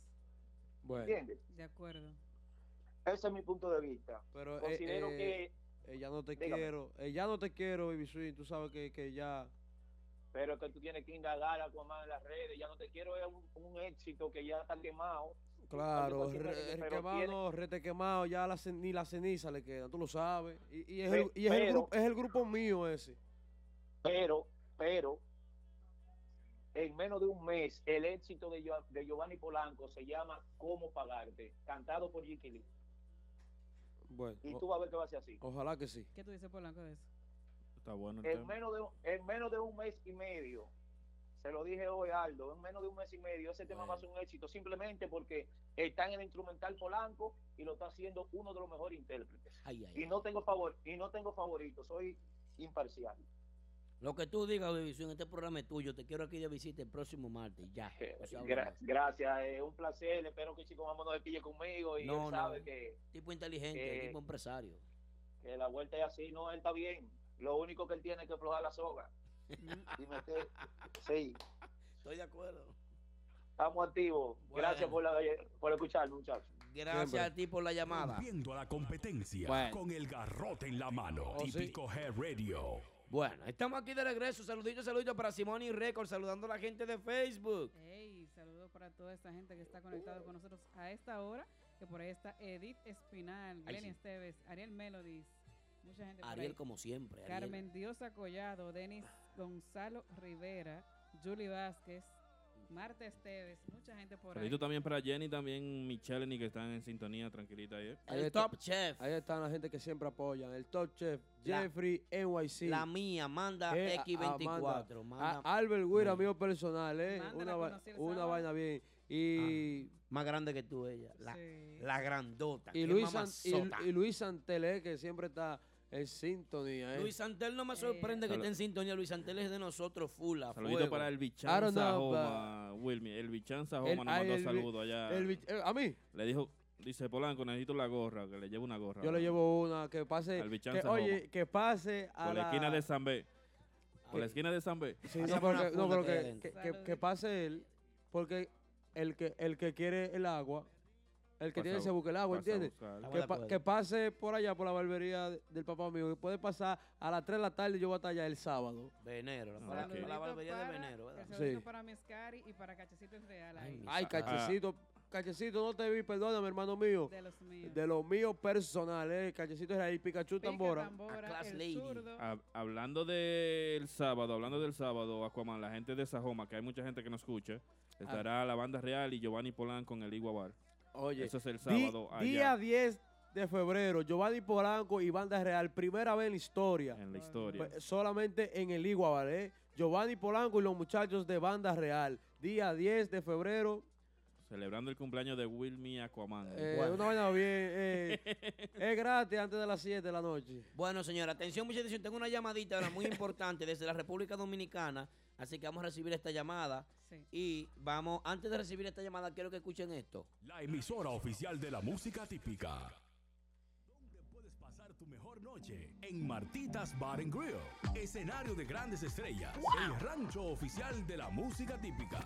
F: Bueno.
N: ¿Entiendes?
C: De acuerdo.
N: Ese es mi punto de vista.
F: Pero eh,
N: Considero
F: eh, eh, ya no te
N: Dígame.
F: quiero, eh, ya no te quiero, Baby Swing, tú sabes que, que ya...
N: Pero es que tú tienes que indagar a Cuamán en las redes. Ya no te quiero, es un, un éxito que ya está quemado.
F: Claro,
N: cualquier
F: re-
N: cosa,
F: re-
N: pero
F: quemado,
N: tiene-
F: no, rete quemado, ya la, ce- ni la ceniza le queda, tú lo sabes. Y, y es,
N: Pe-
F: el, y es, el
N: pero-
F: grupo, es el grupo mío ese.
N: Pero, pero, en menos de un mes, el éxito de, Gio- de Giovanni Polanco se llama Cómo Pagarte, cantado por Jiquili.
F: Bueno,
N: Y
F: o-
N: tú vas a ver que va a ser así.
F: ojalá que sí.
C: ¿Qué tú dices, Polanco, de eso?
D: Está bueno el
N: En
D: tema.
N: menos, de, un- en menos de un mes y medio, se lo dije hoy, Aldo, en menos de un mes y medio, ese tema va a ser un éxito simplemente porque está en el instrumental Polanco y lo está haciendo uno de los mejores intérpretes.
B: Ay, ay,
N: Y no tengo favor, y no tengo favorito, soy imparcial.
B: Lo que tú digas, Bevisión, este programa es tuyo. Te quiero aquí de visita el próximo martes. Ya. no se habla
N: Eh, Gra-
B: más.
N: gracias, es un placer. Espero que Chico Mamón no se pille conmigo y
B: No,
N: él
B: no.
N: sabe que,
B: Tipo inteligente,
N: Eh,
B: tipo empresario.
N: que la vuelta es así. No, él está bien. Lo único que él tiene es que aflojar la soga. Y meter. Sí,
B: Estoy de acuerdo.
N: estamos activos. Gracias por, la, por escucharme, muchachos.
B: Gracias a ti por la llamada.
H: Viendo a la competencia
B: Bueno.
H: con el garrote en la mano.
B: Oh, sí.
H: típico Head Radio.
B: Bueno, estamos aquí de regreso. Saluditos, saluditos para Simón y Record, saludando a la gente de Facebook.
C: Hey, saludos para toda esta gente que está conectado con nosotros a esta hora. Que por ahí está Edith Espinal,
B: Ay,
C: Glenny
B: sí.
C: Esteves, Ariel Melodies, mucha gente. por ahí.
B: Ariel, como siempre. Ariel.
C: Carmen Diosa Collado, Denis Gonzalo Rivera, Julie Vázquez, Marta Esteves, mucha gente por ahí.
D: Saludos también para Jenny, también Michelini, que están en sintonía, tranquilita ahí. ¿eh?
F: Ahí está-
B: Chef.
F: Ahí están la gente que siempre apoyan. El Top Chef,
B: La-
F: Jeffrey NYC.
B: La mía, manda
F: Eh, a-
B: X24.
F: a-
B: manda-
F: a- Albert Weir, amigo personal, ¿eh?
B: Mándala
F: Una,
B: a
F: va-
B: conocer
F: una
B: sábado.
F: vaina bien.
D: Ah,
F: Y,
B: más grande que tú, ella. La, la grandota.
F: y,
B: qué
F: Luis San- y-
B: mamazota.
F: y Luis Santel, eh, que siempre está en sintonía, ¿eh?
B: Luis Santel no me sorprende que
F: Salud.
B: esté en sintonía. Luis Santel es de nosotros, full. a
D: Saludito
B: fuego.
D: para el
F: I don't
D: Bichanza
F: know, but-
D: Joma, Wilmy. El Bichanza Joma
F: El-
D: nos
F: ah,
D: mandó
F: el-
D: saludo allá.
F: el Bich- eh, ¿A mí?
D: Le dijo, dice Polanco, necesito la gorra, que le llevo una gorra.
F: Yo le llevo una que pase.
D: Ah. Al
F: que,
D: Bichanza
F: oye,
D: Joma.
F: que pase a
D: Por la esquina de San B. Por la
F: Eh,
D: esquina de San B.
F: Sí, no, pero que, no, pero que, que- que- que pase él, porque el que, el que quiere el agua, el que
D: Pasa
F: tiene
D: a
F: se busca el agua,
D: pasa a
F: ¿entiendes?
D: buscarla.
F: Que, pa- que pase por allá, por la barbería de- del papá mío, que puede pasar a las 3 de la tarde, yo voy a estar allá el sábado.
B: Venero, la, para-
F: ok.
B: la barbería de Venero,
C: El
B: ¿verdad?
C: saludito
F: Sí.
C: para Miscari y para Cachecito es real. ahí.
F: Ay, cachecito, cachecito, no te vi, perdóname, hermano mío.
C: De los míos.
F: De los míos personales, eh, cachecito es ahí, Pikachu tambora. Ah.
C: Tambora, el zurdo.
D: Hab- hablando del sábado, hablando del sábado, Aquaman, la gente de Sajoma, que hay mucha gente que no escucha,
F: Ah.
D: estará la banda real y Giovanni Polanco en el Igua Bar.
F: Oye,
D: eso es el
F: Di-
D: sábado ah, allá.
F: día 10 de febrero, Giovanni Polanco y Banda Real, primera vez en la historia.
D: En la historia.
F: Pues, solamente en el Igua, ¿vale? Giovanni Polanco y los muchachos de Banda Real, día 10 de febrero.
D: Celebrando el cumpleaños de Wilmy Aquaman.
F: eh, Una vaina bien. eh, es gratis antes de las 7 de la noche.
B: Bueno, señora, atención, mucha atención. Tengo una llamadita ahora muy importante desde la República Dominicana, así que vamos a recibir esta llamada. Y vamos, antes de recibir esta llamada, quiero que escuchen esto.
H: La emisora oficial de la música típica. Donde puedes pasar tu mejor noche en Martitas Bar and Grill, escenario de grandes estrellas, el rancho oficial de la música típica.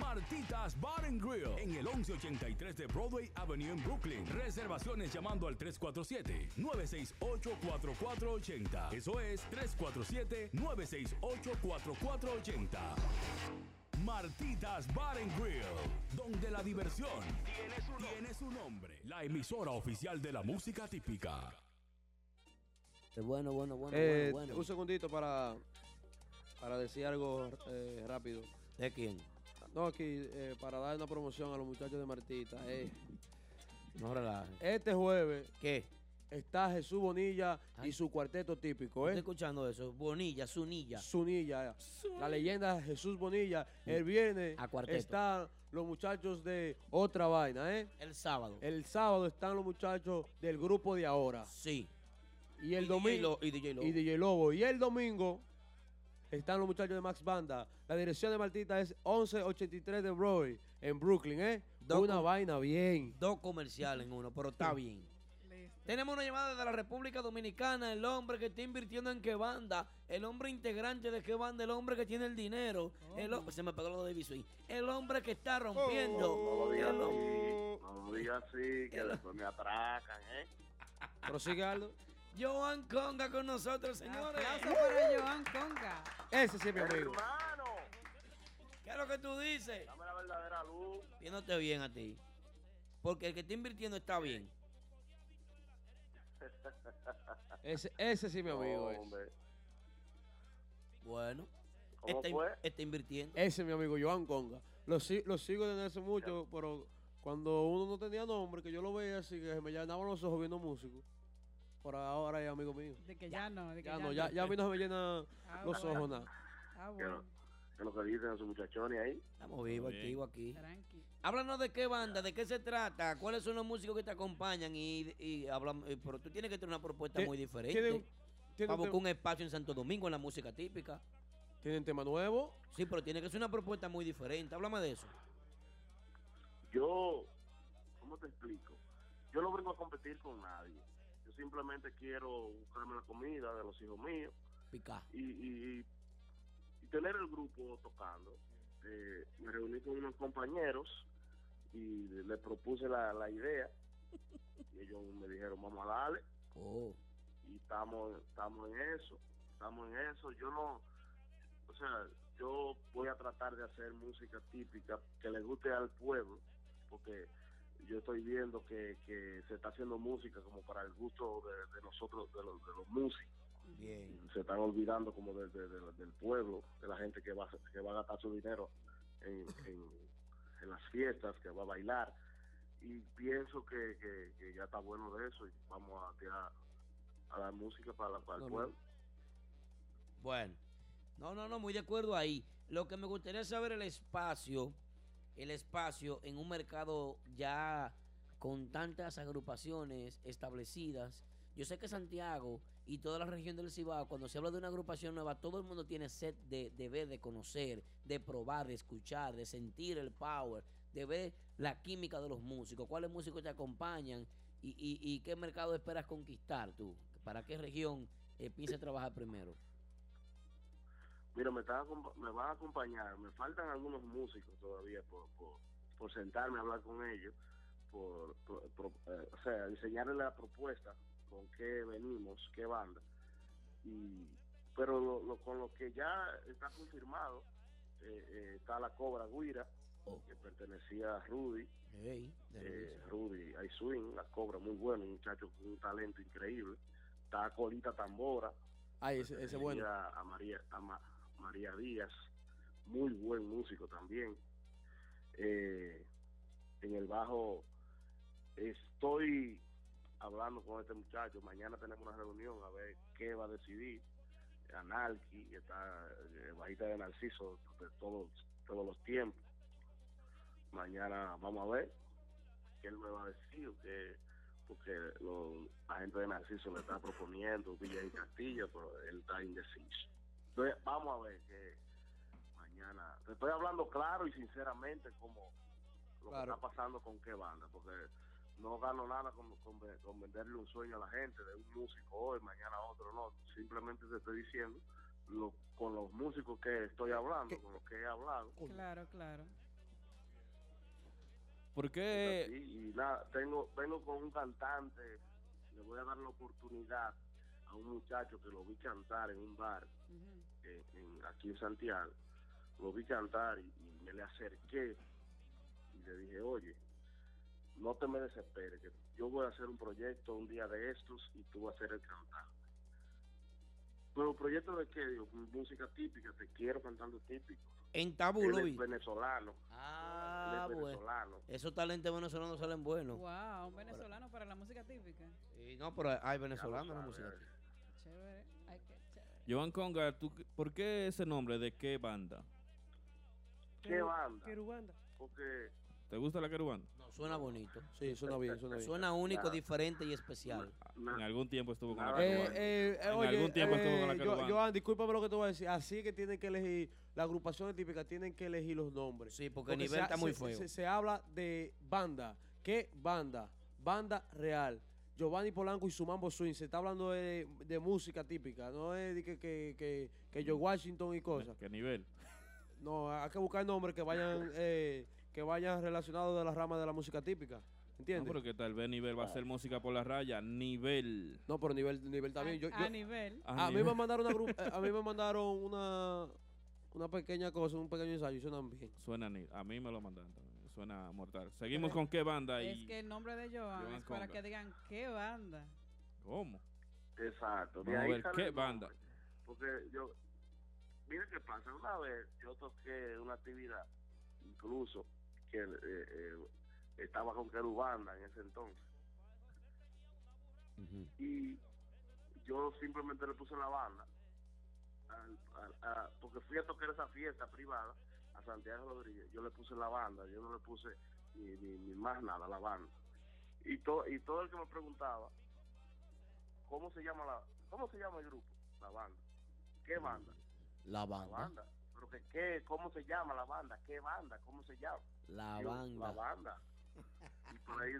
H: Martitas Bar and Grill en el 1183 de Broadway Avenue en Brooklyn. Reservaciones llamando al 347-968-4480. Eso es 347-968-4480. Martitas Bar and Grill, donde la diversión tiene su, nombre. La emisora oficial de la música típica.
B: Bueno, bueno, bueno,
F: Eh,
B: bueno, bueno.
F: Un segundito para para decir algo eh, rápido.
B: ¿De quién?
F: No, aquí, eh, para dar una promoción a los muchachos de Martita. eh.
B: No relajes.
F: Este jueves.
B: ¿Qué?
F: Está Jesús Bonilla y su cuarteto típico,
B: Estoy
F: ¿eh?
B: escuchando eso. Bonilla, Zunilla.
F: Zunilla, eh. la leyenda Jesús Bonilla. El viernes
B: Mm. A cuarteto.
F: están los muchachos de otra vaina, ¿eh?
B: El sábado.
F: El sábado están los muchachos del grupo de ahora.
B: Sí.
F: Y el domingo.
B: y DJ Lobo.
F: Y DJ Lobo. Y el domingo están los muchachos de Max Banda. La dirección de Martita es 1183 de Broadway en Brooklyn, ¿eh? Una vaina bien.
B: Dos comerciales en uno, pero está bien. Tenemos una llamada de la República Dominicana, el hombre que está invirtiendo en qué banda, el hombre integrante de qué banda, el hombre que tiene el dinero,
L: Oh.
B: el ho- se me pegó lo de Bisuí, el hombre que está rompiendo.
L: Oh. No lo digas
B: el hom-
L: así, no lo digas así, que después me atracan, ¿eh?
F: Prosigue, Aldo.
B: Joan Conga con nosotros, señores.
C: Aplauso para Joan Conga.
F: Ese sí es mi amigo.
B: ¿Qué es lo que tú dices?
L: Dame la verdadera luz.
B: Viéndote bien a ti. Porque el que está invirtiendo está bien.
F: Ese, ese sí es mi amigo. eh. es.
B: Bueno.
F: ¿Cómo
B: Está, in-
F: fue?
B: está
L: Eh.
B: invirtiendo.
F: Ese es mi amigo Joan Conga. Lo, si- lo sigo desde hace mucho, pero cuando uno no tenía nombre, que yo lo veía así, que se me llenaban los ojos viendo músico. Por ahora es amigo mío.
C: De que ya no, de que
F: Ya
C: ya
F: no, ya, ya a mí no se me llenan
C: Ah,
F: los
C: bueno.
F: ojos nada.
C: Ah,
L: Que
C: bueno.
L: lo, que lo que dicen esos muchachones ahí.
B: Estamos vivos,
L: Bien.
B: activos aquí.
C: Tranqui.
B: Háblanos de qué banda, de qué se trata, cuáles son los músicos que te acompañan y, y hablam- eh, pero tú tienes que tener una propuesta
F: Tie-
B: muy
F: tiene
B: diferente.
F: un- tiene
B: Para
F: un
B: buscar un espacio en Santo Domingo en la música típica.
F: ¿Tienen tema nuevo?
B: Sí, pero tiene que ser una propuesta muy diferente. Háblame de eso.
L: Yo, ¿cómo te explico? Yo no vengo a competir con nadie. Yo simplemente quiero buscarme la comida de los hijos míos
B: Pica.
L: y, y- y tener el grupo tocando. Eh, me reuní con unos compañeros y les propuse la, la idea. Y ellos me dijeron, vamos a darle.
B: Oh,
L: Y estamos, estamos en eso, estamos en eso. Yo no, o sea, yo voy a tratar de hacer música típica que le guste al pueblo, porque yo estoy viendo que, que se está haciendo música como para el gusto de, de nosotros, de los, de los músicos.
B: Bien.
L: Se están olvidando como de- de- de- del pueblo, de la gente que va, a- que va a gastar su dinero en, en- en las fiestas, que va a bailar. Y pienso que, que- que ya está bueno de eso y vamos a tirar a la música para, la- para el
B: No, no.
L: pueblo.
B: Bueno, no, no, no, muy de acuerdo ahí. Lo que me gustaría saber el espacio, el espacio en un mercado ya con tantas agrupaciones establecidas. Yo sé que Santiago y toda la región del Cibao, cuando se habla de una agrupación nueva, todo el mundo tiene sed de, de ver, de conocer, de probar, de escuchar, de sentir el power, de ver la química de los músicos, cuáles músicos te acompañan y, y- y qué mercado esperas conquistar tú, para qué región eh, piensas trabajar primero.
L: Mira, me, está acompa- me van a acompañar. Me faltan algunos músicos todavía por, por, por sentarme a hablar con ellos, por, por- por, eh, o sea, enseñarles la propuesta, con qué venimos, qué banda. Y, pero lo- lo- con lo que ya está confirmado, eh, eh, está la Cobra Guira, que pertenecía a Rudy. Eh, Rudy hay swing, la Cobra, muy bueno, un muchacho con un talento increíble. Está Colita Tambora,
F: Ay, Ah, ese, ese bueno.
L: Mira a María a Ma- María Díaz muy buen músico también Eh, en el bajo estoy hablando con este muchacho mañana tenemos una reunión a ver qué va a decidir Anarki está eh, bajita de Narciso de todos todos los tiempos mañana vamos a ver qué él me va a decir o qué- porque lo- la gente de Narciso le está proponiendo Villa y Castillo, pero él está indeciso. Entonces, vamos a ver que mañana. Te estoy hablando claro y sinceramente como lo que
F: Claro.
L: está pasando con qué banda, porque no gano nada con, con ve- con venderle un sueño a la gente de un músico hoy, mañana otro, no. Simplemente te estoy diciendo lo, con los músicos que estoy hablando, con los que he hablado.
C: Claro, claro.
F: ¿Por
B: Eh,
L: Así, y nada, tengo, vengo con un cantante, le voy a dar la oportunidad a un muchacho que lo vi cantar en un bar eh, en- aquí en Santiago, lo vi cantar y, y me le acerqué y le dije, oye, no te me desesperes, que yo voy a hacer un proyecto un día de estos y tú vas a ser el cantante. Pero proyectos de qué, digo, música típica, te quiero cantando típico.
B: En Tabulo,
L: Él
B: vi.
L: es venezolano.
B: Ah,
L: Él es
B: bueno.
L: venezolano.
B: Esos talentos venezolanos salen buenos.
C: Wow, un venezolano para la música típica.
B: Y no, pero hay venezolanos en la música.
C: Chévere. Ay, qué chévere.
D: Joan Conga, ¿tú, ¿por qué ese nombre? ¿De qué banda?
L: ¿Qué banda?
F: Querubanda.
L: Porque
D: ¿Te gusta la querubanda?
B: Suena bonito.
F: Sí, suena bien, suena bien.
B: Suena único,
D: Claro.
B: diferente y especial.
D: En algún tiempo estuvo con la
F: Eh,
D: querubanda.
F: eh, eh,
D: en
F: oye,
D: algún tiempo estuvo con la
F: eh,
D: querubanda.
F: Yo- Joan, discúlpame lo que te voy a decir. Así que tienen que elegir, las agrupaciones típicas tienen que elegir los nombres.
B: Sí, porque el nivel
F: se-
B: está muy
F: se-
B: feo.
F: Se, se habla de banda. ¿Qué banda? Banda real. Giovanni Polanco y su Mambo Swing. Se está hablando de, de música típica, no es de que, que, que, que George Washington y cosas.
D: ¿Qué nivel?
F: No, hay que buscar nombres que vayan eh, que vayan relacionados de la rama de la música típica.
D: No,
F: ¿Entiendes?
D: pero que tal vez nivel va a ser
F: Ah.
D: música por la raya. Nivel.
F: No, pero nivel, nivel también. Yo,
C: A
F: yo-
C: nivel.
F: A mí me mandaron una gru- eh, a mí me mandaron una una pequeña cosa, un pequeño ensayo, y suenan bien.
D: Suena ni- A mí me lo mandaron también. Suena mortal. Seguimos con qué banda y.
C: Es que el nombre de Joan,
D: Joan
C: es para
D: Conga.
C: que digan qué banda.
D: ¿Cómo?
L: Exacto.
D: Vamos a
L: ahí
D: ver
L: sale
D: qué
L: el
D: banda.
L: Porque yo, mira qué pasa, una vez yo toqué una actividad, incluso, que eh, eh, estaba con Querubanda en ese entonces. Y yo simplemente le puse la banda, al- al- a- porque fui a tocar esa fiesta privada a Santiago Rodríguez. Yo le puse la banda, yo no le puse ni, ni- ni más nada, la banda. Y, to- y todo el que me preguntaba, ¿cómo se llama la cómo se llama el grupo? La banda. ¿Qué banda?
B: La
L: La
B: banda.
L: banda. Pero que qué, cómo se llama la banda, qué banda, cómo se llama.
B: La
L: Yo,
B: banda.
L: La banda. Y por ahí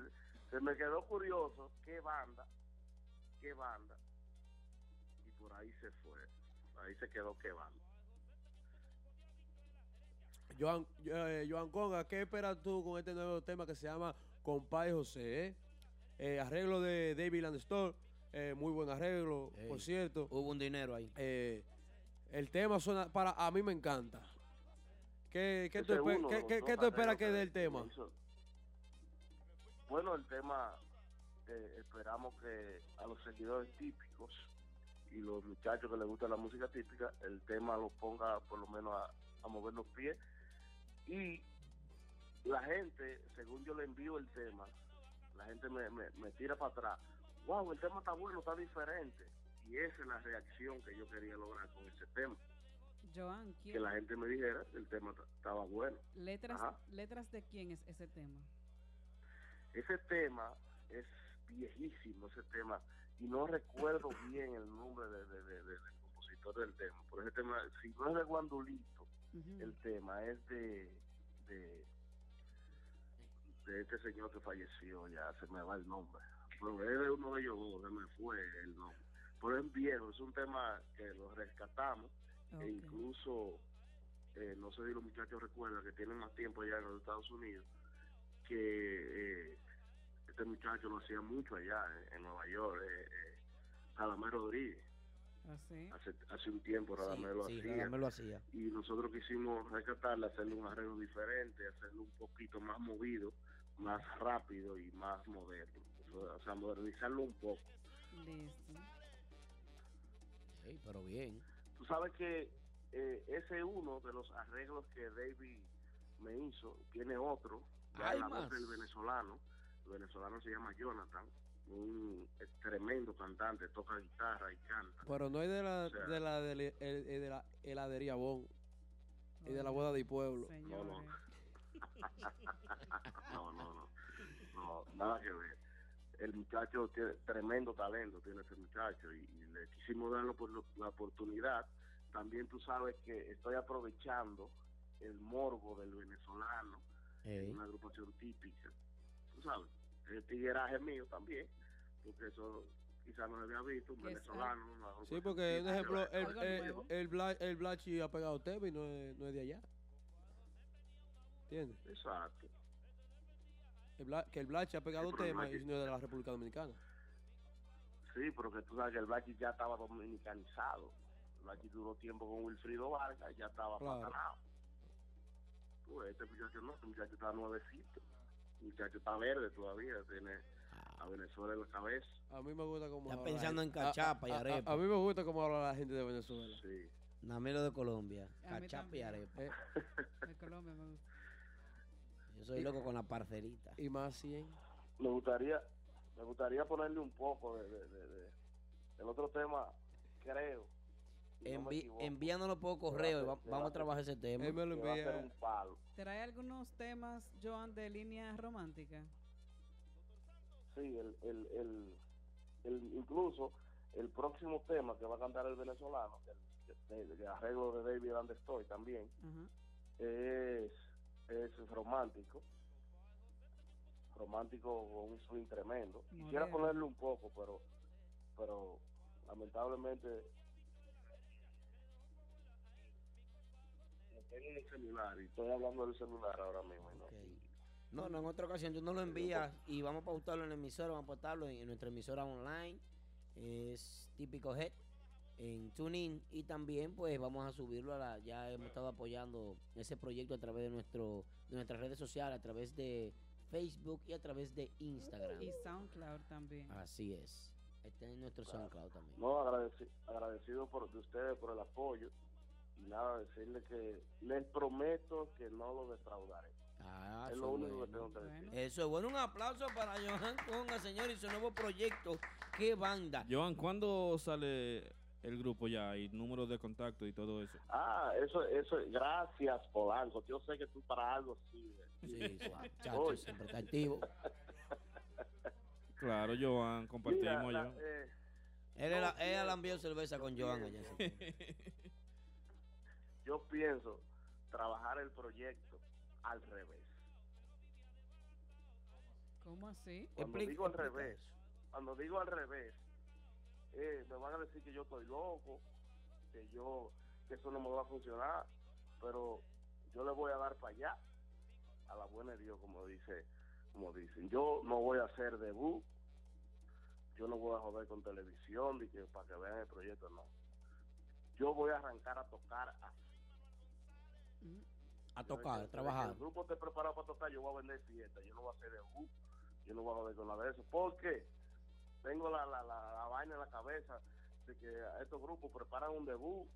L: se me quedó curioso, qué banda, qué banda. Y por ahí se fue. Ahí se quedó qué banda.
F: Joan, eh, Joan Conga, ¿qué esperas tú con este nuevo tema que se llama Compay José? eh? Eh, arreglo de David Landstore, eh, muy buen arreglo, por cierto.
L: Uh.
F: Eh,
B: Hubo un dinero ahí.
F: el tema suena, para a mí me encanta. ¿Qué, qué tú,
L: Ese
F: espe-
L: uno,
F: qué-
L: los
F: qué-
L: dos
F: qué tú esperas
L: arreglos
F: que del tema?
L: hizo. Bueno, el tema eh, esperamos que a los seguidores típicos y los muchachos que les gusta la música típica, el tema los ponga por lo menos a, a mover los pies. Y la gente, según yo le envío el tema, la gente me, me- me tira para atrás. Wow, el tema está bueno, está diferente. Y esa es la reacción que yo quería lograr con ese tema.
C: Joan, ¿quién?
L: Que la gente me dijera que el tema t- estaba bueno.
C: letras,
L: Ajá.
C: letras de quién es ese tema.
L: Ese tema es viejísimo, ese tema, y no recuerdo bien el nombre de- de- de- de- del compositor del tema. Por ese tema, si no es de Guandulito, el tema es de, de, de este señor que falleció, ya se me va el nombre. Pero es de uno de ellos dos, se me fue el nombre. Pero es viejo, es un tema que lo rescatamos, e incluso, eh, no sé si los muchachos recuerdan, que tienen más tiempo allá en los Estados Unidos, que eh, este muchacho lo hacía mucho allá en, en Nueva York, eh, eh, Radamés Rodríguez.
C: Así.
L: Hace, hace un tiempo Radamés lo
B: Sí,
L: hacía.
B: me lo hacía.
L: Y nosotros quisimos rescatarle, hacerle un arreglo diferente, hacerlo un poquito más movido, más rápido y más moderno. O sea, modernizarlo un poco.
C: Listo.
B: Sí, pero bien.
L: Tú sabes que eh, ese uno de los arreglos que David me hizo, tiene otro, ya
B: Hay
L: la voz
B: más.
L: del venezolano, el venezolano se llama Jonathan, un eh, tremendo cantante, toca guitarra y canta.
F: Pero no es de la,
L: O sea,
F: de la, del- el- el- de la heladería Bon y de la boda del pueblo.
L: No, no. no, no, no. No, nada que ver. El muchacho tiene tremendo talento, tiene ese muchacho, y, y le quisimos dar la opor- la oportunidad. También tú sabes que estoy aprovechando el morbo del venezolano,
B: Ey.
L: una agrupación típica. Tú sabes, el tigueraje mío también, porque eso quizás no lo había visto, un
F: Que es
L: venezolano. una
F: Sí,
L: agrupación
F: porque un
L: típica,
F: ejemplo, el,
L: algo
F: el,
L: nuevo.
F: el, Bla- el Blachi ha pegado tema y no es, no es de allá. ¿Entiendes?
L: Exacto.
F: El Bla- que el Blachi ha pegado
L: pero el
F: tema y
L: Blachi-
F: no es de la República Dominicana.
L: Sí, pero que tú sabes que el Bachi ya estaba dominicanizado. El Bachi duró tiempo con Wilfrido Vargas y ya estaba
F: Claro.
L: patalado. Pues este muchacho no, este muchacho está nuevecito. El muchacho está verde todavía, tiene
F: Ah.
L: a Venezuela en la cabeza.
F: A mí me gusta como.
L: Está
F: habla la
L: pensando
F: gente-
L: en
F: a- a-
L: cachapa y
F: a- a-
L: arepa.
F: A, mí me gusta como habla la gente de Venezuela.
L: Sí.
B: Namero de Colombia,
C: A mí
B: cachapa y
C: también.
B: arepa.
F: Eh,
C: De Colombia me gusta.
B: Yo soy loco con la parcerita.
F: Y más 100.
L: Me gustaría, me gustaría ponerle un poco de, de- de- de- del otro tema, creo. si no me
B: Envi-
L: equivoco.
B: enviándolo por correo y va- vamos a trabajar ese tema.
L: Él me lo
F: va a envía. hacer un
L: palo.
C: ¿Trae algunos temas, Joan, de línea romántica?
L: Sí, el, el, el, el- incluso el próximo tema que va a cantar el venezolano, el, el- el arreglo de David Andestoy también,
C: Ajá.
L: es, es romántico. Romántico con un swing tremendo. Quisiera
C: Moreno.
L: ponerle un poco, pero pero lamentablemente no tengo mi celular y estoy hablando del celular ahora mismo. ¿no?
B: No, no, en otra ocasión tú no lo envías y vamos a pautarlo en la emisora, vamos a pautarlo en, en nuestra emisora online. Es típico Head en TuneIn y también pues vamos a subirlo a la, ya hemos estado apoyando ese proyecto a través de nuestro de nuestras redes sociales, a través de Facebook y a través de Instagram.
C: Y SoundCloud también.
L: Ah,
B: Así es. Está en nuestro SoundCloud también.
L: No, agradeci- agradecido por de ustedes por el apoyo. Y nada, decirle que les prometo que no lo defraudaré.
B: Ah,
L: es
B: eso
L: lo único
B: bueno.
L: que tengo que decir.
B: Eso es bueno. Un aplauso para Johan Conga, señor, y su nuevo proyecto. ¡Qué banda!
D: Joan, ¿cuándo sale el grupo ya? Y números de contacto y todo eso.
L: Ah, eso, eso, gracias Polanco. Yo sé que tú para algo sirves.
B: Sí, sí,
D: chacho,
B: siempre está activo.
D: Claro, Joan, compartimos
B: Mira,
D: ya.
B: la- eh,
L: eh,
B: Él, era, él alambió cerveza con Joan allá. en Santiago.
L: Yo pienso trabajar el proyecto al revés.
C: ¿Cómo así?
L: Cuando digo al revés, cuando digo al revés, eh, me van a decir que yo estoy loco, que yo, que eso no me va a funcionar, pero yo le voy a dar para allá, a la buena de Dios, como dice, como dicen. Yo no voy a hacer debut, yo no voy a joder con televisión, ni que para que vean el proyecto, no. Yo voy a arrancar a tocar a
B: A
L: yo
B: tocar,
L: desde-
B: a trabajar.
L: desde que El grupo esté preparado para tocar, yo voy a vender fiesta, yo no voy a hacer debut, yo no voy a joder con nada de eso. Porque tengo la, la, la, la vaina en la cabeza de que estos grupos preparan un debut,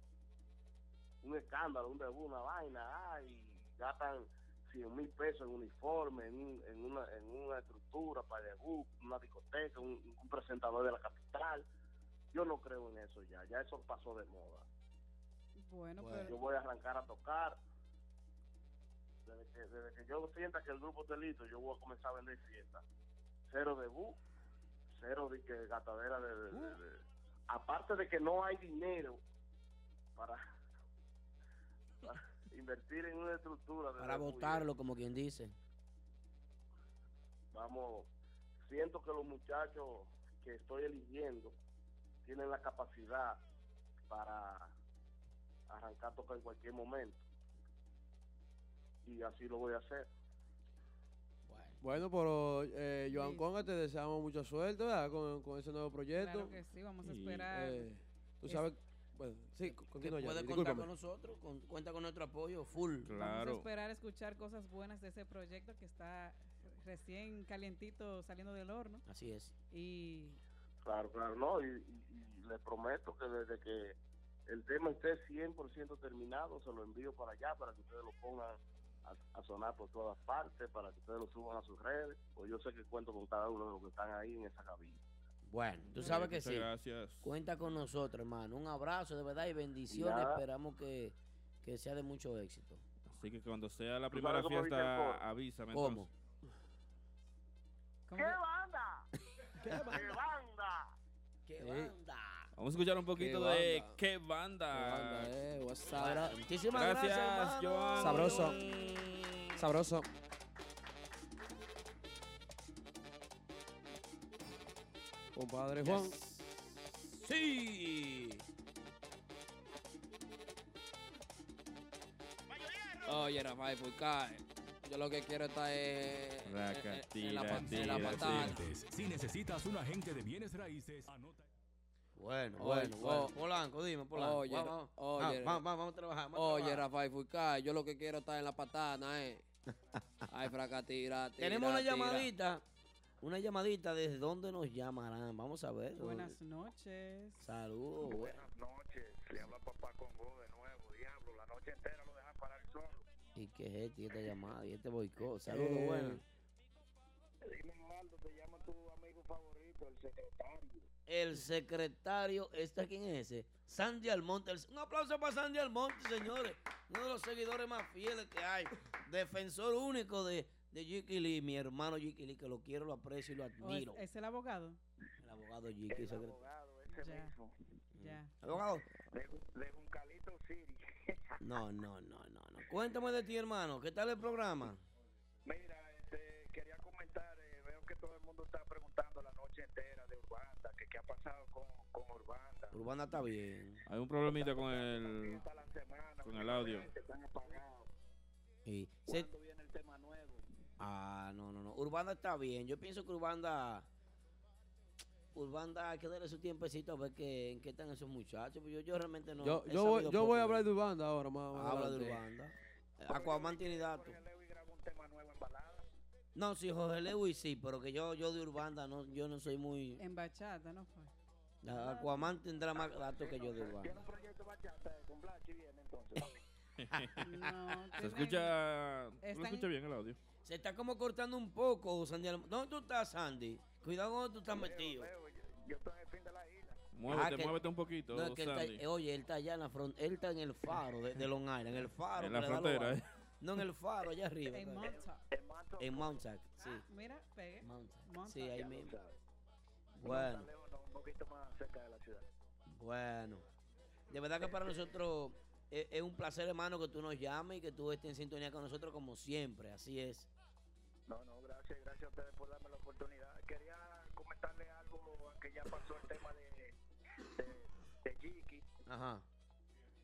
L: un escándalo, un debut, una vaina, ah, y gastan 100 mil pesos en uniforme, en, un- en, una, en una estructura para debut, una discoteca, un, un presentador de la capital. Yo no creo en eso ya, ya eso pasó de moda.
C: Bueno,
L: Yo
C: pero
L: voy a arrancar a tocar. Desde que, desde que yo sienta que el grupo esté listo, yo voy a comenzar a vender fiesta. Cero debut, cero de que gastadera de, de- de- de- Aparte de que no hay dinero para, para invertir en una estructura. de
B: Para
L: debut,
B: votarlo, como quien dice.
L: vamos, siento que los muchachos que estoy eligiendo tienen la capacidad para arrancar toca en cualquier momento. Y así lo voy a hacer.
F: Bueno, pero eh, Joan
C: Sí.
F: Conga, te deseamos mucha suerte ¿verdad? Con, con ese nuevo proyecto.
C: claro que sí, vamos a esperar.
F: Eh, tú
C: Es-
F: sabes. Bueno, sí,
B: Que
F: continúa
B: puede
F: ya.
B: contar
F: Discúlpame.
B: con nosotros, con- cuenta con nuestro apoyo full.
C: Vamos a
B: pues,
C: esperar escuchar cosas buenas de ese proyecto que está recién calientito saliendo del horno.
B: Así es.
C: Y
L: Claro, claro, no, y, y- y les prometo que desde que el tema esté 100% terminado, se lo envío para allá para que ustedes lo pongan a, a sonar por todas partes, para que ustedes lo suban a sus redes, pues yo sé que cuento con cada uno de los que están ahí en esa cabina.
B: Bueno, tú
L: Bueno,
B: sabes que
D: muchas
B: sí.
D: gracias.
B: Cuenta con nosotros, hermano. Un abrazo de verdad y bendiciones.
D: Nada.
B: Esperamos que, que sea de mucho éxito.
D: Así que cuando sea la
B: ¿Tú
D: primera
B: sabes cómo dice el
D: fiesta,
B: coro?
D: avísame.
B: ¿Cómo?
D: entonces.
C: ¿Qué
L: banda?
B: ¿Qué
L: banda?
B: ¡Qué
D: Sí.
B: banda!
D: Vamos a escuchar un poquito
B: Qué
D: de
B: banda.
D: qué banda.
F: eh, WhatsApp.
B: Muchísimas gracias, hermano.
D: Joan.
F: Sabroso. Sabroso. Compadre Juan.
O: Sí. Oye, Rafael Fulcar, yo lo que quiero está es en, en- en la, pat- en la patada.
H: Si necesitas un agente de bienes raíces, anota.
B: Bueno,
F: Oye,
B: bueno, bueno.
F: oh.
B: Polanco, dime, Polanco.
F: Oye,
B: vamos,
F: Ra-
B: vamos,
F: oye,
B: vamos, vamos, vamos a trabajar. vamos a
F: Oye,
B: trabajar.
F: Rafael Fulcar, yo lo que quiero está en la patana, eh. Ay, fraca, tira, tira,
B: Tenemos una
F: tira.
B: llamadita. Una llamadita, ¿desde dónde nos llamarán? Vamos a ver.
C: Buenas noches.
B: Saludos.
N: Buenas noches. Le habla papá Congo de nuevo, diablo. La noche entera lo dejan parar solo.
B: ¿Y qué es este, y esta llamada y este boicot? Saludos, buenas.
N: Dime, Naldo, te llama tu amigo favorito, el secretario.
B: El secretario, ¿está quién es ese? Sandy Almonte. El- Un aplauso para Sandy Almonte, señores. Uno de los seguidores más fieles que hay. Defensor único de, de Jiki Lee, mi hermano Jiki Lee, que lo quiero, lo aprecio y lo
C: ¿O es,
B: admiro.
C: Oh, es el abogado?
B: El abogado Jiki. secre-
C: ya.
B: Mm.
C: ya.
B: Abogado.
N: De Juncalito City.
B: No, no, no, no, no. Cuéntame de ti, hermano. ¿Qué tal el programa?
N: Mira, este, quería comentar, eh, veo que todo el mundo está preguntando la noche entera de Urbanda, que qué ha pasado con, con Urbanda.
B: Urbana está bien.
D: Hay un problemita con el, con el audio.
B: Y se- Ah, no, no, no. Urbanda está bien. Yo pienso que Urbanda. Urbanda hay que darle su tiempecito a ver qué, en qué están esos muchachos. Yo, yo realmente no.
F: Yo,
B: he
F: yo voy,
B: sabido
F: yo
B: poco
F: voy a
B: de-
F: hablar de Urbanda ahora, más más
B: Habla de
F: adelante.
B: Urbanda. Eh, Aquaman tiene datos. No, sí, Jorge Lewis sí, pero que yo, yo de Urbanda no, yo no soy muy.
C: En bachata, ¿no fue?
B: Aquaman tendrá más datos que yo de Urbanda.
D: Se escucha. ¿tú lo
B: Están-
D: escucha bien el audio?
B: Se está como cortando un poco, Sandy. Alm- ¿Dónde tú estás, Sandy? Cuidado con dónde tú estás metido.
D: Muévete,
B: Ah, que-
D: muévete un poquito,
B: no, es que él está-
D: Sandy.
B: eh, oye, él está allá en la frontera, él está en el faro de, de Long Island, en el faro.
D: En la
B: que le da
D: frontera,
B: Long
D: eh.
B: Island. No, en el faro, allá arriba.
C: En
B: está.
C: Montauk.
B: En Mount Sac, sí.
C: Mira, pegué.
B: Mount Sac,
C: Mount
B: sí,
C: Sac.
B: ahí mismo. Bueno,
N: Un poquito más cerca de la ciudad.
B: bueno. De verdad que para nosotros es, es un placer, hermano, que tú nos llames y que tú estés en sintonía con nosotros como siempre, así es.
N: No, no, gracias, gracias a ustedes por darme la oportunidad. Quería comentarle algo que ya pasó el tema de, de, de Jiki.
B: Ajá.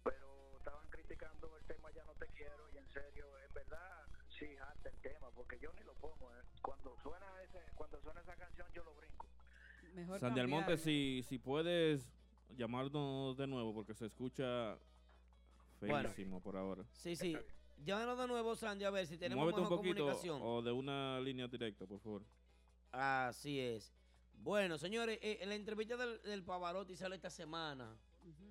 N: pero estaban criticando el tema Ya no te quiero y en serio, en verdad, sí, harta el tema, porque yo ni lo pongo. eh. Cuando suena ese, cuando suena esa canción yo lo brinco.
C: Mejor
D: Sandy Almonte,
C: cambiarlo.
D: si, si puedes llamarnos de nuevo porque se escucha
B: Bueno.
D: feísimo por ahora.
B: Sí, sí. Llámanos de nuevo, Sandy, a ver si tenemos
D: Muévete un
B: mejor
D: poquito
B: comunicación.
D: o de una línea directa, por favor.
B: Así es. Bueno, señores, eh, la entrevista del, del Pavarotti sale esta semana.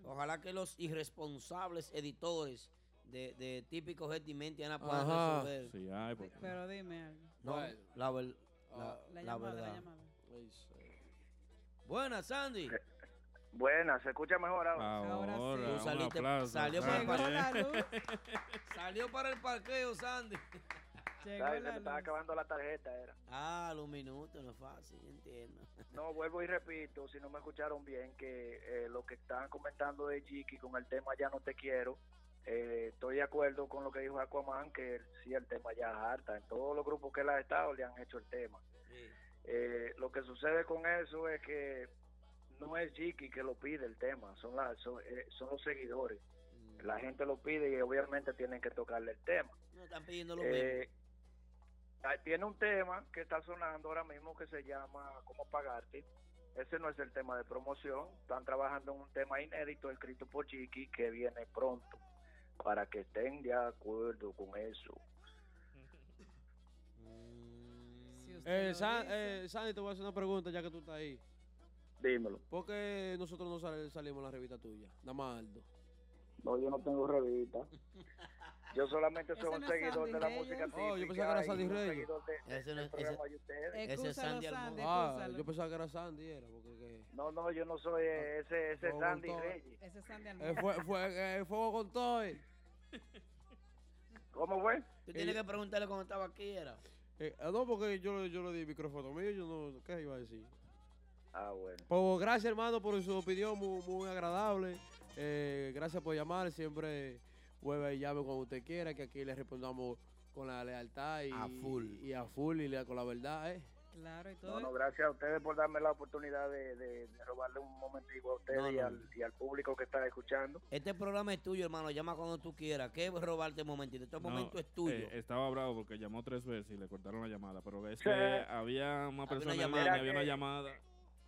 B: Ojalá que los irresponsables editores de, de típicos Hetty Mentiana puedan
D: Ajá.
B: resolver.
D: Sí, ay, por-
C: Pero dime algo.
B: No,
C: Bueno.
B: la, ver- la-
C: La
B: la
C: llamada, la
B: verdad.
C: llamada.
F: Oh,
B: Buenas, Sandy.
D: Eh.
N: Buena, se escucha mejor
D: ahora. Ahora sí.
B: Tú
D: un
B: saliste-
D: aplauso,
B: salió, para el
D: Sandy. Llegó
B: parqueo. salió para el parqueo, Sandy.
N: Ay, se me estaba acabando la tarjeta, era.
B: Ah, los minutos, no es fácil, entiendo.
N: No, vuelvo y repito, si no me escucharon bien, que eh, lo que estaban comentando de Jiki con el tema Ya no te quiero, eh, estoy de acuerdo con lo que dijo Aquaman, que sí, el tema ya es harta. En todos los grupos que él ha estado le han hecho el tema. Eh, lo que sucede con eso es que no es Jiki que lo pide el tema, son, las son, eh, son los seguidores.
B: Mm,
N: La gente lo pide y obviamente tienen que tocarle el tema.
B: No están pidiendo lo
N: Eh, ah, tiene un tema que está sonando ahora mismo que se llama ¿Cómo pagarte? Ese no es el tema de promoción. Están trabajando en un tema inédito escrito por Chiqui que viene pronto para que estén de acuerdo con eso.
F: Eh, San- eh, Sandy, te voy a hacer una pregunta ya que tú estás ahí.
N: Dímelo.
F: ¿Por qué nosotros no sal- salimos en la revista tuya? Nada más Aldo.
N: No, yo no tengo revista. Yo solamente soy
F: Ese
N: un
F: no es
N: seguidor
F: Sandy
N: de la
F: Reyes.
N: música
F: Oh, yo
N: típica
F: pensaba que era
N: y
F: Sandy
N: un
F: Reyes.
N: seguidor de-
B: Ese
N: del
B: no es-
N: programa
B: ese-
N: de ustedes.
B: ese es Sandy Almonte.
F: Ah, yo pensaba que era Sandy, era. Porque, que-
N: No, no, yo no soy
F: Ah,
N: eh, ese, ese
F: Fuego
N: Sandy
F: con todo.
N: Reyes.
C: Ese es Sandy
F: Eh, fue, fue, eh, fuego con todo. eh.
N: ¿Cómo fue?
B: Tú tienes que preguntarle cuando estaba aquí, era.
F: Eh, ah, no, porque yo, le- yo le di el micrófono mío, yo no, ¿qué iba a decir?
N: Ah, bueno.
F: Pues gracias, hermano, por su opinión muy, muy agradable. Eh, gracias por llamar, siempre vuelve y llame cuando usted quiera, que aquí le respondamos con la lealtad y a full y, a full y le- con la verdad, ¿eh?
C: Claro, y
N: No,
C: todo.
N: no, gracias a ustedes por darme la oportunidad de, de- de robarle un momentico a ustedes
B: No,
N: y,
B: no.
N: al, y al público que está escuchando.
B: Este programa es tuyo, hermano. Llama cuando tú quieras. Que robarte un momentito. Este
D: No,
B: momento es tuyo.
D: eh, estaba bravo porque llamó tres veces y le cortaron la llamada, pero es
B: Sí.
D: que había más
B: Había una
D: personas en
B: llamada.
D: línea, había
B: Mira
D: una
B: que-
D: llamada.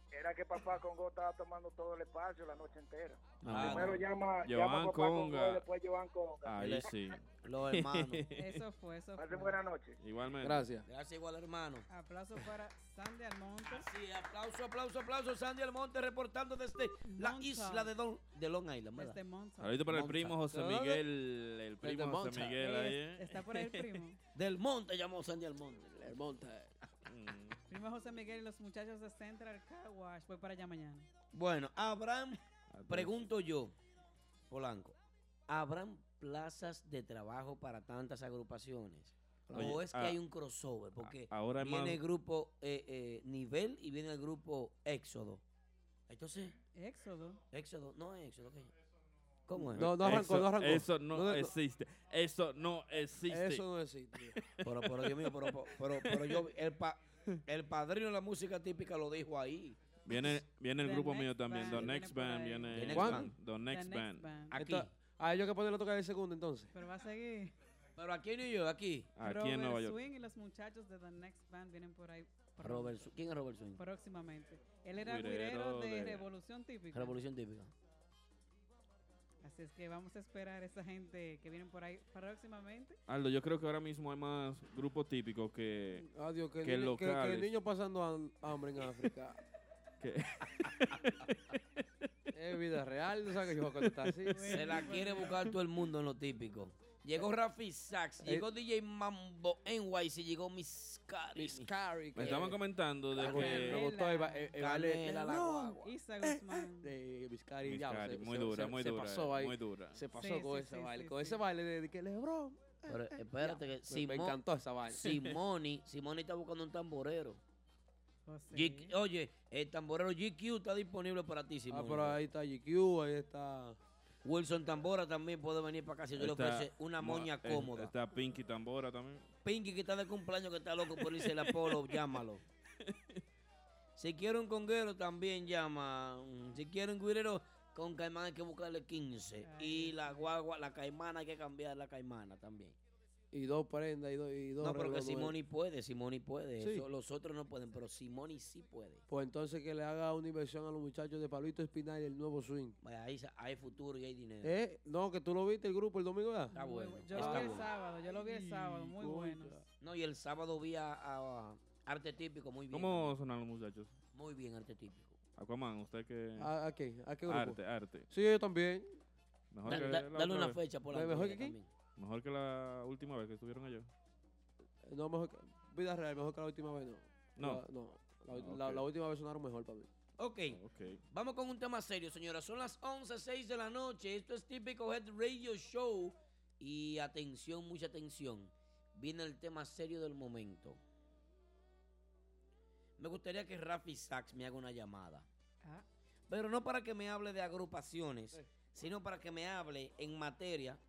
P: Era que papá Congo estaba tomando todo el espacio la noche entera.
D: Ah,
P: Primero
D: no.
P: llama,
D: Joan
P: llama papá Congo,
D: Conga. Ah.
P: y después Joan
B: Ah,
P: Conga.
D: Ahí sí.
B: Los hermanos.
C: Eso fue, eso fue.
P: buenas noches.
D: Igualmente.
B: Gracias igual, hermano.
C: Aplauso para Sandy Almonte.
B: Ah, Sí, aplauso, aplauso, aplauso. Sandy Almonte reportando desde la isla de, Don, de Long Island. ¿verdad?
C: Desde Monza.
D: Ahorita para el primo José
B: ¿De dónde?
D: Miguel, el primo José
B: Monza.
D: Miguel ahí, ¿eh?
C: Está por ahí el primo.
B: Del Monte llamó Sandy Almonte.
F: El Monte.
D: Mm,
C: Primo José Miguel y los muchachos de Central Car Wash. Voy para allá mañana.
B: Bueno, Abraham, pregunto yo, Polanco, ¿habrán plazas de trabajo para tantas agrupaciones? ¿O
D: Oye, ah,
B: es que
D: a-
B: hay un crossover? Porque
D: a- ahora es
B: viene
D: más-
B: el grupo eh, eh, Nivel y viene el grupo Éxodo. Entonces,
C: Éxodo.
B: Éxodo, no es Éxodo. ¿qué? ¿Cómo es?
F: No, no arrancó,
D: eso,
F: no arrancó.
D: Eso no,
F: No, no, no.
D: existe. Eso no existe.
F: Eso no existe.
B: Pero, pero Dios mío, pero, pero, pero yo, el, pa- el padrino de la música típica lo dijo ahí.
D: Viene, viene el
B: The
D: grupo
B: Next
D: mío también. The
B: Band viene
D: Next
B: por
D: Band
B: ahí.
D: viene.
B: The Next
D: ¿Cuán?
B: Band.
D: The Next
B: The
D: Band.
B: Next Band. Aquí.
F: Esto- A ellos Ah, que ponerle tocar el segundo entonces.
C: Pero va a seguir.
B: Pero aquí en New York, aquí.
D: Aquí en Nueva
C: Robert
D: York.
C: Swing y los muchachos de The Next Band vienen por ahí. pronto,
B: Robert, Su- ¿Quién es Robert Swing?
C: Próximamente. Él era
B: Guirero
C: guirero de,
B: de-
C: Revolución Típica.
B: Revolución típica.
C: Así es que vamos a esperar a esa gente que vienen por ahí próximamente.
D: Aldo, yo creo que ahora mismo hay más grupos típicos que,
F: Adiós, que,
D: que,
F: el niño- que- que
D: locales.
F: el niño pasando ham- hambre en África.
D: que-
F: es vida real, no sabes que yo voy a contestar así.
B: Se la quiere buscar todo el mundo en lo típico. Llegó Rafi Sachs, llegó DJ Mambo NYC, llegó Miss Cari. Miss
F: Cari.
D: Me estaban comentando de que.
F: Me gustó eh, el, ba- el- el baile-
B: Canela, la
F: No.
B: guagua.
C: Isa Guzmán.
F: de Vizcari. ya,
D: Vizcari,
F: se-
D: muy
F: se-
D: dura,
F: se-
D: muy
F: se
D: dura,
F: pasó ahí,
D: muy dura.
F: Se pasó
B: Sí,
F: con
B: sí,
F: ese
B: sí,
F: baile,
B: sí,
F: con
B: sí.
F: ese baile de, de que Lebron.
B: Pero espérate que
F: me encantó esa vaina.
B: Simoni, Simoni está buscando un tamborero.
C: Oh, sí.
B: G- oye, el tamborero GQ está disponible para ti,
F: Ah,
B: Simoni.
F: pero ahí está GQ, ahí está.
B: Wilson Tambora también puede venir para acá si tú le
D: está-
B: ofreces una
D: mo-
B: moña
D: es-
B: cómoda.
D: Está Pinky Tambora también.
B: Pinky que está de cumpleaños, que está loco por irse el Apolo, llámalo. Si quiere un conguero, también llama. Si quiere un guirero, con caimán hay que buscarle 15. y la guagua, la caimana hay que cambiar la caimana también.
F: Y dos prendas y dos. Y dos
B: No, pero que
F: relojes.
B: Simoni puede, Simoni puede.
F: Sí.
B: Eso, los otros no pueden, pero Simoni sí puede.
F: Pues entonces que le haga una inversión a los muchachos de Palito Espinal y el nuevo swing.
B: Vaya, Ahí sa- hay futuro y hay dinero.
F: ¿Eh? No, que tú lo viste el grupo el domingo, ¿verdad?
B: Está bueno.
C: Yo
B: está
C: lo vi el
B: bueno.
C: sábado, yo lo vi el sábado, muy buenos.
B: No, y el sábado vi a, a- a Arte Típico, muy bien.
D: ¿Cómo sonan los muchachos?
B: Muy bien, Arte Típico.
D: Aquaman, usted que.
F: ¿A, a qué? ¿A Ah, qué grupo?
D: Arte, arte.
F: Sí, yo también.
D: Mejor
B: Da-
D: que
B: da-
D: la
B: dale
D: otra
B: una
D: vez.
B: fecha, Polanco,
F: ¿Mejor
B: ya
F: que aquí?
B: también.
D: Mejor que la última vez que estuvieron allá.
F: No, mejor que. Vida real, mejor que la última vez, no.
D: No.
F: La- no. La,
D: Ah,
F: la-
D: ok.
F: la última vez sonaron mejor para mí.
B: Ok. Vamos con un tema serio, señora. Son las 11.06 de la noche. Esto es típico Head Radio Show. Y atención, mucha atención. Viene el tema serio del momento. Me gustaría que Rafi Sachs me haga una llamada.
C: Ah.
B: Pero no para que me hable de agrupaciones, sino para que me hable en materia.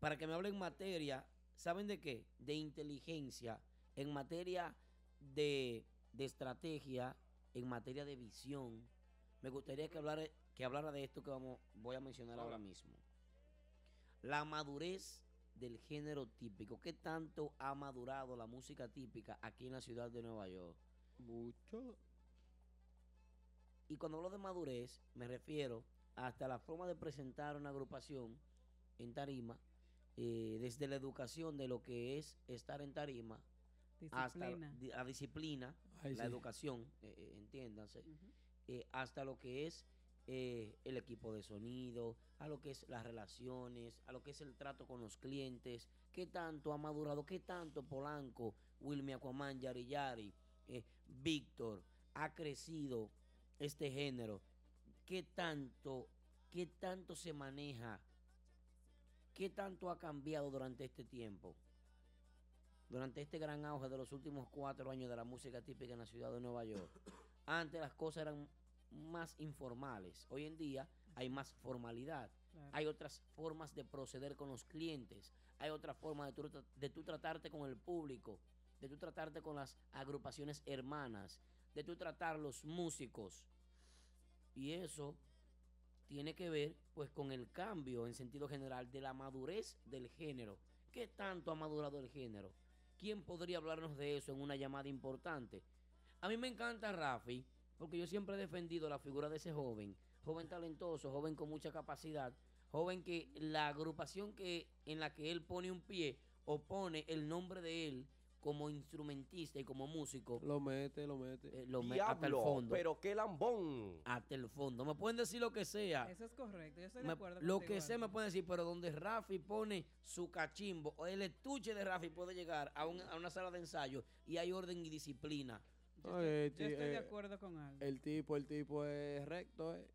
B: Para que me hable en materia, ¿saben de qué? De inteligencia, en materia de, de estrategia, en materia de visión. Me gustaría que hablara, que hablara de esto que vamos, voy a mencionar ahora mismo. La madurez del género típico. ¿Qué tanto ha madurado la música típica aquí en la ciudad de Nueva York?
F: Mucho.
B: Y cuando hablo de madurez, me refiero hasta la forma de presentar una agrupación en tarima, eh, desde la educación de lo que es estar en tarima, hasta la,
C: Disciplina.
B: di- la disciplina,
F: Ay,
B: la
F: sí.
B: educación, eh, eh, entiéndanse, eh, hasta lo que es eh, el equipo de sonido, a lo que es las relaciones, a lo que es el trato con los clientes, qué tanto ha madurado, qué tanto Polanco, Wilmy Aquaman, Yari Yari, eh, Víctor, ha crecido este género, qué tanto, qué tanto se maneja, qué tanto ha cambiado durante este tiempo durante este gran auge de los últimos cuatro años de la música típica en la ciudad de Nueva York. Antes las cosas eran más informales. Hoy en día hay más formalidad.
C: Claro.
B: Hay otras formas de proceder con los clientes. Hay otra forma de tú, tra- de tú tratarte con el público. De tú tratarte con las agrupaciones hermanas. De tú tratar los músicos. Y eso tiene que ver pues con el cambio en sentido general de la madurez del género. ¿Qué tanto ha madurado el género? ¿Quién podría hablarnos de eso en una llamada importante? A mí me encanta Rafi porque yo siempre he defendido la figura de ese joven, joven talentoso, joven con mucha capacidad, joven que la agrupación que en la que él pone un pie o pone el nombre de él como instrumentista y como músico.
F: Lo mete, lo mete.
B: Eh, lo me- hasta el
M: Diablo,
B: fondo.
M: pero qué lambón.
B: Hasta el fondo. Me pueden decir lo que sea.
C: Eso es correcto, yo estoy de
B: Me-
C: acuerdo
B: lo
C: contigo,
B: que sea
C: Aldo.
B: me pueden decir, pero donde Rafi pone su cachimbo, o el estuche de Rafi puede llegar a, un- a una sala de ensayo y hay orden y disciplina.
F: No, eh, ti-
C: Yo estoy de
F: eh,
C: acuerdo con Aldo.
F: El tipo, el tipo es recto, eh.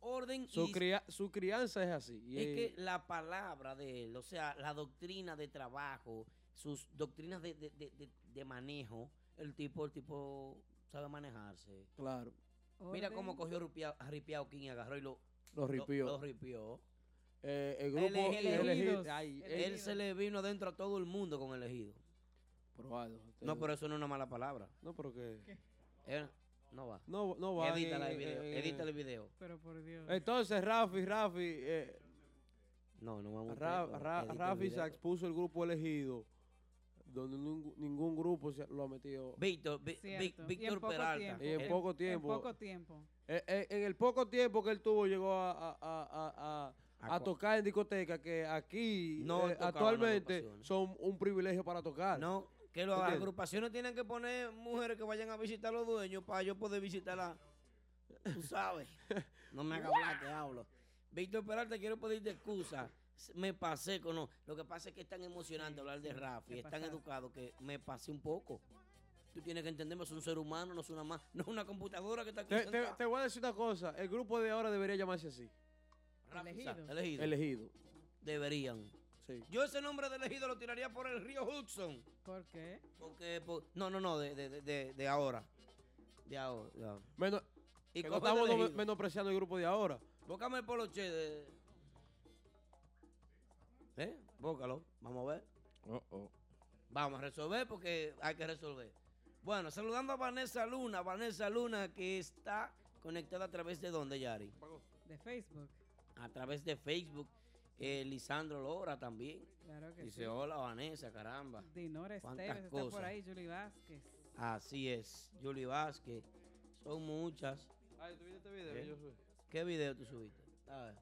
B: Orden
F: Su,
B: y
F: cria- su crianza es así. y
B: Es
F: es-
B: que la palabra de él, o sea, la doctrina de trabajo, sus doctrinas de, de- de- de- de manejo, el tipo, el tipo sabe manejarse.
F: Claro.
B: Mira
F: Orden.
B: cómo cogió ripia- a Ripiao King, agarró y lo,
F: Lo ripió.
B: Lo, ripió.
F: Eh, el grupo Elegidos. Elegidos. Ay,
B: él
F: Elegidos.
B: se le vino adentro a todo el mundo con elegido.
F: Probado.
B: No, pero eso no es una mala palabra.
F: No, pero que.
B: Eh, no va.
F: No, no va.
B: Edítala
F: eh,
B: el video.
F: eh,
B: edítala el video.
C: Pero por Dios.
F: Entonces, Rafi, Rafi. eh,
B: No, no vamos
F: Ra-
B: pero
F: Ra-
B: edita el
F: Rafi se
B: video.
F: expuso el grupo elegido. Donde ningún, ningún grupo se lo ha metido.
B: Víctor, Vi-
C: Cierto.
B: Vi-
C: Y en
B: Víctor
C: poco
B: Peralta. Eh,
C: tiempo.
F: Y en poco tiempo.
C: En poco tiempo.
F: Eh, eh, en el poco tiempo que él tuvo, llegó a, a- a- a- a- a
B: cua-
F: tocar en discoteca que aquí
B: No, él tocaba
F: eh,
B: en
F: actualmente
B: agrupaciones.
F: son un privilegio para tocar.
B: No, Que las
F: ¿Entiendes?
B: agrupaciones tienen que poner mujeres que vayan a visitar a los dueños para yo poder visitarla. Tú sabes. No me hagas hablar, te hablo. Víctor Peralta, quiero pedirte excusa. S- Me pasé con... no. Lo que pasa es que es tan emocionante hablar de Rafi,
O: te
B: es tan
O: pasaste.
B: educado que me pasé un poco. Tú tienes que entenderme, es un ser humano, no es una, ma- no es una computadora que está aquí
F: Te, te-
B: sentada.
F: te voy a decir una cosa, el grupo de ahora debería llamarse así.
B: Rafi,
F: Elegido.
B: exacto, elegido.
F: Elegido.
B: Deberían. Yo ese nombre de elegido lo tiraría por el río Hudson.
C: ¿Por qué?
B: Porque, por- no, no, no, de, de- de- de- de ahora. De ahora. de ahora.
F: Menos,
B: Y
F: que no
B: coge
F: estamos
B: de
F: no-
B: elegido.
F: menospreciando el grupo de ahora.
B: Bócame el poloche de... ¿Eh? Bócalo. Vamos a ver.
D: Oh,
B: Vamos a resolver porque hay que resolver. Bueno, saludando a Vanessa Luna. Vanessa Luna que está conectada a través de dónde, Yari?
C: De Facebook.
B: A través de Facebook. Eh, Lisandro Lora también.
C: Claro que
B: Dice,
C: sí.
B: hola Vanessa, caramba.
C: Dinora
B: Cuántas
C: Esteves está por
B: cosas.
C: ahí, Julie Vázquez.
B: Así es. Yuli Vázquez. Son muchas.
F: Ay, ¿tú viste este video
B: que yo ¿Qué video tú subiste? A ver.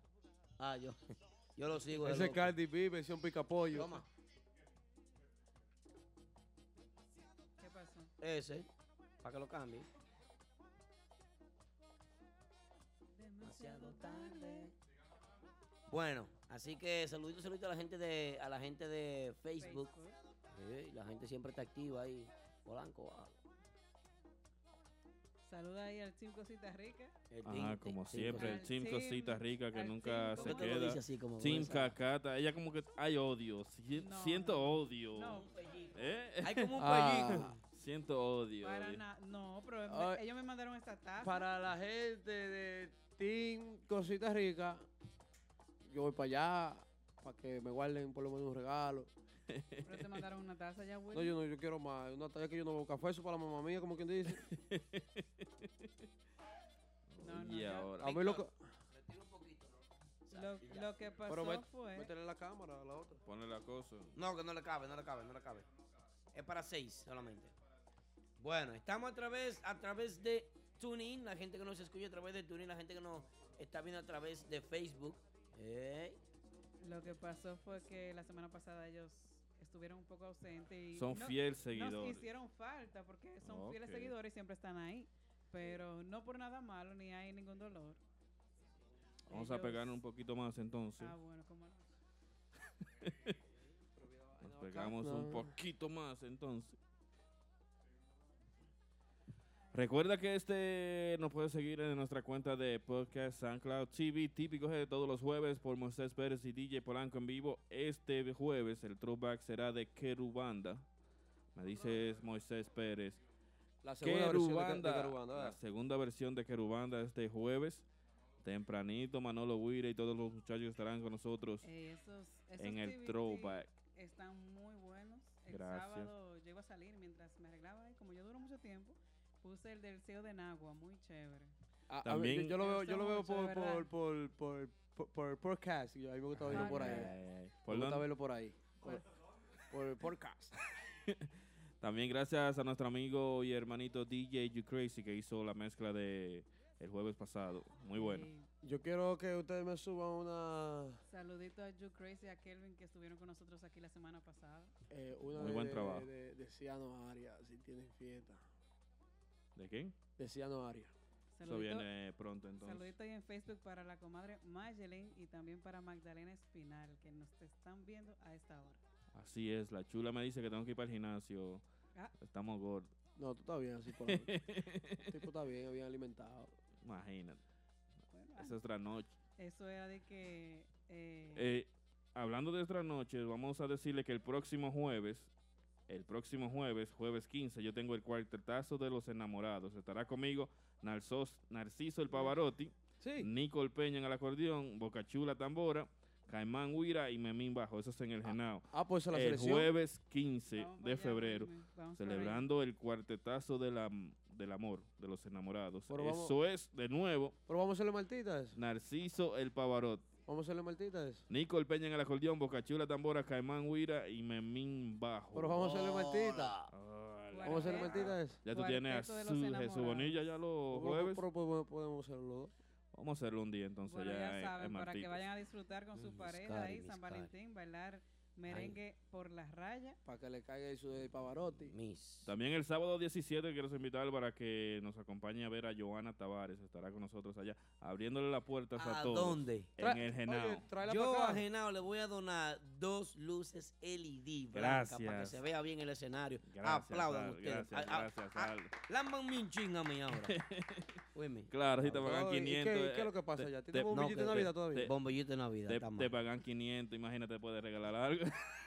B: Ah, yo, yo lo sigo. de
F: Ese es
B: loco.
F: Cardi B, versión picapollo.
B: Toma.
C: ¿Qué pasó?
B: Ese, para que lo cambie.
C: Demasiado tarde.
B: Bueno, así que saludito, saludito a la gente de, a la gente de Facebook. Sí, la gente siempre está activa ahí. Polanco. ah,
C: Saluda ahí al Team Cosita Rica.
B: el
D: Ah,
B: team-
D: como
B: team-
D: siempre, el
C: Al
D: Team
C: team,
D: Cosita Rica que
C: al
D: nunca
C: team,
D: se
C: ¿cómo que lo
D: queda.
C: dice así como
D: team
C: gruesa?
D: Cacata, ella como que hay odio, si-
C: No,
D: siento odio.
C: No,
D: ¿Eh?
B: Hay como un
D: Ah, Siento odio.
C: Para
D: odio.
C: na- no, pero me-
D: Ah,
F: Ay.
C: ellos me mandaron esta taza.
F: Para la gente de Team Cosita Rica, yo voy para allá para que me guarden por lo menos un regalo.
C: Pero te mandaron una taza ya, güey.
F: No, yo no, yo quiero más. Una talla que yo no veo café, eso para la mamá mía, como quien dice.
C: No, no,
D: y
C: ya.
D: ahora.
F: A mí lo que.
C: Lo, lo que pasó
F: Pero met-
C: fue.
F: métele la cámara a la otra.
D: Ponle la cosa.
B: No, que no le cabe, no le cabe, no le cabe. Es para seis solamente. Bueno, estamos a través, a través de TuneIn, la gente que nos escucha a través de TuneIn, la gente que nos está viendo a través de Facebook. Ey.
C: Lo que pasó fue que la semana pasada ellos estuvieron un poco ausentes y
D: Son
C: no-
D: fiel
C: Nos
D: seguidores.
C: hicieron falta porque son fieles
D: Ok.
C: seguidores y siempre están ahí, pero no por nada malo ni hay ningún dolor.
D: Vamos a
C: Ellos-
D: pegarnos un poquito más entonces.
C: Ah, bueno, como no.
D: Nos pegamos un poquito más entonces. Recuerda que este nos puede seguir en nuestra cuenta de podcast SoundCloud TV, típico de todos los jueves por Moisés Pérez y DJ Polanco en vivo. Este jueves el throwback será de Kerubanda. Me dice Moisés Pérez.
F: La segunda versión de Ke- de Kerubanda, ¿verdad?
D: La segunda versión de Kerubanda este jueves. Tempranito, Manolo Huira y todos los muchachos estarán con nosotros
C: Eh, esos, esos
D: en el
C: TBT
D: throwback.
C: Están muy buenos. El
D: Gracias.
C: sábado yo iba a salir mientras me arreglaba y como yo duro mucho tiempo, puse el del CEO de Nagua, muy chévere.
F: A- a
D: También-
F: mí- yo, yo lo veo, yo lo veo
C: Eso es
F: por,
C: mucho, ¿verdad?
F: por, por, por, por, por podcast. y a mí me gusta verlo por ahí.
D: Ay, ay, ay.
F: Me
D: ¿Por
F: gusta
D: dónde?
F: verlo por ahí. Por, por podcast.
D: También gracias a nuestro amigo y hermanito DJ You Crazy que hizo la mezcla de el jueves pasado. Muy bueno.
F: Yo quiero que ustedes me suban una,
C: Saludito a You Crazy y a Kelvin que estuvieron con nosotros aquí la semana pasada.
F: eh, una
D: Muy
F: de,
D: buen
F: de-
D: trabajo.
F: de, de Ciano Aria, si tienen fiesta.
D: ¿De quién?
F: De Ciano Aria.
D: Eso viene pronto entonces.
C: Saludito ahí en Facebook para la comadre Mayelén y también para Magdalena Espinal, que nos te están viendo a esta hora.
D: Así es, la chula me dice que tengo que ir para el gimnasio.
C: Ah.
D: Estamos gordos.
F: No, tú estás bien así por ahora. El tipo está bien, bien alimentado.
D: Imagínate.
C: Bueno, ah.
D: Es otra noche.
C: Eso era de que... eh,
D: Eh, hablando de otra noche, vamos a decirle que el próximo jueves, el próximo jueves, jueves 15, yo tengo el cuartetazo de los enamorados. Estará conmigo Narsos- Narciso el Pavarotti, Nicole Peña en el acordeón, Bocachula Tambora, Caimán Huira y Memín Bajo. Eso es en el Genao.
F: ah, pues esa es la
D: El
F: selección.
D: jueves 15 de febrero,
F: vamos para
D: celebrando el cuartetazo de la- del amor, de los enamorados.
F: Pero vamos-
D: Eso es, de nuevo,
F: Pero vamos a hacerle martita a eso.
D: Narciso el Pavarotti.
F: Vamos a hacerle martita a eso.
D: Nicole Peña en el acordeón, Bocachula Tambora, Caimán Huira y Memín Bajo. Ah,
F: Pero vamos a hacerle martita. Vamos a hacerle martita a eso.
D: Ya tú tienes a Su- Jesús Bonilla ya los
F: Pero-
D: jueves.
F: pero podemos- podemos hacerlo los dos.
D: Vamos a hacerlo un día entonces
C: Bueno,
D: ya,
C: ya
D: en- en
C: saben, para que
D: Martí.
C: vayan a disfrutar con su
F: Mm,
C: pareja
F: Miscari,
C: ahí, San
F: Miscari.
C: Valentín, bailar merengue por las rayas.
F: Para que le caiga eso de Pavarotti.
D: También el sábado 17 quiero invitar para que nos acompañe a ver a Joana Tavares. Estará con nosotros allá, abriéndole las puertas a,
B: ¿A
D: todos.
B: dónde?
D: En el Genao.
B: Yo a Genao le voy a donar dos luces LED blancas para que
D: Gracias.
B: se vea bien el escenario.
D: Gracias,
B: Aplaudan
D: Al,
B: ustedes. Ah,
D: gracias, gracias, Al.
B: Lamban mi chin a mí ahora. Óyeme.
D: Claro, si te pagan
B: Oh, ¿y qué-
D: 500.
B: qué
D: eh,
B: es lo que pasa
D: te-
B: ya? ¿Tiene
D: te-
B: bombillito de
D: que-
B: Navidad
D: te-
B: todavía?
D: te-
B: Bombillito de Navidad,
D: Te,
B: está mal.
D: te pagan 500, imagínate, puedes regalar algo.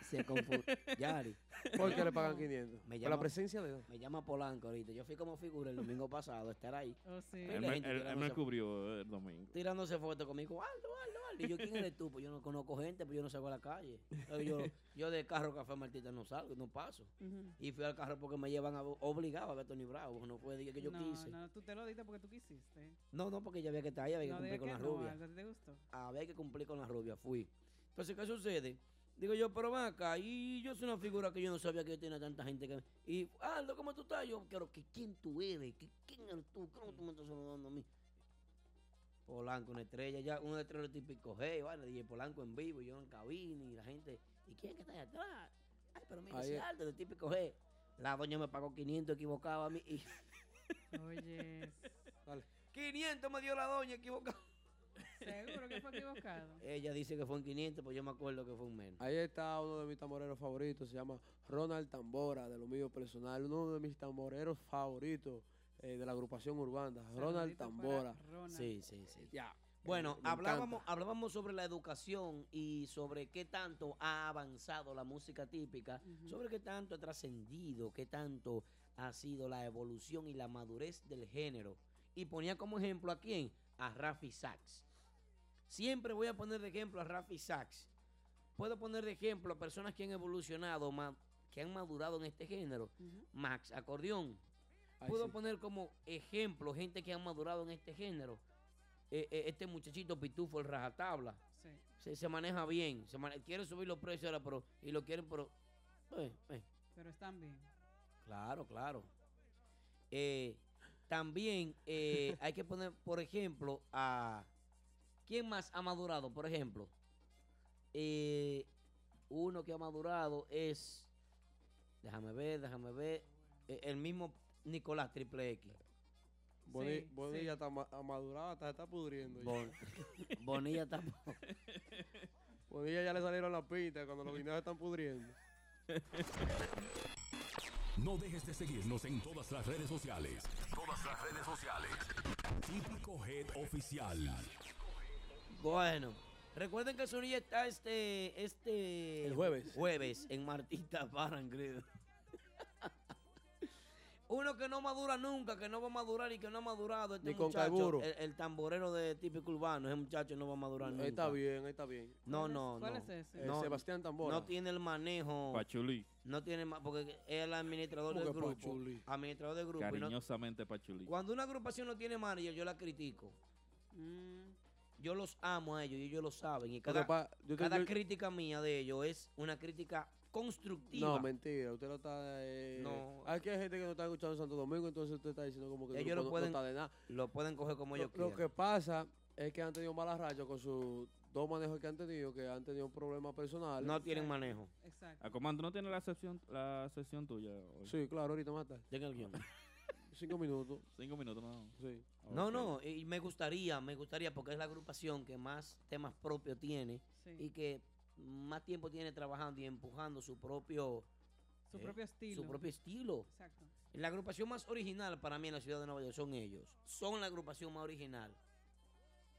B: Se confundió. Yari.
F: ¿Por qué le pagan 500? Por la presencia de
B: Me llama Polanco ahorita. Yo fui como figura el domingo pasado, estar ahí. Pila
D: Él,
B: de
D: me-
B: gente
D: él- él me
B: tirándose-
D: cubrió el domingo.
B: tirándose fotos conmigo. Aldo, Aldo, Aldo. Y yo, ¿quién eres tú? Pues yo no conozco gente, pues yo no salgo a la calle. Entonces yo, yo de carro Café Martita no salgo, no paso.
C: Ujú.
B: Y fui al carro porque me llevan a- obligado a ver Tony Bravo. No fue de que yo
C: no,
B: quise. No.
C: no, tú te lo diste porque tú quisiste.
B: no, porque ya había que estar ahí, había que
C: No
B: cumplir
C: digas
B: con
C: que
B: la
C: no,
B: rubia.
C: Aldo, ¿te gustó?
B: Había que cumplir con la rubia, fui. Entonces, ¿qué sucede? Digo yo, pero ven acá, y yo soy una figura que yo no sabía que yo tenía tanta gente que... Y, Aldo, ¿cómo tú estás? Yo quiero que quién tú eres, que quién eres tú, cómo tú me estás saludando a mí. Polanco, una estrella, ya una estrella típico, hey, vale, DJ Polanco en vivo, yo en cabina y la gente, ¿y quién es que está allá atrás? Ay, pero mira,
F: Ahí
B: ese
F: es.
B: Aldo, de típico, hey. La doña me pagó 500 equivocado a mí y...
C: Oye.
B: 500 me dio la doña equivocado.
C: Seguro que fue equivocado.
B: Ella dice que fue en 500, pues yo me acuerdo que fue un menos.
F: Ahí está uno de mis tamboreros favoritos, se llama Ronald Tambora, de lo mío personal, uno de mis tamboreros favoritos eh, de la agrupación urbana, Ronald Tambora.
B: Sí, sí, sí.
F: Ya.
B: Bueno,
F: Me
B: hablábamos, hablábamos sobre la educación y sobre qué tanto ha avanzado la música típica, sobre qué tanto ha trascendido, qué tanto ha sido la evolución y la madurez del género. Y ponía como ejemplo a quién? A Rafi Sachs. Siempre voy a poner de ejemplo a Rafi Sachs. Puedo poner de ejemplo a personas que han evolucionado, ma- que han madurado en este género. Max Acordeón.
F: Ay,
B: Puedo
F: sí.
B: poner como ejemplo gente que ha madurado en este género. Eh, eh, este muchachito Pitufo, el rajatabla.
C: Sí.
B: Se, se maneja bien. Se mane- quieren subir los precios ahora, pero. Y lo quieren, pero. eh, eh,
C: Pero están bien.
B: Claro, claro. Eh, también eh, hay que poner, por ejemplo, a. ¿Quién más ha madurado? Por ejemplo, eh, uno que ha madurado es. Déjame ver, déjame ver. eh, el mismo Nicolás Triple X.
F: Boni- Bonilla está ma- amadurada, está, está pudriendo. ya.
B: Bon- Bonilla está.
F: Bonilla ya le salieron las pintas cuando los guineos están pudriendo.
H: No dejes de seguirnos en todas las redes sociales. Todas las redes sociales. Típico Head Oficial.
B: Bueno, recuerden que Zorilla está este, este
F: El jueves.
B: jueves en Martita Barangredo. Uno que no madura nunca, que no va a madurar y que no ha madurado. Este
F: Ni con
B: muchacho,
F: carburo.
B: El, el tamborero de típico urbano, ese muchacho no va a madurar nunca.
F: Ahí está bien, ahí está bien.
B: No, no, no.
F: Eh,
B: No,
F: Sebastián Tambora.
B: No tiene el manejo.
D: Pachulí.
B: No tiene ma- porque es el administrador
F: ¿Cómo
B: del
F: que
B: grupo.
F: Pachulí?
B: Administrador del grupo. y no-
D: Cariñosamente Pachulí.
B: cuando una agrupación no tiene manager, yo la critico.
C: Mm,
B: Yo los amo a ellos y ellos lo saben. Y
F: que
B: cada,
F: pa- yo te-
B: cada
F: yo-
B: crítica mía de ellos es una crítica constructiva.
F: No, mentira, usted lo está. eh,
B: No.
F: Aquí hay gente que no está escuchando Santo Domingo, entonces usted está diciendo como que
B: Ellos
F: no,
B: lo
F: no
B: pueden-
F: está de nada.
B: Lo pueden coger como
F: Lo-
B: ellos
F: lo,
B: quieran.
F: que pasa es que han tenido malas rachas con sus dos manejos que han tenido, que han tenido problemas personales.
B: No tienen manejo.
F: Exacto.
B: Ah,
D: A Ah, comando, ¿no tiene la sesión, la sesión tuya? hoy?
F: Sí, claro, ahorita más tarde.
B: Tenga el guión.
F: Cinco minutos.
D: Cinco minutos más.
F: Sí.
B: No, no, y me gustaría, me gustaría, porque es la agrupación que más temas propios tiene y que más tiempo tiene trabajando y empujando su propio...
C: Su propio estilo.
B: eh, Su propio estilo.
C: Exacto.
B: La agrupación más original para mí en la ciudad de Nueva York son ellos. Son la agrupación más original.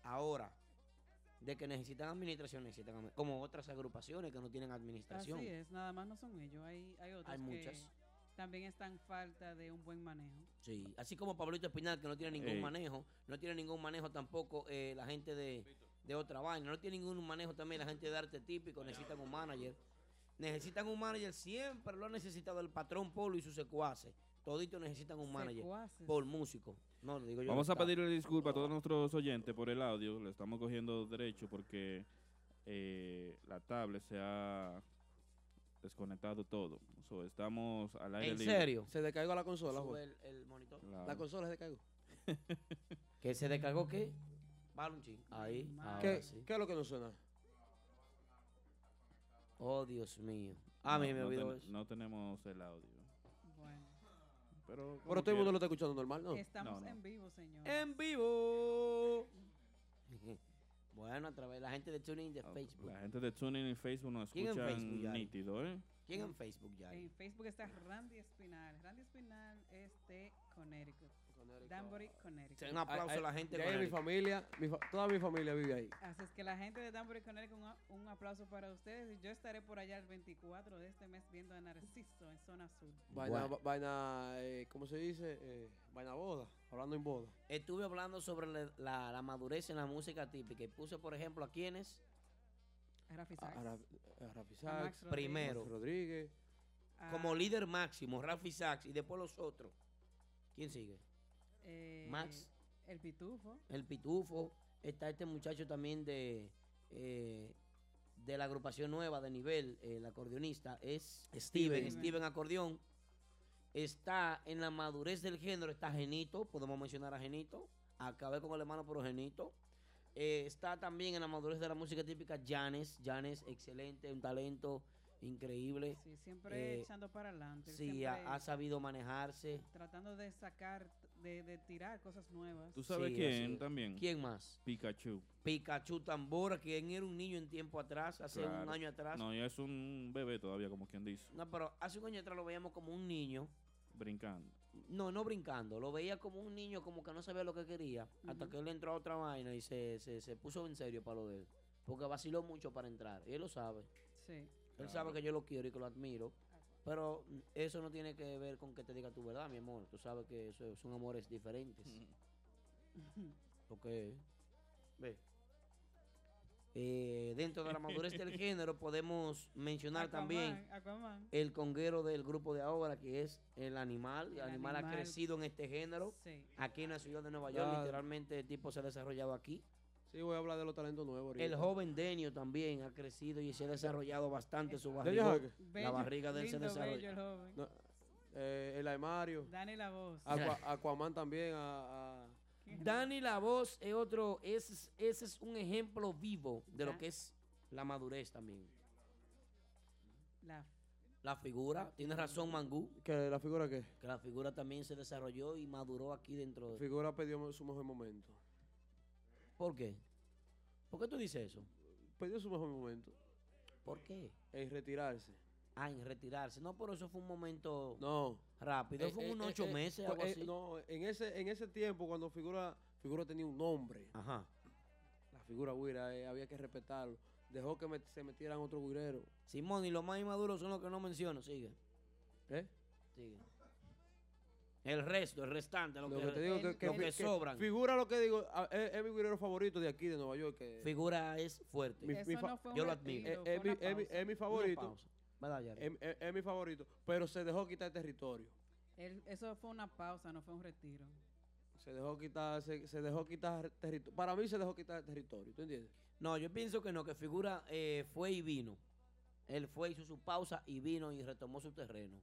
B: Ahora, de que necesitan administración, necesitan admi- como otras agrupaciones que no tienen administración.
C: Así es, nada más no son ellos, hay, hay otros
B: Hay
C: que
B: muchas.
C: también están falta de un buen manejo.
B: Sí, así como Pablito Espinal, que no tiene ningún
D: Ey.
B: manejo, no tiene ningún manejo tampoco eh, la gente de, de otra vaina, no tiene ningún manejo también la gente de arte típico, necesitan un manager. Necesitan un manager, siempre lo ha necesitado el patrón Polo y sus secuaces. Toditos necesitan un manager
C: Secuaces.
B: por músico. No, lo digo yo.
D: Vamos
B: no
D: a
B: está.
D: pedirle disculpas a todos nuestros oyentes por el audio. Le estamos cogiendo derecho porque eh, la tablet se ha desconectado todo. So, estamos al aire
B: ¿En
D: libre.
B: serio?
F: Se descargó la consola,
B: Sube
F: Jorge.
B: el, el monitor.
D: Claro.
F: La consola se descargó.
B: ¿Que se descargó qué? Vale un ching. Ahí, ahora
F: ¿Qué,
B: sí.
F: ¿Qué es lo que no suena?
B: Oh, Dios mío. A mí
D: No-
B: Ah, me
D: no
B: olvidó
D: ten-
B: eso.
D: No tenemos el audio. Pero,
F: Pero todo el mundo lo está escuchando normal, ¿no?
C: Estamos
F: No, no.
C: en vivo, señor.
B: ¡En vivo! bueno, a través de la gente de TuneIn de Facebook.
D: La gente de TuneIn en Facebook nos
B: ¿Quién en
D: escucha
B: Facebook ya hay?
D: nítido, ¿eh?
B: ¿Quién en Facebook ya? hay?
C: En Facebook está Randy Espinal. Randy Espinal es de Connecticut. Danbury, Connecticut.
B: Un aplauso a la gente
F: De ahí mi
B: Connecticut.
F: familia, mi fa- toda mi familia vive ahí.
C: Así es que la gente de Danbury, Connecticut, un, a- un aplauso para ustedes. Yo estaré por allá el 24 de este mes viendo a Narciso en Zona Azul.
F: Vaina, vaina eh, ¿cómo se dice? Eh, vaina boda, hablando en boda.
B: Estuve hablando sobre la, la- la madurez en la música típica y puse, por ejemplo, a quienes
C: A Rafi
F: A,
C: Sachs.
F: a Ra- a Rafi
C: A
F: Sachs,
C: Max Rodríguez.
B: Primero.
F: Rodríguez.
B: como líder máximo, Rafi Sachs y después los otros. ¿Quién sigue?
C: Eh,
B: Max.
C: El Pitufo.
B: El Pitufo. Está este muchacho también de, eh, de la agrupación nueva de nivel, el acordeonista, es Steven,
Q: Steven.
B: Steven Acordeón. Está en la madurez del género, está Genito, podemos mencionar a Genito. Acabé con el hermano, pero Genito. Eh, está también en la madurez de la música típica Janes. Janes, excelente, un talento increíble.
C: Sí, siempre
B: Eh,
C: echando para adelante. él
B: Sí,
C: siempre
B: ha, ha sabido manejarse.
C: Tratando de sacar, de, de tirar cosas nuevas.
D: ¿Tú sabes
B: Sí, así
D: quién
B: es.
D: también?
B: ¿Quién más?
D: Pikachu.
B: Pikachu Tambora, quien era un niño en tiempo atrás, hace un
D: Claro.
B: año atrás.
D: No, ya es un bebé todavía, como quien dice,
B: No, pero hace un año atrás lo veíamos como un niño.
D: brincando.
B: No, no brincando. Lo veía como un niño como que no sabía lo que quería. Hasta
C: Ujú.
B: que él entró a otra vaina y se, se, se puso en serio para lo de él. Porque vaciló mucho para entrar. Y él lo sabe.
C: Sí.
B: Él sabe que yo lo quiero y que lo admiro. Pero mm, eso no tiene que ver con que te diga tu verdad, mi amor. Tú sabes que eso son amores diferentes. Porque, ve. eh, dentro de la madurez del género podemos mencionar también
C: Aquaman, Aquaman.
B: el conguero del grupo de ahora, que es el animal. El,
C: El
B: animal, ha
C: Animal.
B: crecido en este género.
C: Sí.
B: Aquí en la ciudad de Nueva York,
F: Claro.
B: literalmente el tipo se ha desarrollado aquí.
F: Sí, voy a hablar de los talentos nuevos. ahorita.
B: El joven Denio también ha crecido y se ha desarrollado bastante su
F: Denio
B: barriga.
F: Jaque.
B: La
F: Bello,
B: barriga de él se
C: lindo, bello
B: desarrolla.
C: el joven.
F: No, eh, el Aimario.
C: Dani la voz.
F: Aqua- Aquaman también. A, a-
B: Ah, Dani La Voz es otro, ese es, ese es un ejemplo vivo de lo
C: Ya.
B: que es la madurez también.
C: La-
B: La figura, tiene razón Mangú,
F: que ¿La figura qué?
B: que la figura también se desarrolló y maduró aquí dentro
F: La
B: de...
F: figura perdió su mejor momento.
B: ¿Por qué? ¿Por qué tú dices eso?
F: Perdió su mejor momento.
B: ¿Por qué?
F: En retirarse.
B: Ah, en retirarse. No, pero eso fue un momento
F: No.
B: rápido.
F: Eh,
B: fue
F: eh,
B: un
F: eh,
B: ocho
F: eh,
B: meses,
F: cu-
B: algo
F: eh,
B: así.
F: No, en ese, en ese tiempo, cuando figura, figura tenía un nombre.
B: Ajá.
F: La figura Guira, eh, había que respetarlo. Dejó que met- se metieran otro guirero.
B: Simón, y los más inmaduros son los que no menciono. Sigue.
F: ¿Eh?
B: Sigue. El resto, el restante, lo,
F: Lo
B: que,
F: que te digo que, que
B: lo
F: fi-
B: que
F: que
B: sobran.
F: Figura lo que digo, a- es, es mi guirero favorito de aquí, de Nueva York. que-
B: Figura es fuerte.
F: mi- mi fa-
B: Yo lo admiro.
F: Eh, Es, mi, es mi- es mi favorito. em-
B: Vaya, ya.
F: Es, es- es mi favorito. Pero se dejó quitar el territorio.
C: él- eso fue una pausa, no fue un retiro.
F: Se dejó quitar, se, se dejó quitar territorio. Para mí se dejó quitar el territorio, ¿tú entiendes?
B: No, yo pienso que no, que figura eh, fue y vino. Él fue, hizo su pausa y vino y retomó su terreno.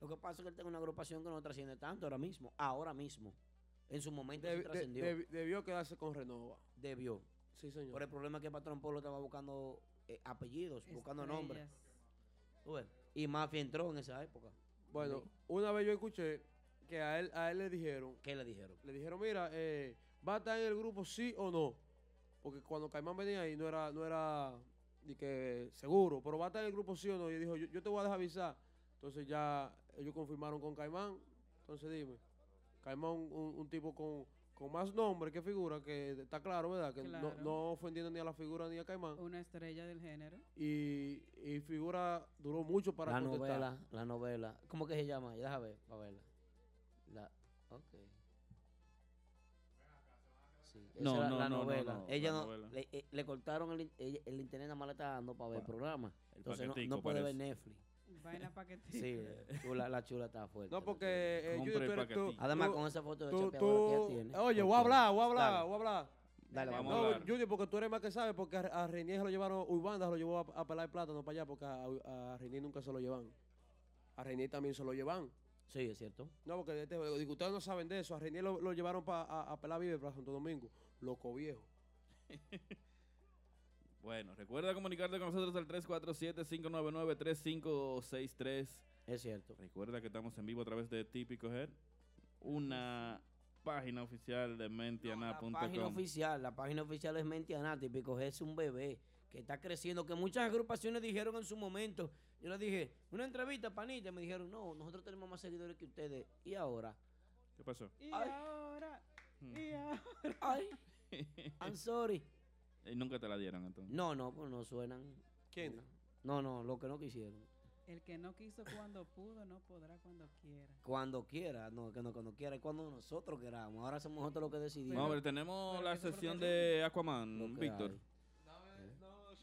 B: Lo que pasa es que él tiene una agrupación que no trasciende tanto ahora mismo. Ahora mismo. En su momento sí
F: Deb- de-
B: trascendió.
F: deb- debió quedarse con Renova.
B: Debió.
F: Sí, señor.
B: Por el problema es que Patrón Polo estaba buscando eh, apellidos, buscando nombres. Tú ves, Y Mafia entró en esa época.
F: Bueno,
B: Sí.
F: una vez yo escuché que a él, a él le dijeron.
B: ¿Qué le dijeron?
F: Le dijeron, mira, eh, ¿va a estar en el grupo sí o no? Porque cuando Caimán venía ahí no era, no era ni que seguro, pero va a estar en el grupo sí o no. Y él dijo, yo, yo te voy a dejar avisar. Entonces ya ellos confirmaron con Caimán. Entonces dime, Caimán un, un- un tipo con, con más nombre que figura, que está claro, ¿verdad? Que no-
C: Claro.
F: no, ofendiendo ni a la figura ni a Caimán.
C: Una estrella del género.
F: Y, y figura duró mucho para
B: la
F: contestar.
B: novela, la novela. ¿Cómo que se llama? Ya deja ver, para verla. La, ok. Sí, esa
D: No,
B: es la,
D: no,
B: la
D: no, no,
B: novela.
D: no,
B: Ella
D: la
B: no-
D: novela.
B: Le, eh, le cortaron el, in- ella- el internet, nada más le está dando para ver
D: Pa-
B: el programa.
D: el
B: Entonces no,
D: paquetico,
B: no puede ver
D: parece.
B: Netflix.
C: Vaina paquetín.
B: Sí, eh, chula- la chula está fuerte.
F: No, porque eh,
B: Compre
F: Yuyu,
B: el
F: tú eres tú.
B: paquetín. Además,
F: tú-
B: con esa foto de
F: tú-
B: chapeadora que ella
F: tú-
B: tiene.
F: Oye, voy
B: Ok.
F: a hablar, voy a hablar,
B: Dale.
F: voy a hablar.
B: Dale, vamos a
F: no,
B: hablar.
F: Yuyu, porque tú eres más que sabes, porque a, a Renier se lo llevaron, Urbanda se lo llevó a, a pelar el plátano para allá, porque a, a Renier nunca se lo llevan. A Renier también se lo llevan.
B: Sí, es cierto.
F: No, porque este- digo, ustedes no saben de eso. A Renier lo, lo llevaron pa- a, a pelar vive para Santo Domingo. Loco viejo.
D: Bueno, recuerda comunicarte con nosotros al 347-599-3563.
B: Es cierto.
D: Recuerda que estamos en vivo a través de Típico Head, una página oficial de mentiana.com.
B: página oficial, la página oficial es Mentiana, típico es un bebé que está creciendo, que muchas agrupaciones dijeron en su momento, yo les dije, una entrevista, panita, me dijeron, no, nosotros tenemos más seguidores que ustedes, y ahora,
D: ¿Qué pasó? Hmm.
C: Y ahora, y ahora.
B: Ay, I'm sorry.
D: Y nunca te la dieron entonces.
B: No, no, pues no suenan.
F: ¿Quién?
B: No, no, lo que no quisieron.
C: El que no quiso cuando pudo, no podrá cuando quiera.
B: Cuando quiera, no, que no, cuando quiera, es cuando nosotros queramos, ahora somos nosotros los que decidimos.
D: No, pero tenemos la sesión de
B: Lo
D: Aquaman,
B: que
D: Víctor.
B: hay.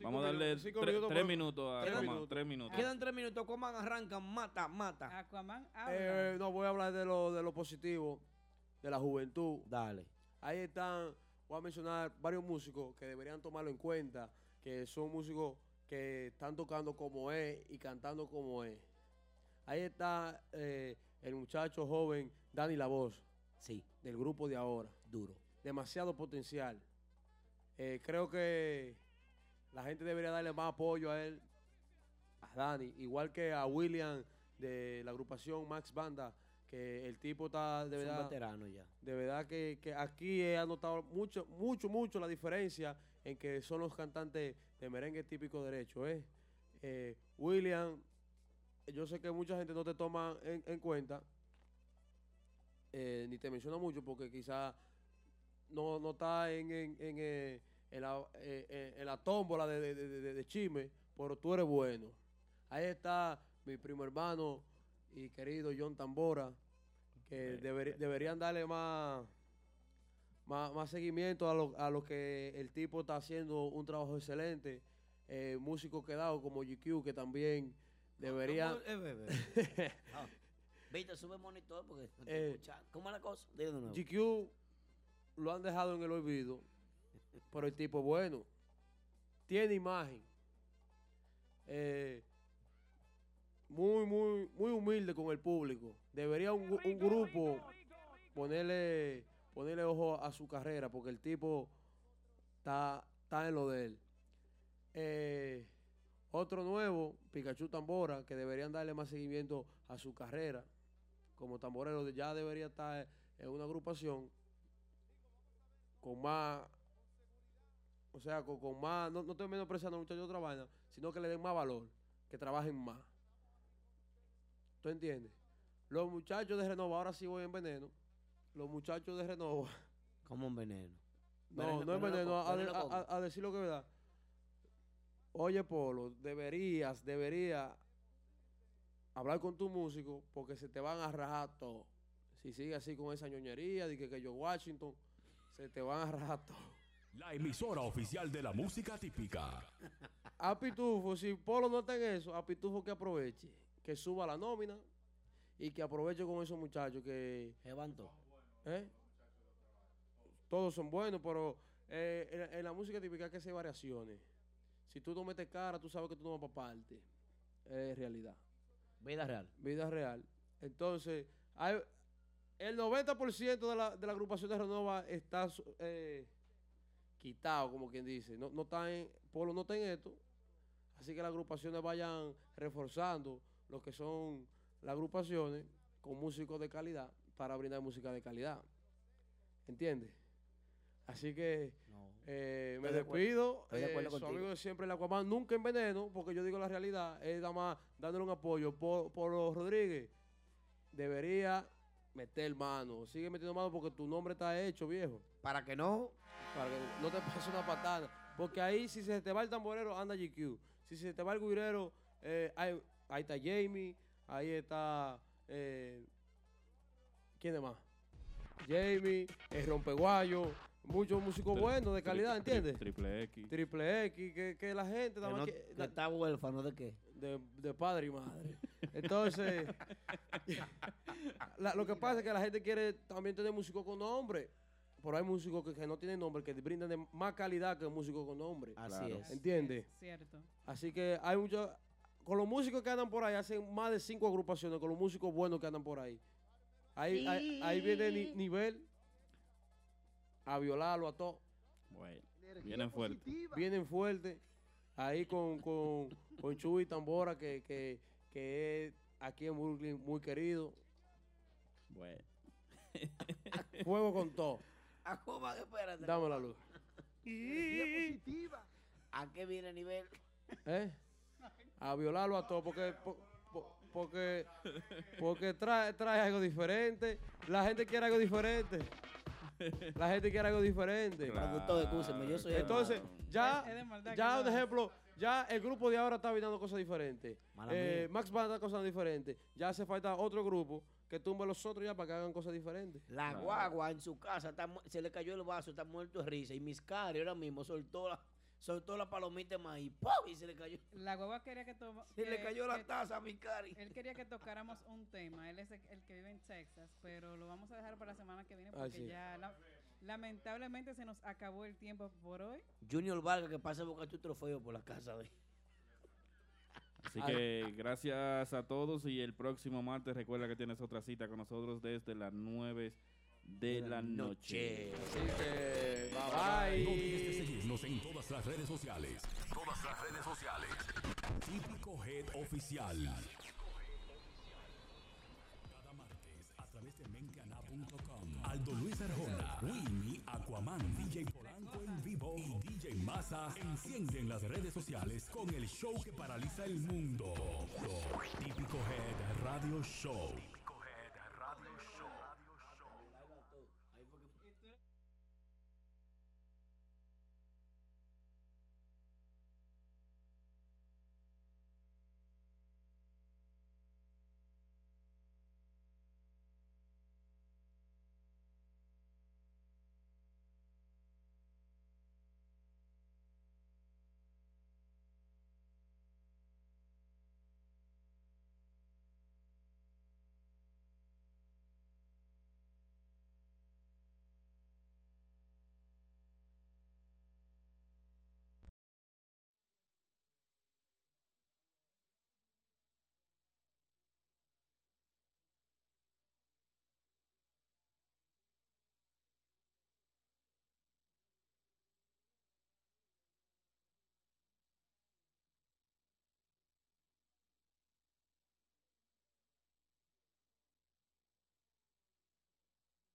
D: Vamos a darle
F: cinco
D: tre-
F: minutos
D: tres
F: por-
D: minutos a
F: Tres
D: Aquaman,
F: minutos.
D: tres minutos.
B: Quedan tres minutos, coman, arrancan, mata, mata.
C: Aquaman
F: Eh, no, voy a hablar de lo, de lo positivo, de la juventud.
B: Dale.
F: Ahí están, voy a mencionar varios músicos que deberían tomarlo en cuenta, que son músicos que están tocando como es y cantando como es. Ahí está eh, el muchacho joven Dani La Voz.
B: Sí.
F: Del grupo de ahora.
B: Duro.
F: Demasiado potencial. Eh, creo que la gente debería darle más apoyo a él, a Dani, igual que a William de la agrupación Max Banda, que el tipo está de
B: Es un
F: verdad.
B: veterano ya.
F: De verdad que, que aquí he anotado mucho, mucho, mucho la diferencia en que son los cantantes de merengue típico derecho. ¿eh? Eh, William, yo sé que mucha gente no te toma en, en cuenta, eh, ni te menciona mucho porque quizás no, no está en, en, en, eh, en la, eh, eh, en la tómbola de, de, de- de- de chisme, pero tú eres bueno. Ahí está mi primo hermano y querido John Tambora, que deber- deberían darle más, más, más seguimiento a lo, a lo que el tipo está haciendo un trabajo excelente. Eh, músicos quedados como GQ, que también deberían...
B: Eh, bebé. Ah, Víctor, sube el monitor porque no te
F: Eh,
B: escucha. ¿Cómo es la cosa? Dile de nuevo.
F: GQ lo han dejado en el olvido, pero el tipo es bueno. Tiene imagen. Eh, muy, muy, muy humilde con el público. Debería un, un grupo ponerle, ponerle ojo a su carrera, porque el tipo está, está en lo de él. Eh, otro nuevo, Pikachu Tambora, que deberían darle más seguimiento a su carrera. Como tamborero de- ya debería estar en una agrupación con más, o sea, con, con más, no, no estoy menospreciando muchachos de otra vaina, sino que le den más valor, que trabajen más. ¿Tú entiendes? Los muchachos de Renova, ahora sí voy en veneno. Los muchachos de Renova.
B: Como un veneno.
F: No,
B: Veneno,
F: no es
B: veneno
F: veneno.
B: con-
F: A,
B: veneno
F: a-
B: con.
F: a- a decir lo que es verdad. Oye, Polo, deberías, deberías hablar con tu músico porque se te van a rajar todo. Si sigue así con esa ñoñería, de que, que yo Washington, se te van a rajar todo.
H: La emisora oficial de la música típica.
F: A Pitufo, si Polo no está en eso, a Pitufo que aproveche, que suba la nómina y que aproveche con esos muchachos que...
B: Levanto.
F: ¿Eh? Todos son buenos, pero eh, en, la- en la música típica hay que hacer variaciones. Si tú no metes cara, tú sabes que tú no vas para parte. es realidad.
B: Vida real.
F: Vida real. Entonces, hay, el 90% de la, de la agrupación de Renova está eh, quitado, como quien dice. No, no está en, Polo no está en esto. Así que las agrupaciones vayan reforzando lo que son las agrupaciones con músicos de calidad para brindar música de calidad. ¿Entiendes? Así que eh, me
O: Estoy de acuerdo.
F: despido.
O: Estoy de acuerdo
F: Eh, su
O: contigo.
F: amigo de siempre, el Aquaman, nunca en veneno, porque yo digo la realidad, es nada más dándole un apoyo. Por, Polo Rodríguez debería meter mano. Sigue metiendo mano porque tu nombre está hecho, viejo.
B: Para que no.
F: Para que no te pase una patada. Porque ahí, si se te va el tamborero, anda GQ. Si se te va el guirero, eh, ahí, ahí está Jamie. Ahí está. eh, ¿Quién es más? Jamie, el Rompeguayo. Muchos músicos buenos de calidad, ¿entiendes?
D: Triple X.
F: Triple X, que, que la gente nada
B: Que
F: más
B: no-
F: que-
B: que está huérfano de qué.
F: de, de padre y madre. Entonces, la- lo que pasa es que la gente quiere también tener músicos con nombre. Pero hay músicos que, que no tienen nombre, que brindan de más calidad que músicos con nombre.
B: Así es.
F: ¿Entiendes?
C: Cierto.
F: Así que hay muchos. Con los músicos que andan por ahí, hacen más de cinco agrupaciones con los músicos buenos que andan por ahí. Ahí, ahí, ahí viene ni- nivel a violarlo a todo.
D: Bueno, vienen fuerte.
F: Vienen fuerte. Ahí con, con, con Chuy Tambora, que, que, que es aquí en Brooklyn muy querido.
D: Bueno.
F: Fuego con todo.
B: Aquaman, Ah, espérate.
F: Dame la luz.
B: Energía positiva. ¿A qué viene el nivel?
F: ¿Eh? A violarlo a todo, porque, po- po- porque, porque trae, trae algo diferente. La gente quiere algo diferente. La gente quiere algo diferente.
B: Para que todo, escúcheme, yo soy
F: Entonces,
B: hermano.
F: ya,
B: Es- es de maldad
F: ya
B: que
F: un
B: lo hace.
F: ejemplo, ya el grupo de ahora está brindando cosas diferentes.
B: Mala
F: Eh,
B: mía.
F: Max Banda está cosas diferentes. Ya hace falta otro grupo que tumbe a los otros ya para que hagan cosas diferentes.
B: La guagua en su casa está mu- se le cayó el vaso, está muerto de risa. Y Miscari ahora mismo soltó la, soltó la palomita de maíz. ¡pum! Y se le cayó.
C: La guagua quería que toma.
B: Se le cayó la taza a
C: Micari. Él quería que tocáramos un tema. Él es el, el que vive en Texas, pero lo vamos a dejar para la semana que viene porque
B: Así es.
C: ya la- lamentablemente se nos acabó el tiempo por hoy.
B: Junior Vargas que pasa a buscar tu trofeo por la casa de
D: Así que gracias a todos y el próximo martes recuerda que tienes otra cita con nosotros desde las 9 de la noche.
B: Eh,
H: No
B: este
H: olvides de seguirnos en todas las redes sociales. Todas las redes sociales. Típico Head Oficial. Cada martes a través de mencaná.com. Aldo Luis Arjona, Winnie, Aquaman, DJ Polanco en vivo y DJ Massa encienden las redes sociales con el show que paraliza el mundo. Típico Head Radio Show.